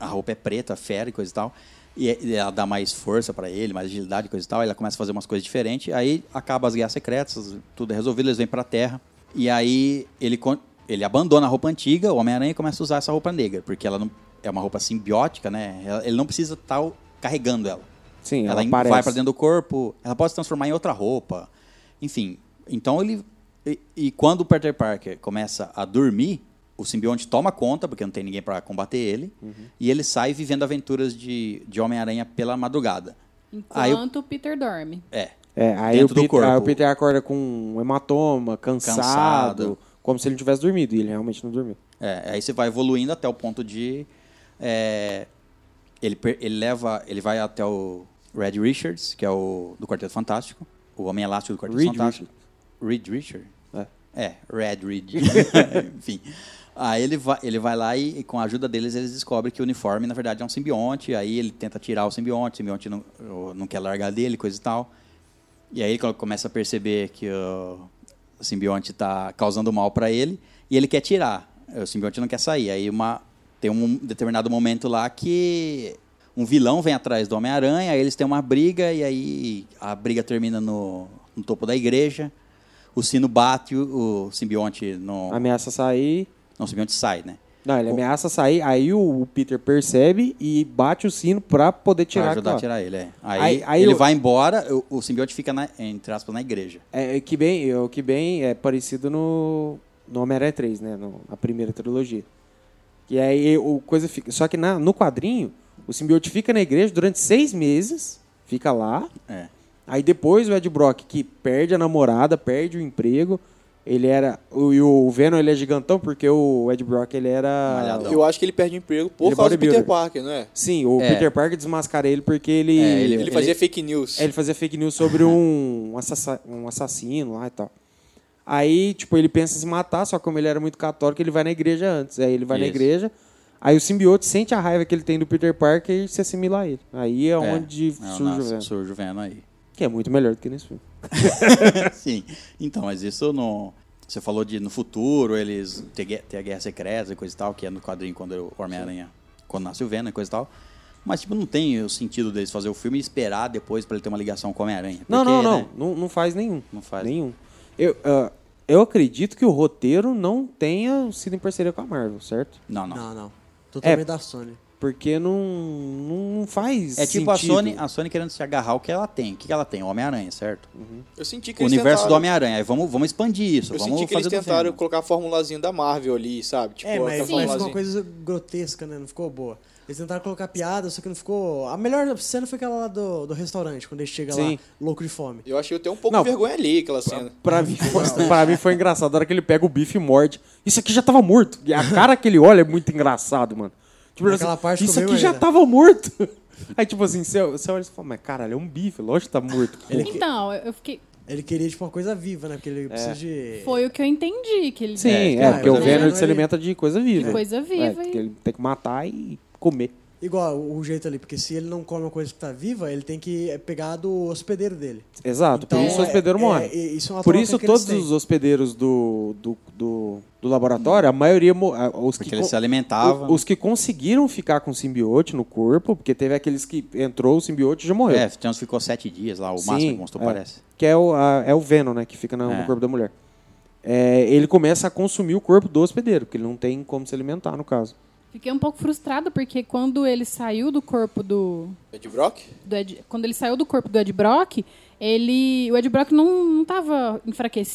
A roupa é preta, fera e coisa e tal. E é- e ela dá mais força pra ele, mais agilidade e coisa e tal. Aí ela começa a fazer umas coisas diferentes. Aí acaba as guerras secretas, tudo é resolvido, eles vêm pra Terra. E aí ele, con- ele abandona a roupa antiga, o Homem-Aranha e começa a usar essa roupa negra, porque ela não é uma roupa simbiótica, né? Ela- Ele não precisa estar carregando ela.
Sim, ela,
Ela, in-
aparece.
vai para dentro do corpo, ela pode se transformar em outra roupa. Enfim, então ele. E, e quando o Peter Parker começa a dormir, o simbionte toma conta, porque não tem ninguém para combater ele,
Uhum.
e ele sai vivendo aventuras de, de Homem-Aranha pela madrugada. Aí eu-
Enquanto o Peter dorme.
É.
É, aí o,
dentro do
Peter,
corpo.
aí o Peter acorda com um hematoma, cansado,
Cansado.
como se ele não tivesse dormido. E ele realmente não dormiu.
É, aí você vai evoluindo até o ponto de. é, ele, per- ele leva. Ele vai até o Red Richards, que é o do Quarteto Fantástico. O Homem Elástico do Quarteto
Reed
Fantástico. Reed Richard?
É.
É, Red Reed. Enfim. Aí ele vai, ele vai lá e, e com a ajuda deles, eles descobrem que o uniforme, na verdade, é um simbionte. Aí ele tenta tirar o simbionte, o simbionte não, o- não quer largar dele, coisa e tal. E aí ele co- começa a perceber que o o simbionte está causando mal para ele e ele quer tirar. O simbionte não quer sair. Aí uma, tem um determinado momento lá que um vilão vem atrás do Homem-Aranha, aí eles têm uma briga e aí a briga termina no, no topo da igreja. O sino bate, o, o simbionte não,
Ameaça sair.
não, o simbionte sai, né?
Não, ele ameaça sair. Aí o, o Peter percebe e bate o sino pra poder
Pra
tirar
ajudar a
aquela-
tirar ele, é. Aí,
Aí- aí
ele
eu-
vai embora, o, o simbionte fica, na, entre aspas, na igreja.
É, é que bem, é o que bem é parecido no, no Homem-Aranha 3, né? No, na primeira trilogia. E aí o coisa fica. Só que na, no quadrinho, o simbionte fica na igreja durante seis meses, fica lá.
É.
Aí depois o Ed Brock, que perde a namorada, perde o emprego, Ele era. O, e o Venom ele é gigantão porque o Ed Brock ele era.
Malhadão.
Eu acho que ele perde o emprego por
Ele é
causa do Peter
bodybuilder.
Parker, não é?
Sim, o
É.
Peter Parker desmascara ele porque ele.
É, ele-
Ele, fazia fake news.
É, ele fazia fake news sobre um, assassa- um assassino lá e tal. Aí, tipo, ele pensa em se matar, só que como ele era muito católico, ele vai na igreja antes. Aí ele vai na
Isso.
igreja, aí o simbiote sente a raiva que ele tem do Peter Parker e se assimila a ele. Aí é, onde
Não,
surge o
nasce-
Venom.
surge o Venom aí.
Que é muito melhor do que nesse filme.
Sim. Então, mas isso não. Você falou de no futuro eles ter, gue- ter a guerra secreta e coisa e tal, que é no quadrinho quando o Homem-Aranha. Quando nasce o Venom e coisa e tal. Mas, tipo, não tem o sentido deles fazer o filme e esperar depois pra ele ter uma ligação com o Homem-Aranha.
Não,
Porque,
não, não,
né,
não. Não faz nenhum.
Não faz.
Nenhum. Eu, ah, eu acredito que o roteiro não tenha sido em parceria com a Marvel, certo?
Não, É. não.
Não, não. Totalmente da Sony.
Porque não, não faz
É tipo a
sentido.
Sony, a Sony querendo se agarrar o que ela tem. O que que ela tem? O Homem-Aranha, certo?
Eu senti
O
que eles
universo do
tentaram-
Homem-Aranha. Aí Vamos, vamos expandir isso.
Eu
vamos
senti que
fazer
eles
do
tentaram
Venom.
colocar a formulazinha da Marvel ali, sabe? Tipo,
É,
aquela
mas, mas ficou uma
formulazinha.
coisa grotesca, né? Não ficou boa. Eles tentaram colocar piada, só que não ficou. A melhor cena foi aquela lá do, do restaurante, quando ele chega
Sim.
lá, louco de fome.
Eu achei até um pouco
Não.
de vergonha ali aquela cena.
Pra mim, foi, pra mim foi engraçado. A hora que ele pega o bife e morde. Isso aqui já tava morto. E a cara que ele olha é muito engraçado, mano. Tipo, ele
Aquela
assim,
parte
isso
comeu
aqui já
ainda."
tava morto. Aí, tipo assim, você, você olha e fala, mas caralho, é um bife, lógico que tá morto.
Ele-
Então, eu eu fiquei.
Ele queria, tipo, uma coisa viva, né? Porque
É.
ele precisa de.
Foi o que eu entendi que ele
Sim, é,
cara,
porque o
mas
Venom
ele-
ele se alimenta de coisa viva.
De coisa viva,
É, porque
e-
ele tem que matar e comer.
Igual o jeito ali, porque se ele não come uma coisa que tá viva, ele tem que eh, pegar do hospedeiro dele.
Exato, por
Então,
isso o
é-
hospedeiro
é-
morre.
é- isso é uma
por
troca
isso,
que
todos
eles têm.
os hospedeiros do, do, do, do laboratório, a maioria. mo- a- Os
Porque
que
ele
co-
se alimentava.
o- Os que conseguiram ficar com o simbiote no corpo, porque teve aqueles que entrou o simbiote e já morreu.
É, tem uns que ficou sete dias lá, o máximo que mostrou,
é.
parece.
Que é o, a- é o Venom, né? Que fica na-
É.
no corpo da mulher. É, ele começa a consumir o corpo do hospedeiro, porque ele não tem como se alimentar, no caso.
Fiquei um pouco frustrada porque quando ele saiu do corpo do,
É de Brock?
do Ed- quando ele saiu do corpo do Ed Brock, ele, o Ed Brock não, não tava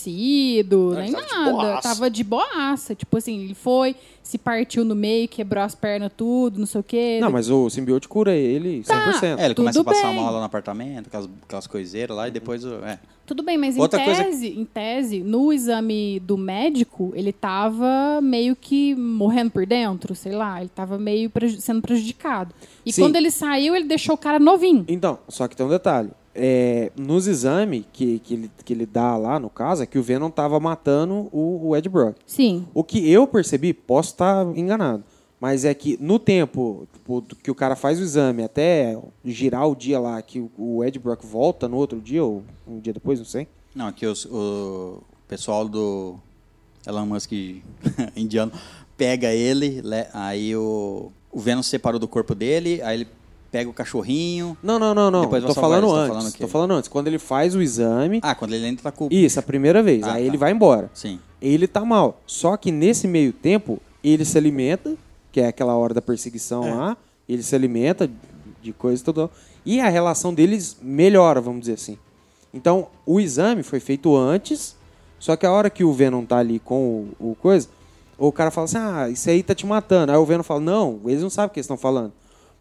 enfraquecido,
Não,
nem
ele tava de
nada.
boaça.
tava de boaça. Tipo assim, ele foi, se partiu no meio, quebrou as pernas, tudo, não sei o quê.
Não, mas o simbiote cura ele 100%.
É, ele
Tudo
começa a passar
bem.
mal lá no apartamento, aquelas, aquelas coiseiras lá, e depois. o- É.
Tudo bem, mas
Outra
em
coisa-
tese, em tese, no exame do médico, ele tava meio que morrendo por dentro, sei lá, ele tava meio preju- sendo prejudicado. E
Sim.
quando ele saiu, ele deixou o cara novinho.
Então, só que tem um detalhe. É, nos exames que, que, ele, que ele dá lá, no caso, é que o Venom tava matando o, o Ed Brock.
Sim.
O que eu percebi, posso estar enganado, mas é que no tempo tipo, do que o cara faz o exame até girar o dia lá que o- o Ed Brock volta no outro dia ou um dia depois, não sei.
Não, aqui os- o pessoal do Elon Musk indiano pega ele, le- aí o, o Venom se separou do corpo dele, aí ele pega o cachorrinho.
Não, não, não, não.
Depois vai
tô
salvar,
falando
você tá
antes.
falando o quê?
tô falando antes. Quando ele faz o exame,
Ah, quando ele entra tá com.
isso, a primeira vez.
Ah,
aí
tá.
ele vai embora.
Sim.
Ele tá mal. Só que nesse meio tempo, ele se alimenta, que é aquela hora da perseguição lá, ele se alimenta de coisa e tudo. E a relação deles melhora, vamos dizer assim. Então, o exame foi feito antes, só que a hora que o Venom tá ali com o, o coisa, o cara fala assim: ah, isso aí tá te matando. Aí o Venom fala: não, eles não sabem o que eles estão falando.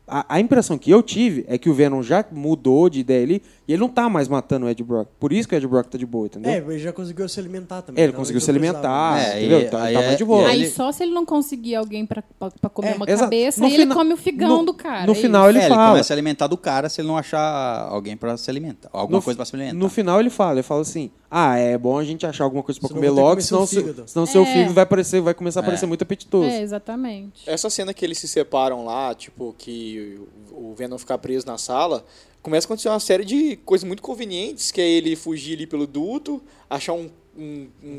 A, a impressão que eu tive é que o Venom já mudou de ideia ali e ele não tá mais matando o Ed Brock. Por isso que o Ed Brock tá de boa, entendeu?
É, ele já conseguiu se alimentar também.
É, ele
então
conseguiu
já
se
precisava,
alimentar,
né?
É,
entendeu?
e-
Então,
aí
ele tá mais de
é-
boa.
e
Aí
ele-
só se ele É, não conseguir alguém pra, pra, pra comer uma
Exato.
cabeça,
No
aí ele
fina-
come o figão
no-
do cara.
no
é
final ele
é,
fala.
ele começa a se alimentar do cara se ele não achar alguém pra se alimentar. Alguma
No
coisa
fi-
pra se alimentar.
No final ele fala, ele fala assim: "Ah, é bom a gente achar alguma coisa pra
Senão
comer
vou ter que
logo,
comer
senão,
seu
seu-
fígado."
senão seu
É.
fígado vai parecer, vai começar a parecer muito
isso.
apetitoso".
É, exatamente.
Essa cena que eles se separam lá, tipo, que o o Venom fica preso na sala, começa a acontecer uma série de coisas muito convenientes, que é ele fugir ali pelo duto, achar um, um- um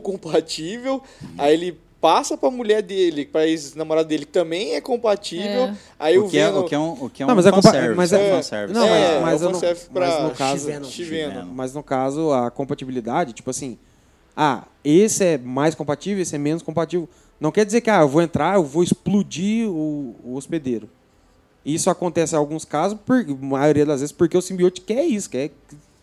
cachorro.
compatível, aí ele passa pra mulher dele, pra ex-namorada dele, que também é compatível,
É.
aí o,
o, que é,
Venom...
o que é um, o que é um
Não, mas é compa-
fanservice,
mas
é,
é-
um
é,
fanservice.
Não,
é,
mas-
é
mas
o
eu não-
fanservice pra
mas no caso-
Venom.
X-Venom.
Mas no caso, a compatibilidade, tipo assim, ah, esse é mais compatível, esse é menos compatível. Não quer dizer que ah, eu vou entrar, eu vou explodir o, o hospedeiro. Isso acontece em alguns casos, por, maioria das vezes, porque o simbiote quer isso, quer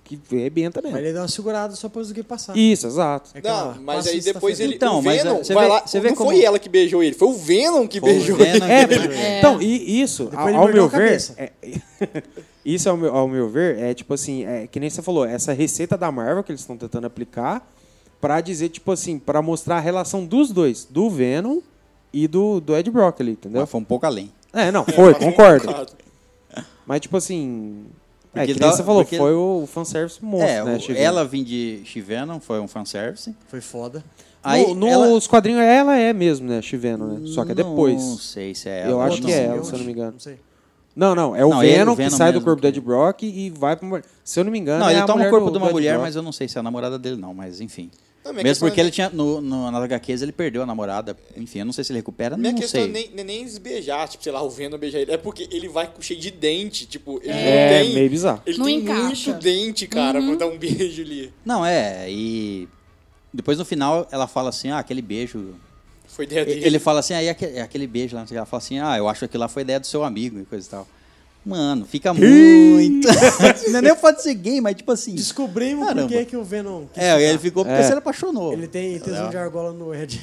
que, que arrebenta
Mas
mesmo.
ele deu uma segurada só pra conseguir passar.
Isso, exato.
É aquela
Não, mas aí
passista
depois ele.
fedida.
Então,
o
mas,
Venom
é, você
vai
vê-
lá.
você vê
não
como-
foi ela que beijou ele, foi o Venom que
Foi o
beijou
Venom
ele.
que
É,
beijou
porque-
ele.
então, e isso,
Depois
ao,
ele
ao
mordeu
meu
a
ver,
cabeça.
é- isso ao meu, ao meu ver é tipo assim, é que nem você falou, essa receita da Marvel que eles estão tentando aplicar Pra dizer, tipo assim, pra mostrar a relação dos dois, do Venom e do, do Ed Brock ali, entendeu?
Mas foi um pouco além.
É, não, foi, concordo.
Claro.
Mas, tipo assim. É,
Porque
que nem
dá-
você falou,
porque-
foi o fanservice monstro,
é,
né?
o-
Chico?
ela vim de Chiveno, foi um fanservice.
Foi foda.
Aí
no, nos
ela-
quadrinhos ela é mesmo, né? Chiveno, né? Só que é
Não
depois.
sei se é ela.
Eu
ou
acho
não.
que é ela,
Eu
se eu não me engano.
Não sei.
Não, não. É o,
Não, é
Venom,
o Venom
que sai do
mesmo
corpo
que-
do Ed Brock e vai pra. mulher. Se eu não me engano.
Não,
é
ele
a
toma
mulher
o corpo
do-
de uma
do Ed
mulher,
Brock.
mas eu não sei se é a namorada dele, não, mas enfim.
Não, minha
Mesmo
questão
porque
é-
ele tinha. No, no, nas HQs ele perdeu a namorada. Enfim, eu não sei se ele recupera,
Minha
não
questão
sei.
é nem, nem, nem esbeijar, tipo, sei lá, o Venom beijar ele. É porque ele vai com cheio de dente, tipo, ele
É,
não tem...
meio bizarro.
Ele
Não
tem
encaixa.
muito dente, cara, pra dar um beijo ali.
Não, é, e. Depois no final ela fala assim: ah, aquele beijo.
Foi ideia dele.
Ele fala assim, aí aque- aquele, beijo lá, não sei o que, ela fala assim: ah, eu acho que aquilo lá foi ideia do seu amigo e coisa e tal. Mano, fica muito. não é nem pode ser gay, mas tipo assim.
Descobrimos
Caramba.
por que que o Venom... quis
É, ele
ficar.
ficou porque
É.
se ele apaixonou.
Ele tem tesão de argola no Ed.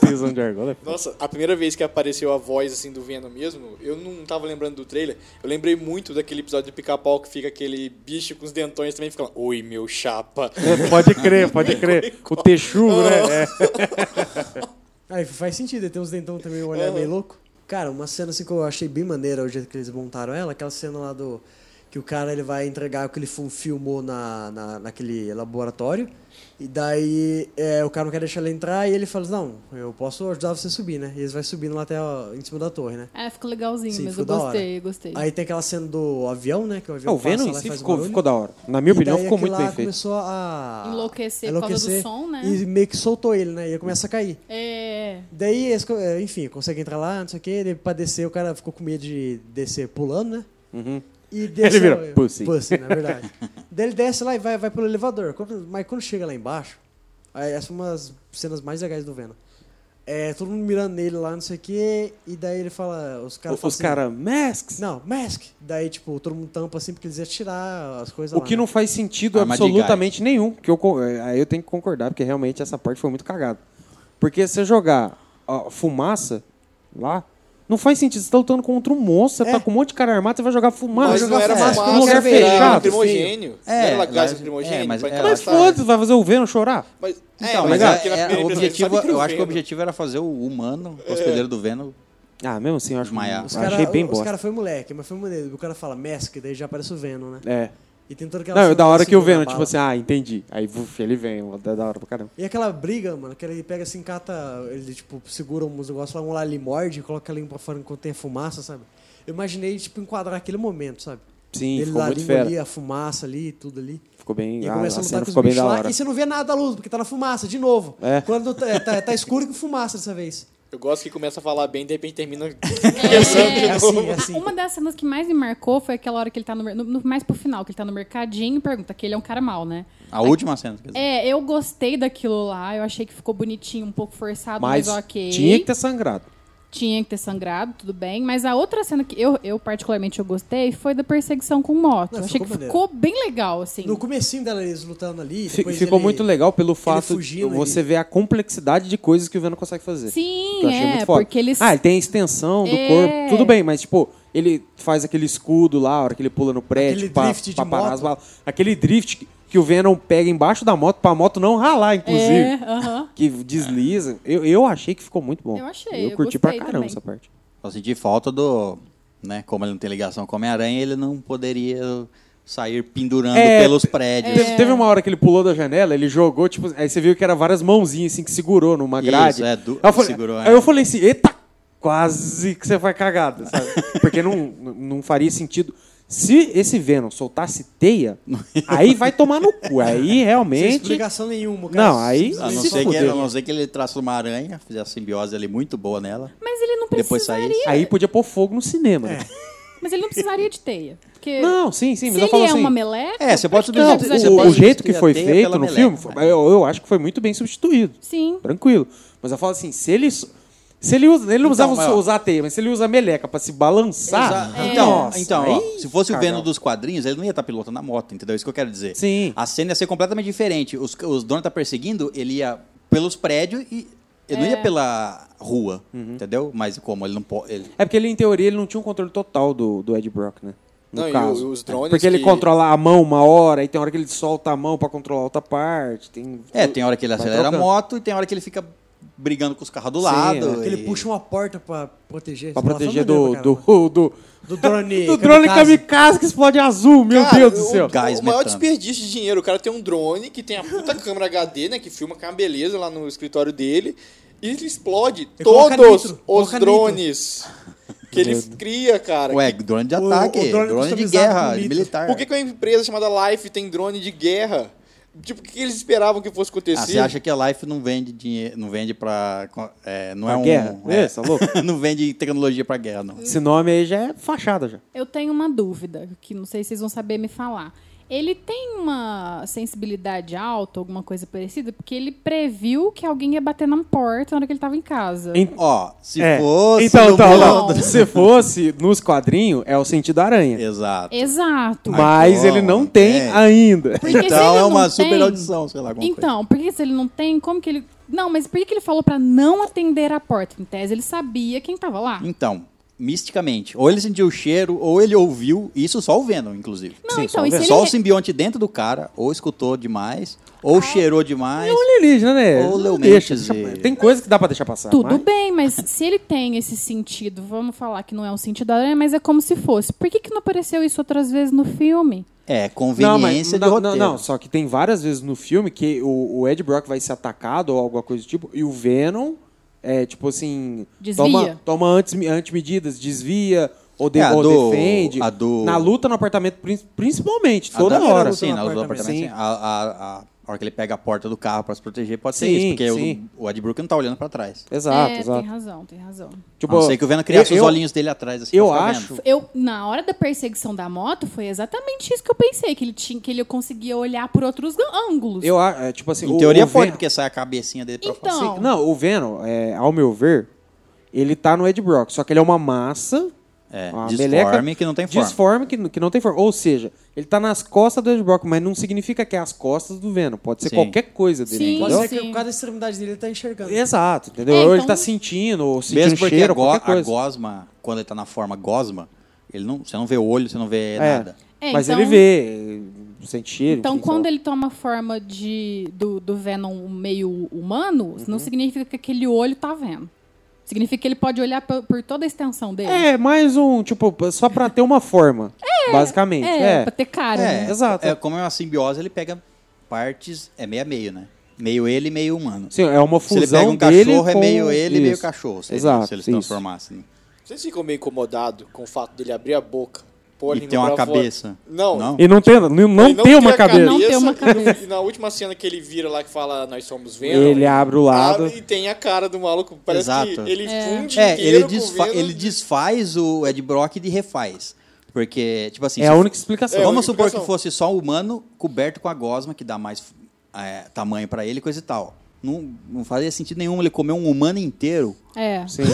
Prisão de argola. é
Nossa, a primeira vez que apareceu a voz assim do Venom mesmo, eu não tava lembrando do trailer. Eu lembrei muito daquele episódio do pica-pau que fica aquele bicho com os dentões também ficando. Oi, meu chapa.
É, Pode crer, pode crer. O texugo, né? É.
Aí faz sentido, ele tem uns dentão também, o olhar
Uhum.
meio louco. Cara, uma cena assim que eu achei bem maneira o jeito que eles montaram ela, aquela cena lá do. Que o cara ele vai entregar o que ele fu- filmou na, na, naquele laboratório. E daí é, o cara não quer deixar ele entrar e ele fala: assim, Não, eu posso ajudar você a subir, né? E eles vai subindo lá até ó, em cima da torre, né?
É, ficou legalzinho,
Sim,
mas
ficou
eu
da hora.
gostei, gostei.
Aí tem aquela cena do avião, né? Que o avião
Ah, o
passa
Venom em
lá e
si
faz
ficou,
barulho.
ficou da hora. Na minha
E
opinião,
daí
ficou
aquilo
muito
lá
bem feito.
começou a.
Enlouquecer
a
por causa do som, né?
E meio que soltou ele, né? E ele começa a cair.
É.
Daí, eles co- eh, enfim, consegue entrar lá, não sei o que. Ele, pra descer, o cara ficou com medo de descer pulando, né? E
Uhum.
desceu,
Ele vira, "Pussy."
Pussy, na verdade. Daí ele desce lá e vai, vai pelo elevador. Quando- mas quando chega lá embaixo, aí essa foi uma das cenas mais legais do Venom. É, todo mundo mirando nele lá, não sei o que. E daí ele fala, os caras
Os
falam assim,
caras, masks.
Não, mask. Daí, tipo, todo mundo tampa assim porque eles iam tirar as coisas
O
lá.
que
né?
não faz sentido
Armadilha.
absolutamente nenhum. Que eu, con- eh, aí eu tenho que concordar, porque realmente essa parte foi muito cagada. Porque se você jogar ó, fumaça lá, não faz sentido. Você tá lutando contra um monstro, você
É.
tá com um monte de cara armado, você vai jogar fumaça.
Mas
jogar
não era
fumaça
fumaça,
num lugar
era
fechado,
Lacrimogênio.
feio.
não era
assim. É,
lá- gás
mas-
lacrimogênio
é, mas
pra
era-
Mas
Mas
encaixar.
foda-se, vai fazer o Venom chorar.
Mas,
Então,
é,
mas
mas
a-
aqui na
é,
primeira
o
impressão,
objetivo,
sabe que
eu
o
acho que o
Venom- né?
objetivo era fazer o humano, o hospedeiro do Venom.
Ah, mesmo assim, eu acho
Desmaiar.
Os
eu
cara,
achei bem
os
bosta.
cara foi moleque, mas foi maneiro. O cara fela mask, daí já aparece o Venom, né?
É.
E tem toda aquela
Não,
cena
da hora
ele
que o
segura
Venom,
a
tipo
bala.
assim, ah, entendi. Aí uf, ele vem, ó, da da hora pra caramba.
E aquela briga, mano, que ele pega assim, cata, ele tipo, segura uns negócios lá, um lá ele morde, coloca a língua pra fora enquanto tem a fumaça, sabe? Eu imaginei, tipo, enquadrar aquele momento, sabe?
Sim,
ele
ficou
lá, a
muito
língua
fera.
ali, a fumaça ali, tudo ali.
Ficou bem.
E
A, a
começa a
cena
lutar com os
ficou bem
bichos
da
lá,
hora.
e você não vê nada da luz, porque tá na fumaça, de novo.
É.
Quando tá, tá, tá escuro com fumaça dessa vez.
Eu gosto que começa a falar bem e de repente termina.
É assim, é assim.
Ah, Uma das cenas que mais me marcou foi aquela hora que ele tá no, mer- no- no- mais pro final, que ele tá no mercadinho e pergunta que ele é um cara mal, né?
A última cena, quer dizer.
É, eu gostei daquilo lá, eu achei que ficou bonitinho, um pouco forçado,
Mas
mas, ok.
tinha que ter sangrado.
Tinha que ter sangrado, tudo bem. Mas a outra cena que eu, eu particularmente eu gostei foi da perseguição com moto.
Não,
eu achei que
ficou maneiro.
ficou bem legal, assim.
No comecinho dela, eles lutando ali.
Fi-
depois
Ficou
ele- né,
muito legal pelo fato de
fugindo,
você
ele-
ver a complexidade de coisas que o Venom consegue fazer. Que
Sim,
eu achei
é,
muito foda.
porque eles.
Ah, ele tem a extensão do
É.
corpo, tudo bem, mas tipo, ele faz aquele escudo lá, a hora que ele pula no prédio
Aquele
pra,
drift de
pra parar
moto.
as balas. Aquele drift que, que o Venom pega embaixo da moto pra moto não ralar, inclusive.
É, aham.
Que desliza. Eu, eu achei que ficou muito bom.
Eu achei,
Eu
eu
curti pra
gostei
caramba
também.
essa parte.
Só senti falta do. Né, como ele não tem ligação com o Homem-Aranha, ele não poderia sair pendurando
É,
pelos
Te-
prédios.
Teve, uma hora que ele pulou da janela, ele jogou, tipo, aí você viu que era várias mãozinhas assim que segurou numa
Isso,
grade.
é, du-
aí, eu falei,
segurou,
aí
é.
eu falei assim, eita, quase que você foi cagada, sabe? Porque não, não não faria sentido. Se esse Venom soltasse teia, aí vai tomar no cu. Aí
Sem
realmente.
explicação nenhuma. cara.
Não, aí
A não,
se
ser que, a
fudeu.
não ser que ele traça uma aranha, fizesse a simbiose ali muito boa nela.
Mas ele não
Depois
precisaria.
saísse.
Aí podia pôr fogo no cinema.
É.
né?
Mas ele não precisaria de teia. Porque
Não, sim, sim,
se
mas
ele
eu falo
é
assim.
uma meleca.
É, você pode
pra que ele
substituir-
precisa de
você
Então, o,
teia?
o
pode
jeito que
substituir a
foi
teia
feito
pela
no
meleca, né?
filme,
mas-
eu, eu acho que foi muito bem substituído.
Sim.
Tranquilo. Mas eu falo assim, se ele. su- Se ele usa. Ele
Então,
não usava
mas,
só
ó.
usar a teia, mas se ele usa a meleca pra se balançar.
Exa- Então,
nossa,
então ó,
aí-
se fosse o
cagão.
Venom dos quadrinhos, ele não ia estar pilotando a moto, entendeu? É Isso que eu quero dizer.
Sim.
A cena ia ser completamente diferente. Os, os donos tá perseguindo, ele ia pelos prédios e ele não ia pela
Uhum.
rua, entendeu? Mas como ele não pode. Ele...
É porque ele, em teoria, ele não tinha um controle total do, do Ed Brock, né? No
Não, e
caso.
o- os drones
Porque ele
que-
controla a mão uma hora, aí tem hora que ele solta a mão pra controlar outra parte. Tem...
É, tem hora que ele
Vai
acelera a
trocando.
moto e tem hora que ele fica brigando com os carros do
Sim,
lado.
é.
e-
Que ele puxa uma porta pra proteger.
Pra
Sei lá,
proteger
foi
do,
maneiro pra
do,
caramba.
do, do,
Do drone.
drone
kamikaze.
kamikaze que explode azul, meu
Cara,
Deus do
o-
céu.
Gás
O maior
metano.
desperdício de dinheiro. O cara tem um drone que tem a puta câmera HD, né? Que filma com uma beleza lá no escritório dele. E ele explode
E coloca
todos
nitro,
os
coloca
drones que ele cria, cara.
Ué, drone de
o-
ataque,
o drone
drone, de
customizado
guerra,
com
de
nitro.
militar.
Por que, que uma empresa chamada Life tem drone de guerra? Tipo, o que eles esperavam que fosse
Ah,
acontecer?
você acha que a Life não vende dinheiro, não vende pra. co- é, não
Pra
é um.
guerra?
é.
É, tá louco?
não vende tecnologia pra guerra, não.
Esse nome aí já é fachada já.
Eu tenho uma dúvida, que não sei se vocês vão saber me falar. Ele tem uma sensibilidade alta, alguma coisa parecida, porque ele previu que alguém ia bater na porta na hora que ele tava em casa.
Em-
Ó, se
É.
fosse.
Então,
no
então,
mundo-
não. se fosse nos quadrinhos, é o sentido aranha.
Exato.
Exato.
Mas
Então,
ele não tem
é.
ainda.
Porque se
Então
ele
é
não
uma
tem-
super audição, sei lá, alguma coisa.
Então, por que se ele não tem, como que ele... Não, mas por que que ele falou pra não atender a porta? Em tese, ele sabia quem tava lá.
Então, misticamente, ou ele sentiu o cheiro, ou ele ouviu, isso só o Venom, inclusive.
Não, Sim, então, só o e se Venom. ele
Só o
re-
simbionte dentro do cara, ou escutou demais, ou
Ah.
cheirou demais.
É um alienígena, né?
Ou Leo
deixa,
Mendes é.
deixa-
e-
Tem coisa que dá pra deixar passar.
Tudo
mas-
bem, mas se ele tem esse sentido, vamos falar que não é um sentido aranha, mas é como se fosse. Por que, que não apareceu isso outras vezes no filme?
É,
Não, mas
conveniência
não,
de
não,
roteiro.
não, só que tem várias vezes no filme que o, o Ed Brock vai ser atacado ou alguma coisa do tipo, e o Venom é tipo assim.
Desvia.
Toma, toma antes, antimedidas, desvia, ou, de-
É, a
ou
do-
defende.
a do-
Na luta no apartamento, prin- principalmente,
A
toda
da-
hora.
Sim,
no
na luta do
apartamento.
apartamento, sim.
Sim.
assim, A, a, a- a hora que ele pega a porta do carro pra se proteger, pode ser
Sim,
isso, porque
sim.
o, o Ed Brook não tá olhando pra trás.
Exato,
é,
exato.
tem razão, tem razão.
a não ser que o Venom criasse
Tipo, eu-
os olhinhos dele atrás, assim,
Eu
pra ficar
acho.
vendo.
Eu, na hora da perseguição da moto, foi exatamente isso que eu pensei, que ele tinha, que ele conseguia olhar por outros gân- ângulos.
Eu acho. É, tipo assim,
Em
o-
teoria
o
pode,
Venom-
porque sai a cabecinha dele pra
Então.
fora.
Sim, não, o Venom, é, ao meu ver, ele tá no Ed Brock, só que ele é uma massa.
É,
uma
disforme que não tem forma.
Ah, Disforme que, que não tem forma. Ou seja, ele tá nas costas do Ed Brock, mas não significa que é as costas do Venom. Pode ser
Sim.
qualquer coisa dele,
Sim.
Pode
entendeu?
ser que por causa da extremidade dele ele tá enxergando.
Exato, entendeu?
É,
Ou ele
então-
tá sentindo, ou sentindo
Mesmo porque
cheiro,
a, go-
qualquer
a
coisa.
gosma, quando ele tá na forma gosma, ele não, você não vê o olho, você não vê
É.
nada.
É,
mas
então-
ele vê, eh, sente cheiro.
Então,
enfim,
quando
sei lá.
ele toma a forma de, do, do Venom meio humano, não significa que aquele olho tá vendo. Significa que ele pode olhar por, por toda a extensão dele.
É, mais um, tipo, só pra ter uma forma, basicamente. É,
pra ter cara,
É,
né?
exato.
é, como é uma simbiose, ele pega partes, é meio a meio, né? Meio ele e meio humano.
Sim, é uma
Se ele
fusão
pega um
dele
cachorro, é
com-
meio ele e meio
Isso.
cachorro. Se,
Exato,
ele, se eles
isso.
transformassem. né?
Vocês ficam meio incomodados com o fato dele abrir a boca, pôr a
E
língua
ter uma
pra fora?
cabeça.
Não.
Não?
E não tem, não, não
Ele
tem uma
a
cabeça.
Não tem uma cabeça.
E na última cena que ele vira lá que fala nós somos Venom.
Ele abre o lado.
abre e tem a cara do maluco. Parece
Exato.
que ele funde
É,
inteiro
ele,
com o
desfa-
Venom.
ele desfaz o Ed Brock e refaz. Porque, tipo assim,
É
se
a
for-
única explicação.
É a
Vamos
única
supor que
explicação.
fosse só o humano coberto com a gosma, que dá mais é, tamanho pra ele, coisa e tal. Não, não fazia sentido nenhum ele comer um humano inteiro.
É.
Sim.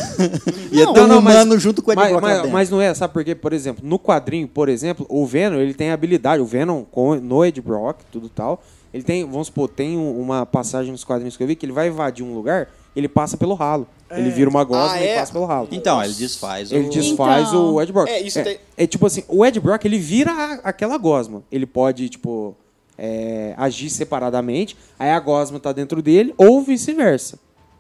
Ia ter um humano junto com o Ed
mas,
Brock lá
mas,
dentro.
mas não é, sabe por quê? Por exemplo, no quadrinho, por exemplo, o Venom, ele tem habilidade, o Venom com, no Ed Brock, tudo tal, ele tem, vamos supor, tem um- uma passagem nos quadrinhos que eu vi que ele vai invadir um lugar, ele passa pelo ralo. Ele vira uma gosma
Ah,
e
é?
passa pelo ralo.
Então, ele desfaz
Ele
o...
desfaz
Então.
o Ed Brock.
É, isso tem-
é tipo assim, o Ed Brock ele vira a- aquela gosma. Ele pode, tipo, é, agir separadamente, aí a gosma tá dentro dele, ou vice-versa.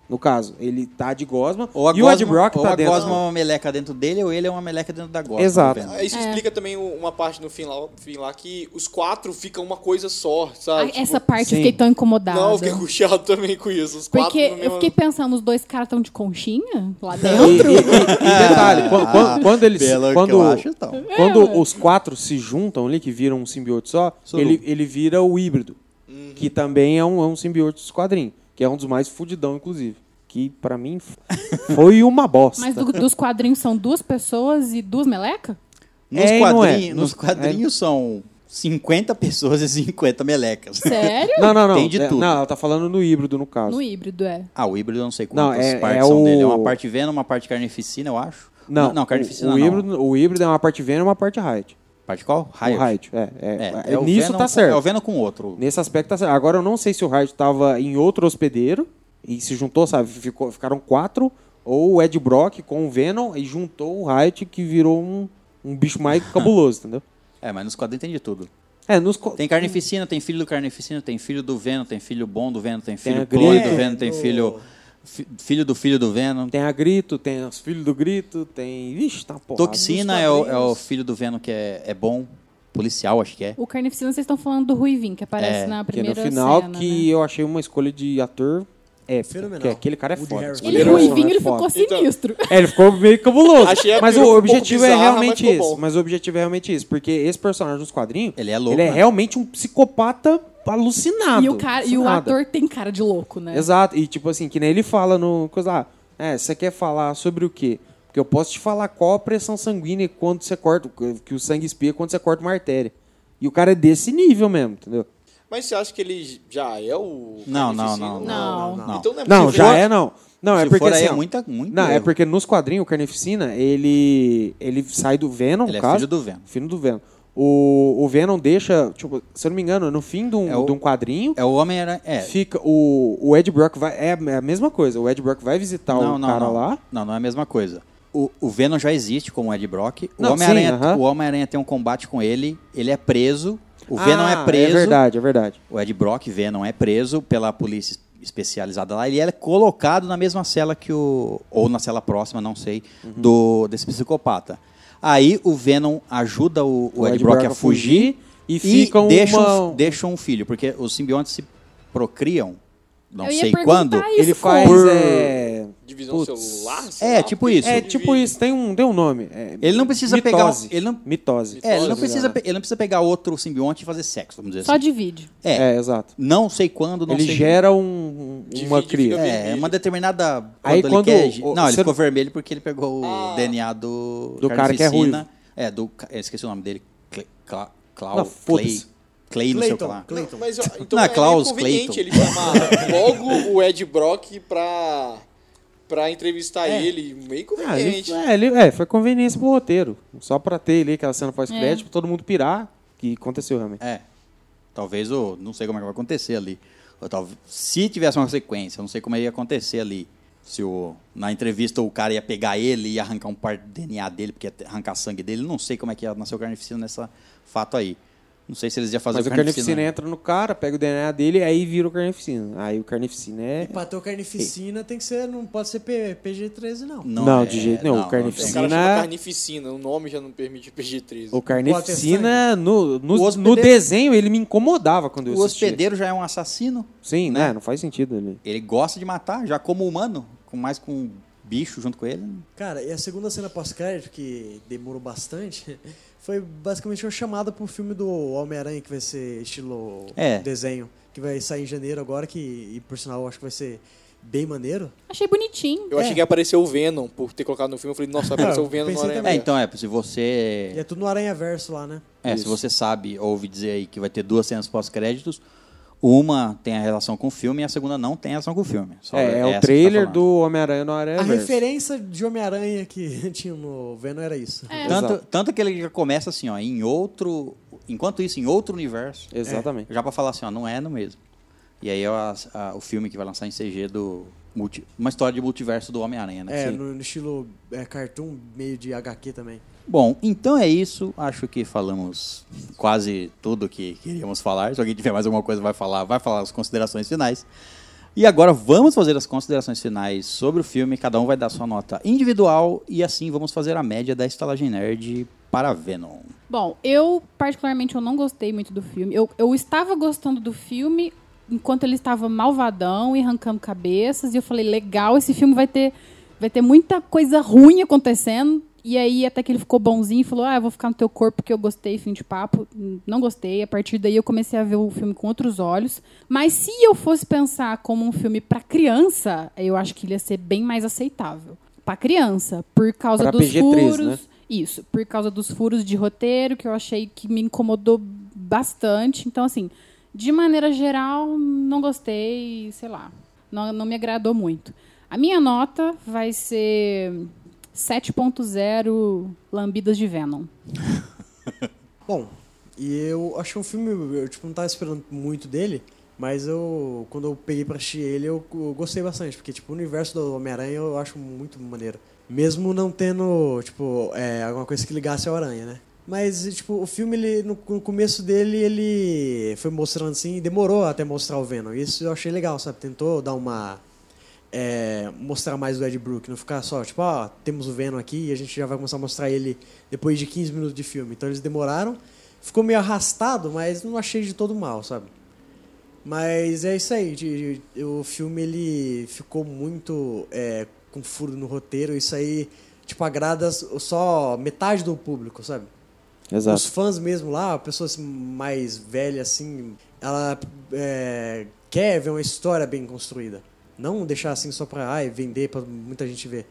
No caso, ele tá de gosma
Ou a
e
gosma,
o Ed Brock
ou
tá
a
dentro.
gosma é uma meleca dentro dele, ou ele é uma meleca dentro da gosma.
Exato.
tá vendo?
Ah,
É.
Isso explica também o- uma parte no fim lá, fim lá que os quatro ficam uma coisa só,
Ah,
sabe? Tipo,
Essa parte
sim.
eu fiquei tão incomodada.
Não, eu fiquei angustiado também com isso. Os quatro
Porque
no
eu
mesmo-
fiquei pensando, os dois caras estão de conchinha lá
E,
dentro?
e- e- e
Ah,
detalhe, quan- quan- quando eles.
Ah, Pelo
quando,
que eu acho, então.
quando os quatro se juntam ali, que viram um simbiote só,
Suru.
ele, ele vira o híbrido.
Uhum.
Que também é um, é um simbiote dos quadrinhos. Que é um dos mais fudidão, inclusive. Que pra mim f- foi uma bosta.
Mas do- dos quadrinhos são duas pessoas e duas meleca?
Nos,
É e não é.
quadrinhos, nos
Nos-
quadrinhos são 50 pessoas e 50 melecas.
Sério?
Não, não, não.
Tem de
É,
tudo.
Não, ela tá falando no híbrido, no caso.
No híbrido, é.
Ah, o híbrido eu não sei
Não,
quantas
é-
partes
é
são
o-
dele. É uma parte Venom, uma parte carnificina, eu acho.
Não,
não
o-
carnificina
o,
não.
híbrido, o híbrido é uma parte Venom e uma parte Riot.
Parte qual?
O
Riot.
Riot, é. é,
É, é o
nisso
Venom
tá
com-
certo.
É o Venom com outro.
Nesse aspecto tá certo. Agora eu não sei se o Riot tava em outro hospedeiro e se juntou, sabe? Ficou- ficaram quatro, ou o Ed Brock com o Venom e juntou o Riot que virou um, um bicho mais cabuloso, entendeu?
É, mas nos quadrinhos tem de tudo.
É, nos co-
Tem carnificina, tem filho do carnificina, tem filho do Venom, tem filho bom do Venom, tem filho
a
clone
grito.
do Venom, tem filho fi- filho do filho do Venom.
tem a grito, tem os filhos do grito, tem. Ixi, tá uma porrada.
Toxina é o, é o filho do Venom que é, é bom, policial acho que é.
O Carnificina, vocês estão falando do Ruivin, que aparece
É,
na
Que é no
primeira
final
cena,
que
né?
eu achei uma escolha de ator épica.
Fenomenal.
Porque aquele cara é
Woody
foda.
Harrelson.
Ele
Escolheram um
ruivinho,
cara
ele
foda.
ficou assim. sinistro.
É, ele ficou meio cabuloso.
Achei a
mas o
peruca um
objetivo
pouco
é
bizarra, mas
realmente
ficou
esse.
bom.
Mas o objetivo é realmente esse. Porque esse personagem nos quadrinhos,
Ele é louco,
Ele é
né?
realmente um psicopata alucinado.
E o, cara, e o
alucinado.
ator tem cara de louco, né?
Exato. E tipo assim, que nem ele fala no coisa lá. É, você quer falar sobre o quê? Porque eu posso te falar qual a pressão sanguínea quando você corta, que o sangue espia quando você corta uma artéria. E o cara é desse nível mesmo, entendeu?
Mas você acha que ele já é o.
Não, não,
Carnificina?
não,
não,
não.
Então não é
Não,
possível.
já é não. Não,
Se
é porque
for aí
assim,
é
ó,
muita- muito
Não, é
erro.
porque nos quadrinhos o Carnificina, ele ele sai do Venom,
Ele
no
é
caso.
filho do Venom.
Filho do Venom. O, o Venom deixa, tipo, se eu não me engano, no fim de um,
É o-
de um quadrinho,
É o Homem-Aranha. É.
fica o, o Ed Brock vai é a mesma coisa. O Ed Brock vai visitar tá o cara
não.
lá.
Não, não é a mesma coisa. O, o Venom já existe como Ed Brock. O
Não,
Homem-Aranha
sim, aham.
o Homem-Aranha tem um combate com ele, ele é preso. O
Ah,
Venom é preso.
É verdade, é verdade.
O Ed Brock, Venom, é preso pela polícia es- especializada lá. Ele é colocado na mesma cela que o. Ou na cela próxima, não sei.
Uhum.
do Desse psicopata. Aí o Venom ajuda o, o Ed, Brock, a fugir.
e fica uma-
deixa, um, deixa um filho, porque os simbiontes se procriam, não
Eu ia
sei
perguntar
quando.
isso.
Ele faz
Por-
é,
Divisão
Putz.
celular? sei
É,
lá,
tipo
porque
isso.
é
divide-
tipo isso, tem um, tem um nome. é
Ele não precisa
mitose,
pegar. Ele não,
mitose.
é, ele não
Mitose,
precisa, pe- ele não precisa pegar outro simbionte e fazer sexo, vamos dizer
Só
assim.
divide.
É,
É, exato.
não sei quando, não
Ele
sei.
gera um, uma
Divide,
cria.
fica
É, uma determinada. Quando
Aí
ele
quando
quer-
o-
não, ele
você-
ficou vermelho porque ele pegou o DNA do.
Do cara que é
Carnificina. É, do. ca- Eu esqueci o nome dele. Cle- Cla- Clau.
Não,
Clay.
foda-se.
Clay, não sei o que
Clayton,
lá.
Clayton.
Mas, ó, então
Não,
é
Klaus,
inconveniente
Clayton.
ele chamar logo o Ed Brock pra, pra entrevistar ele. Meio
Ah, ele-
conveniente.
é, ele- é, foi conveniência pro roteiro. Só pra ter ali aquela cena pós-crédito, pra todo mundo pirar, que aconteceu realmente.
É. Talvez o. Não sei como é que vai acontecer ali. Ou talvez, se tivesse uma sequência, eu não sei como ia acontecer ali. Se o, na entrevista o cara ia pegar ele e arrancar um par de DNA dele, porque ia te- arrancar sangue dele, não sei como é que ia nascer o carnificina nessa fato aí. Não sei se eles iam fazer né?
Mas o carnificina entra no cara, pega o DNA dele, aí vira o carnificina. Aí o carnificina é.
Pra ter o carnificina tem que ser, não pode ser P- PG-13 não.
Não,
Não, de
é-
jeito nenhum.
não,
O
não
O
carnificina-
cara chama
Sim, né?
carnificina, o nome já não permite PG-13.
O carnificina, no, no,
O
no
hospedeiro-
desenho, ele me incomodava quando eu
tem. O
assistia.
hospedeiro já é um assassino.
Sim, né? Não faz sentido ele.
Ele gosta de matar, já como humano, com mais com um bicho junto com ele.
Cara, e a segunda cena pós-crédito, que demorou bastante, foi basicamente uma chamada pro filme do Homem-Aranha, que vai ser estilo
É.
desenho, que vai sair em janeiro agora, que, e por sinal, eu acho que vai ser bem maneiro.
Achei bonitinho.
Eu achei que apareceu o Venom, por ter colocado no filme. Eu falei, nossa, apareceu
É,
o Venom no
pensei
Aranha.
É,
também.
Verso.
então é, se
E é
você.
tudo no Aranha Verso lá, né?
É, se você sabe, ouve dizer aí que vai ter duas cenas pós-créditos. Uma tem a relação com o filme e a segunda não tem relação com o filme. Só
É, é
essa que
o
tá
trailer
falando.
do Homem-Aranha no Aranha.
A referência de Homem-Aranha que tinha no Venom era isso.
Tanto,
Exato.
tanto que ele já começa assim, ó, em outro. Enquanto isso, em outro universo.
Exatamente.
Já pra falar assim, ó, não é no mesmo. E aí é a- a- o filme que vai lançar em CG do. multi- uma história de multiverso do Homem-Aranha, né?
É,
Sim.
no, no estilo é, cartoon, meio de HQ também.
Bom, então é isso. Acho que falamos quase tudo que queríamos falar. Se alguém tiver mais alguma coisa, vai falar, vai falar as considerações finais. E agora vamos fazer as considerações finais sobre o filme. Cada um vai dar sua nota individual e assim vamos fazer a média da estalagem nerd para Venom.
Bom, eu particularmente eu não gostei muito do filme. Eu, eu estava gostando do filme enquanto ele estava malvadão e arrancando cabeças. E eu falei, legal, esse filme vai ter, vai ter muita coisa ruim acontecendo. E aí até que ele ficou bonzinho e falou, ah, eu vou ficar no teu corpo porque eu gostei, fim de papo. Hum, Não gostei. A partir daí eu comecei a ver o filme com outros olhos. Mas se eu fosse pensar como um filme para criança, eu acho que ele ia ser bem mais aceitável. Pra criança, por causa
Pra
dos
PG-13,
furos.
né?
Isso, por causa dos furos de roteiro, que eu achei que me incomodou bastante. Então, assim, de maneira geral, não gostei, sei lá. Não, não me agradou muito. A minha nota vai ser 7.0 lambidas de Venom.
Bom, e eu achei um filme, eu tipo, não tava esperando muito dele, mas eu, quando eu peguei pra assistir ele, eu, eu gostei bastante, porque tipo, o universo do Homem-Aranha eu acho muito maneiro. Mesmo não tendo, tipo, é, alguma coisa que ligasse ao Aranha, né? Mas, e, tipo, o filme, ele, no, no começo dele, ele foi mostrando assim, e demorou até mostrar o Venom. Isso eu achei legal, sabe? Tentou dar uma. é, mostrar mais do Ed Brook, não ficar só, tipo, ó, temos o Venom aqui e a gente já vai começar a mostrar ele depois de 15 minutos de filme. Então eles demoraram. Ficou meio arrastado, mas não achei de todo mal, sabe? Mas é isso aí. de- de- o filme ele ficou muito é, com furo no roteiro. Isso aí, tipo, agrada s- só metade do público, sabe? Os
Exato.
fãs mesmo lá, pessoas mais velhas assim, ela é, quer ver uma história bem construída. Não deixar assim só pra ai, vender pra muita gente ver.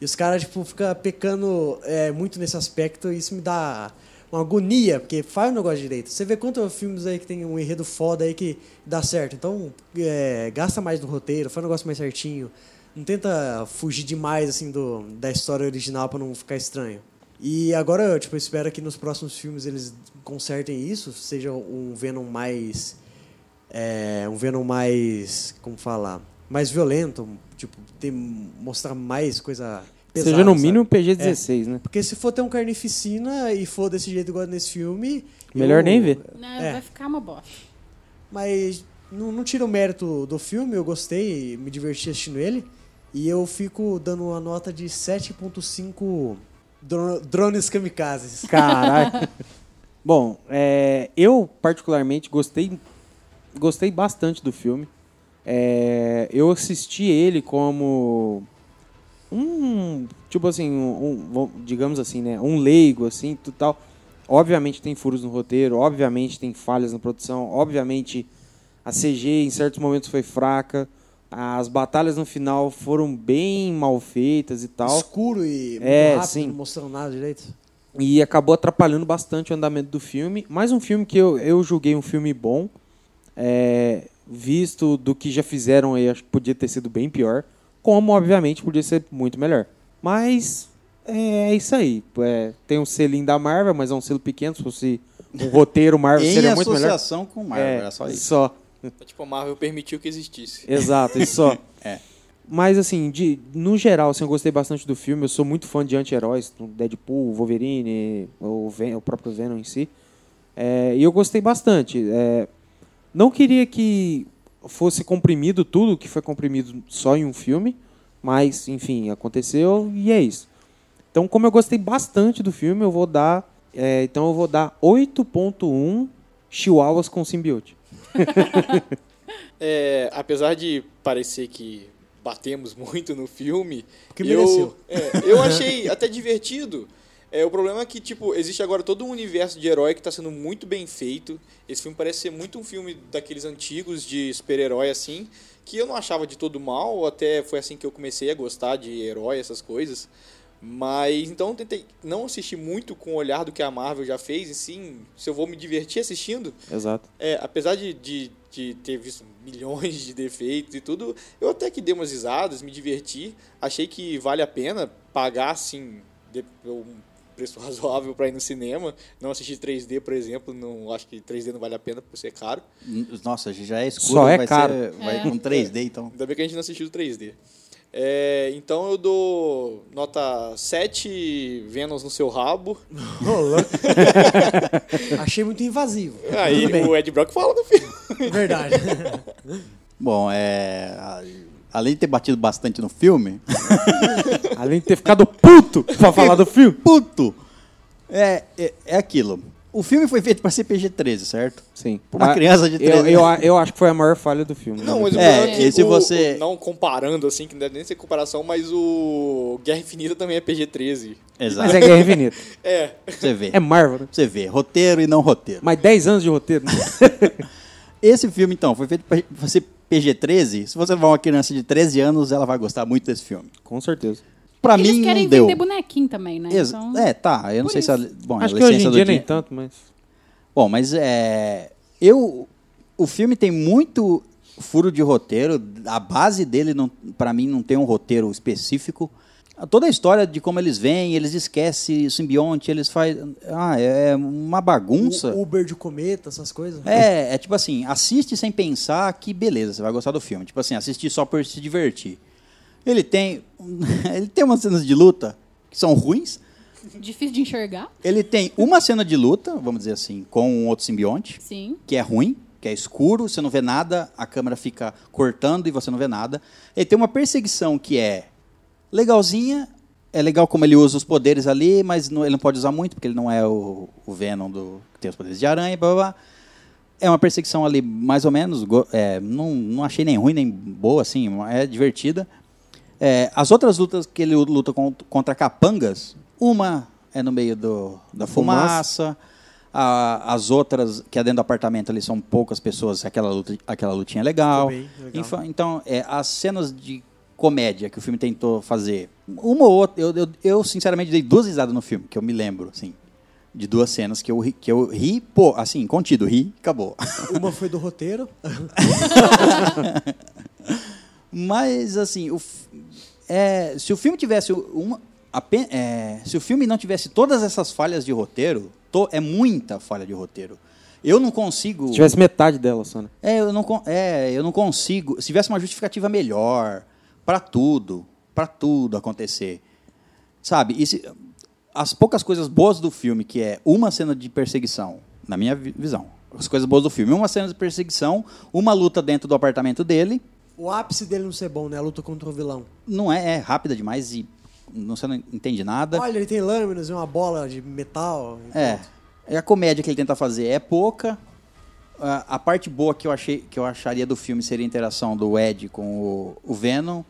E os caras, tipo, ficam pecando é, muito nesse aspecto e isso me dá uma agonia, porque faz o negócio direito. Você vê quantos filmes aí que tem um enredo foda aí que dá certo. Então, é, gasta mais no roteiro, faz o negócio mais certinho. Não tenta fugir demais, assim, do, da história original pra não ficar estranho. E agora, eu, tipo, espero que nos próximos filmes eles consertem isso, seja um Venom mais é, um Venom mais, como falar, mais violento, tipo, tem mostrar mais coisa
é
pesada.
Seja no
sabe?
mínimo PG-16, né?
Porque se for ter um carnificina e for desse jeito igual nesse filme,
Melhor nem ver.
Não,
É.
Vai ficar uma bosta.
mas não, não tira o mérito do filme, eu gostei, me diverti assistindo ele. E eu fico dando uma nota de 7.5 dro- drones kamikazes.
Caraca. Bom, é, eu particularmente gostei, gostei bastante do filme. É, eu assisti ele como um tipo assim, um, um- digamos assim, né, um leigo assim, tu- tal. Obviamente tem furos no roteiro, obviamente tem falhas na produção, obviamente a CG em certos momentos foi fraca, as batalhas no final foram bem mal feitas e tal.
escuro e muito
É,
rápido,
sim.
não mostrando nada direito.
e acabou atrapalhando bastante o andamento do filme. Mais um filme que eu, eu julguei um filme bom, é, visto do que já fizeram aí, acho que podia ter sido bem pior, como obviamente podia ser muito melhor. Mas é isso aí. É, tem um selinho da Marvel, mas é um selo pequeno, se fosse um roteiro Marvel
Em
seria muito melhor.
associação com Marvel,
É,
era só isso.
Só,
Tipo, a Marvel permitiu que existisse.
exato, isso só.
É.
Mas assim, de, no geral, assim, eu gostei bastante do filme. Eu sou muito fã de anti-heróis, do Deadpool, Wolverine, o, Ven- o próprio Venom em si. É, e eu gostei bastante. É, não queria que fosse comprimido tudo que foi comprimido só em um filme, mas enfim, aconteceu e é isso. Então, como eu gostei bastante do filme, eu vou dar, é, então eu vou dar 8.1 chihuahuas com simbiote.
É, apesar de parecer que batemos muito no filme,
Porque
eu,
mereceu.
é, eu achei até divertido. É, o problema é que, tipo, existe agora todo um universo de herói que tá sendo muito bem feito. Esse filme parece ser muito um filme daqueles antigos de super-herói, assim, que eu não achava de todo mal, até foi assim que eu comecei a gostar de herói, essas coisas. Mas, então, eu tentei não assistir muito com o olhar do que a Marvel já fez, e sim, se eu vou me divertir assistindo,
Exato.
é, apesar de, de, de ter visto milhões de defeitos e tudo, eu até que dei umas risadas, me diverti. Achei que vale a pena pagar, assim, de- um preço razoável para ir no cinema. Não assistir 3D, por exemplo, não acho que 3D não vale a pena por ser caro.
Nossa, já é escuro,
Só é
vai
caro. É.
ser- vai com 3D, então.
Ainda bem que a gente não assistiu 3D. É, então eu dou nota 7 Venoms no seu rabo.
Achei muito invasivo.
Aí
Tudo bem.
o Ed Brock fala no filme.
Verdade.
Bom, é. a- Além de ter batido bastante no filme,
Além de ter ficado puto pra falar do filme.
puto! É, é, é aquilo. O filme foi feito pra ser PG-13, certo?
Sim.
Pra uma
Ah,
criança de
eu,
13
eu, a- eu acho que foi a maior falha do filme.
Não, mas o
É,
problema é que
esse
o-
você-
o- não comparando, assim, que não deve nem ser comparação, mas o Guerra Infinita também é PG-13.
Mas
Exato.
é Guerra Infinita.
É,
Você vê.
É Marvel, né?
Você vê, roteiro e não roteiro.
Mas 10 anos de roteiro. né?
Esse filme, então, foi feito pra pra ser PG-13. Se você levar uma criança de 13 anos, ela vai gostar muito desse filme.
Com certeza.
Pra
Eles
mim,
querem
não deu.
vender bonequinho também, né?
Exa-
Então,
É, tá. Eu não
por
sei se a,
isso.
bom,
acho
a
que hoje
licença
em
do
dia
dia.
nem tanto, mas...
Bom, mas é. Eu. O filme tem muito furo de roteiro. A base dele, não, pra mim, não tem um roteiro específico. Toda a história de como eles vêm, eles esquecem o simbionte, eles fazem. Ah, é é uma bagunça.
O Uber de cometa, essas coisas.
É, é tipo assim, assiste sem pensar que beleza, você vai gostar do filme. Tipo assim, assistir só por se divertir. Ele tem. Ele tem umas cenas de luta que são ruins.
Difícil de enxergar?
Ele tem uma cena de luta, vamos dizer assim, com um outro simbionte,
Sim.
que é ruim, que é escuro, você não vê nada, a câmera fica cortando e você não vê nada. Ele tem uma perseguição que é legalzinha. É legal como ele usa os poderes ali, mas não- ele não pode usar muito, porque ele não é o, o Venom do, que tem os poderes de aranha, blá blá blá. É uma perseguição ali, mais ou menos. go- é, não, não achei nem ruim, nem boa, assim. É divertida. É, as outras lutas que ele luta con- contra capangas, uma é no meio do, da fumaça. a- as outras que é dentro do apartamento ali são poucas pessoas. Aquela, luta, aquela lutinha é legal.
Ficou bem, legal.
Infa- Então, é, as cenas de comédia que o filme tentou fazer, uma ou outra, eu, eu, eu, sinceramente dei duas risadas no filme, que eu me lembro, assim. De duas cenas que eu ri, que eu ri pô, assim, contido, ri, acabou.
Uma foi do roteiro.
Mas assim, o f- é, se o filme tivesse uma apen- é, se o filme não tivesse todas essas falhas de roteiro, to- é muita falha de roteiro. Eu não consigo.
Se tivesse metade dela só, né?
É, eu não, con- é, eu não consigo. Se tivesse uma justificativa melhor pra tudo, pra tudo acontecer, sabe? E se- as poucas coisas boas do filme, que é uma cena de perseguição, na minha vi- visão, as coisas boas do filme, uma cena de perseguição, uma luta dentro do apartamento dele,
O ápice dele não ser bom, né? A luta contra o vilão.
não é, é rápida demais e não, você não entende nada.
Olha, ele tem lâminas e uma bola de metal.
É. E A comédia que ele tenta fazer é pouca. A, a parte boa que eu, achei, que eu acharia do filme seria a interação do Ed com o, o Venom,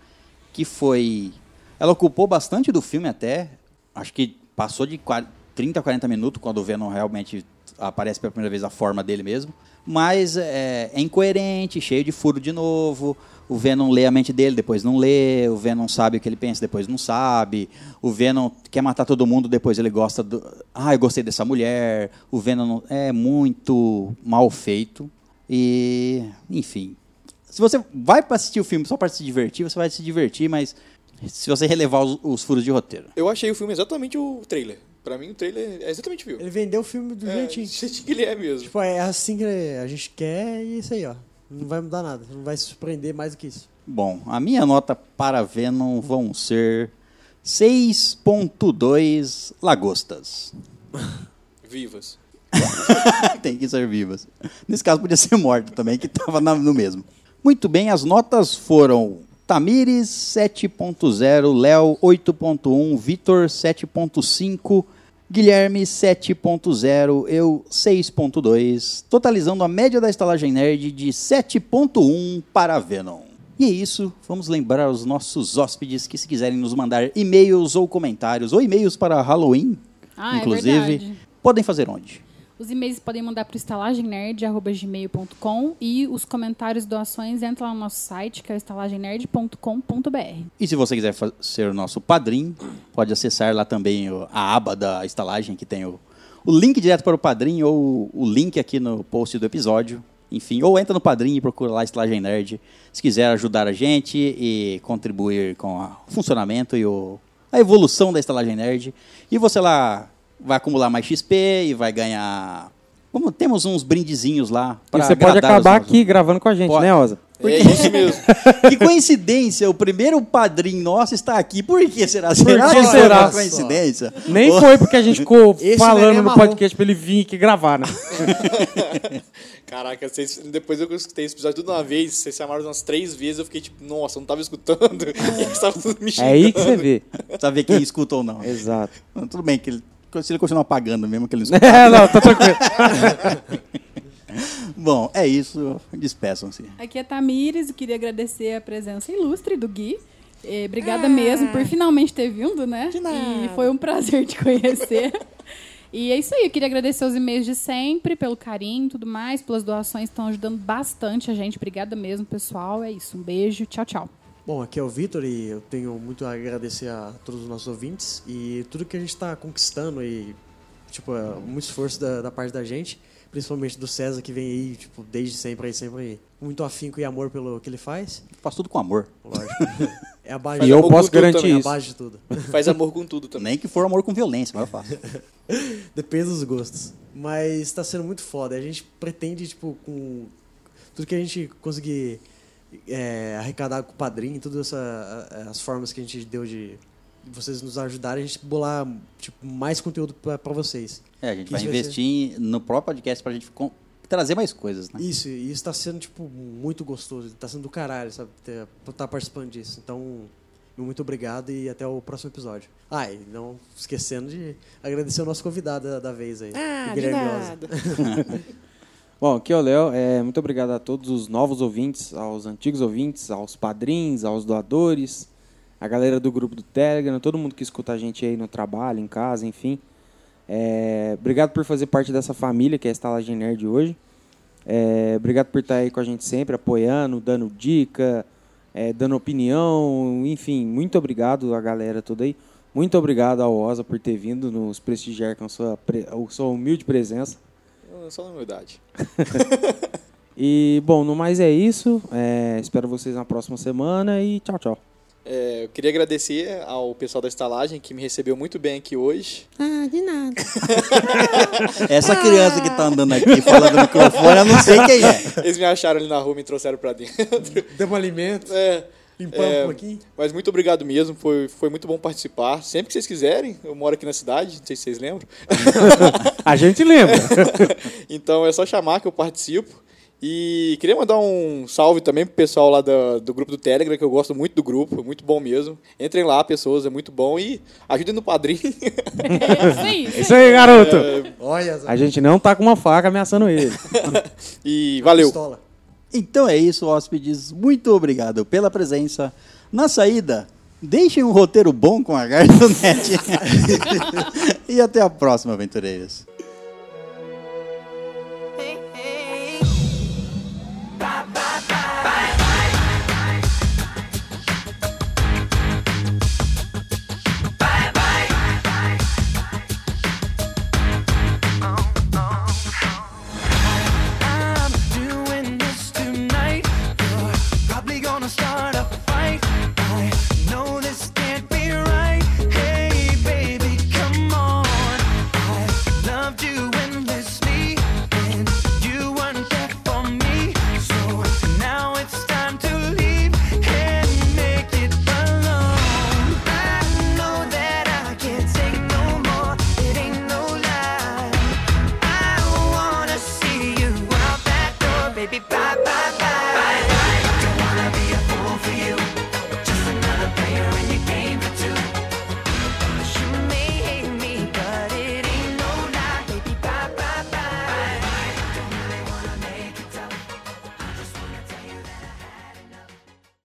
que foi. Ela ocupou bastante do filme até. Acho que passou de 40, 30 a 40 minutos quando o Venom realmente aparece pela primeira vez a forma dele mesmo. Mas é, é incoerente, cheio de furo de novo. O Venom lê a mente dele, depois não lê. O Venom sabe o que ele pensa, depois não sabe. O Venom quer matar todo mundo, depois ele gosta do. Ah, eu gostei dessa mulher. O Venom não- é muito mal feito. E. Enfim. Se você vai pra assistir o filme só pra se divertir, você vai se divertir, mas se você relevar os, os furos de roteiro.
Eu achei o filme exatamente o trailer. Pra mim, o trailer é exatamente o filme.
Ele vendeu o filme do
É,
jeitinho.
gente que ele é mesmo.
Tipo, é assim que a gente quer e é isso aí, ó. Não vai mudar nada. Não vai se surpreender mais do que isso.
Bom, a minha nota para Venom vão ser 6.2 lagostas.
Vivas.
Tem que ser vivas. Nesse caso podia ser morta também, que estava no mesmo. Muito bem, as notas foram Tamires 7.0, Léo 8.1, Vitor 7.5, Guilherme 7.0, eu 6.2, totalizando a média da estalagem nerd de 7.1 para Venom. E é isso, vamos lembrar os nossos hóspedes que se quiserem nos mandar e-mails ou comentários, ou e-mails para Halloween,
Ah, é
inclusive,
verdade.
podem fazer onde?
Os e-mails podem mandar para estalagemnerd.gmail.com e os comentários e doações entram lá no nosso site, que é o estalagemnerd.com.br.
E se você quiser fa- ser o nosso padrinho, pode acessar lá também o- a aba da estalagem, que tem o, o link direto para o padrinho ou o link aqui no post do episódio. Enfim, ou entra no padrinho e procura lá Estalagem Nerd, se quiser ajudar a gente e contribuir com a- o funcionamento e o- a evolução da Estalagem Nerd. E você lá vai acumular mais XP e vai ganhar... Como temos uns brindezinhos lá.
E
pra
você pode
agradar os
acabar
nossos-
aqui gravando com a gente,
Pode.
né, Oza?
É isso mesmo.
que coincidência, o primeiro padrinho nosso está aqui. Por que será? Será
que
que foi
será?
uma coincidência?
Nem
Ou-
foi porque a gente ficou
Esse neném
falando no
amarrou.
podcast pra ele vir aqui gravar, né?
Caraca, vocês- depois eu escutei esse episódio tudo uma vez, vocês se amaram umas três vezes, eu fiquei tipo, nossa, eu não tava escutando. E eles estavam tudo me
É
xingando.
aí que você vê.
Pra ver quem escuta ou não.
Exato.
Tudo bem, que ele, se ele continuar pagando mesmo que ele não escuta.
É, não, tá tranquilo. Né?
Bom, é isso. Despeçam-se.
Aqui é Tamires, eu queria agradecer a presença ilustre do Gui. Eh, obrigada mesmo por finalmente ter vindo, né? De nada. E foi um prazer te conhecer. e é isso aí, eu queria agradecer os e-mails de sempre, pelo carinho e tudo mais, pelas doações estão ajudando bastante a gente. Obrigada mesmo, pessoal. É isso, um beijo, tchau, tchau.
Bom, aqui é o Vitor e eu tenho muito a agradecer a todos os nossos ouvintes e tudo que a gente está conquistando e, tipo, é muito esforço da, da parte da gente, principalmente do César que vem aí, tipo, desde sempre aí, sempre aí, com muito afinco e amor pelo que ele faz.
Faz tudo com amor.
Lógico. É a base,
Faz
E eu
amor com
posso
tudo
garantir
também,
é a
isso.
base de tudo.
Faz amor com tudo também.
Nem que for amor com violência, mas eu faço.
Depende dos gostos. Mas tá sendo muito foda. A gente pretende, tipo, com tudo que a gente conseguir é, arrecadar com o padrinho, todas essa- a- as formas que a gente deu de vocês nos ajudarem, a gente bolar tipo, mais conteúdo pra pra vocês.
É, a gente
Que
vai
isso vai
investir em- no próprio podcast pra gente con- trazer mais coisas, né?
Isso, e isso tá sendo, tipo, muito gostoso. Tá sendo do caralho, sabe? Ter, tá participando disso. Então, muito obrigado e até o próximo episódio. Ah, e não esquecendo de agradecer o nosso convidado da, da vez aí.
Ah,
o
de
Guilherme Osa.
nada.
Bom, aqui é o Léo. É, muito obrigado a todos os novos ouvintes, aos antigos ouvintes, aos padrinhos, aos doadores, a galera do grupo do Telegram, todo mundo que escuta a gente aí no trabalho, em casa, enfim. É, obrigado por fazer parte dessa família que é a Estalagem Nerd hoje. É, obrigado por estar aí com a gente sempre, apoiando, dando dica, é, dando opinião, enfim. Muito obrigado a galera toda aí. Muito obrigado ao Osa por ter vindo nos prestigiar com a sua, pre- a sua humilde presença.
Ah, Só na humildade.
E, bom, no mais é isso. É, espero vocês na próxima semana e tchau, tchau.
É, eu queria agradecer ao pessoal da estalagem que me recebeu muito bem aqui hoje.
Essa criança que tá andando aqui falando no microfone, eu não sei quem é.
Eles me acharam ali na rua e me trouxeram pra dentro.
Demos alimento,
É,
limpamos
É,
um pouquinho.
mas muito obrigado mesmo, foi, foi muito bom participar. Sempre que vocês quiserem, eu moro aqui na cidade, não sei se vocês lembram.
A gente lembra.
Então é só chamar que eu participo. E queria mandar um salve também pro pessoal lá da- do, grupo do Telegram, que eu gosto muito do grupo, é muito bom mesmo. Entrem lá, pessoas, é muito bom. E ajudem no padrinho.
É isso aí.
Isso aí, garoto.
Olha,
A gente não tá com uma faca ameaçando ele.
e valeu.
pistola.
Então é isso, hóspedes. Muito obrigado pela presença. Na saída, deixem um roteiro bom com a Gartonete. e até a próxima, aventureiros.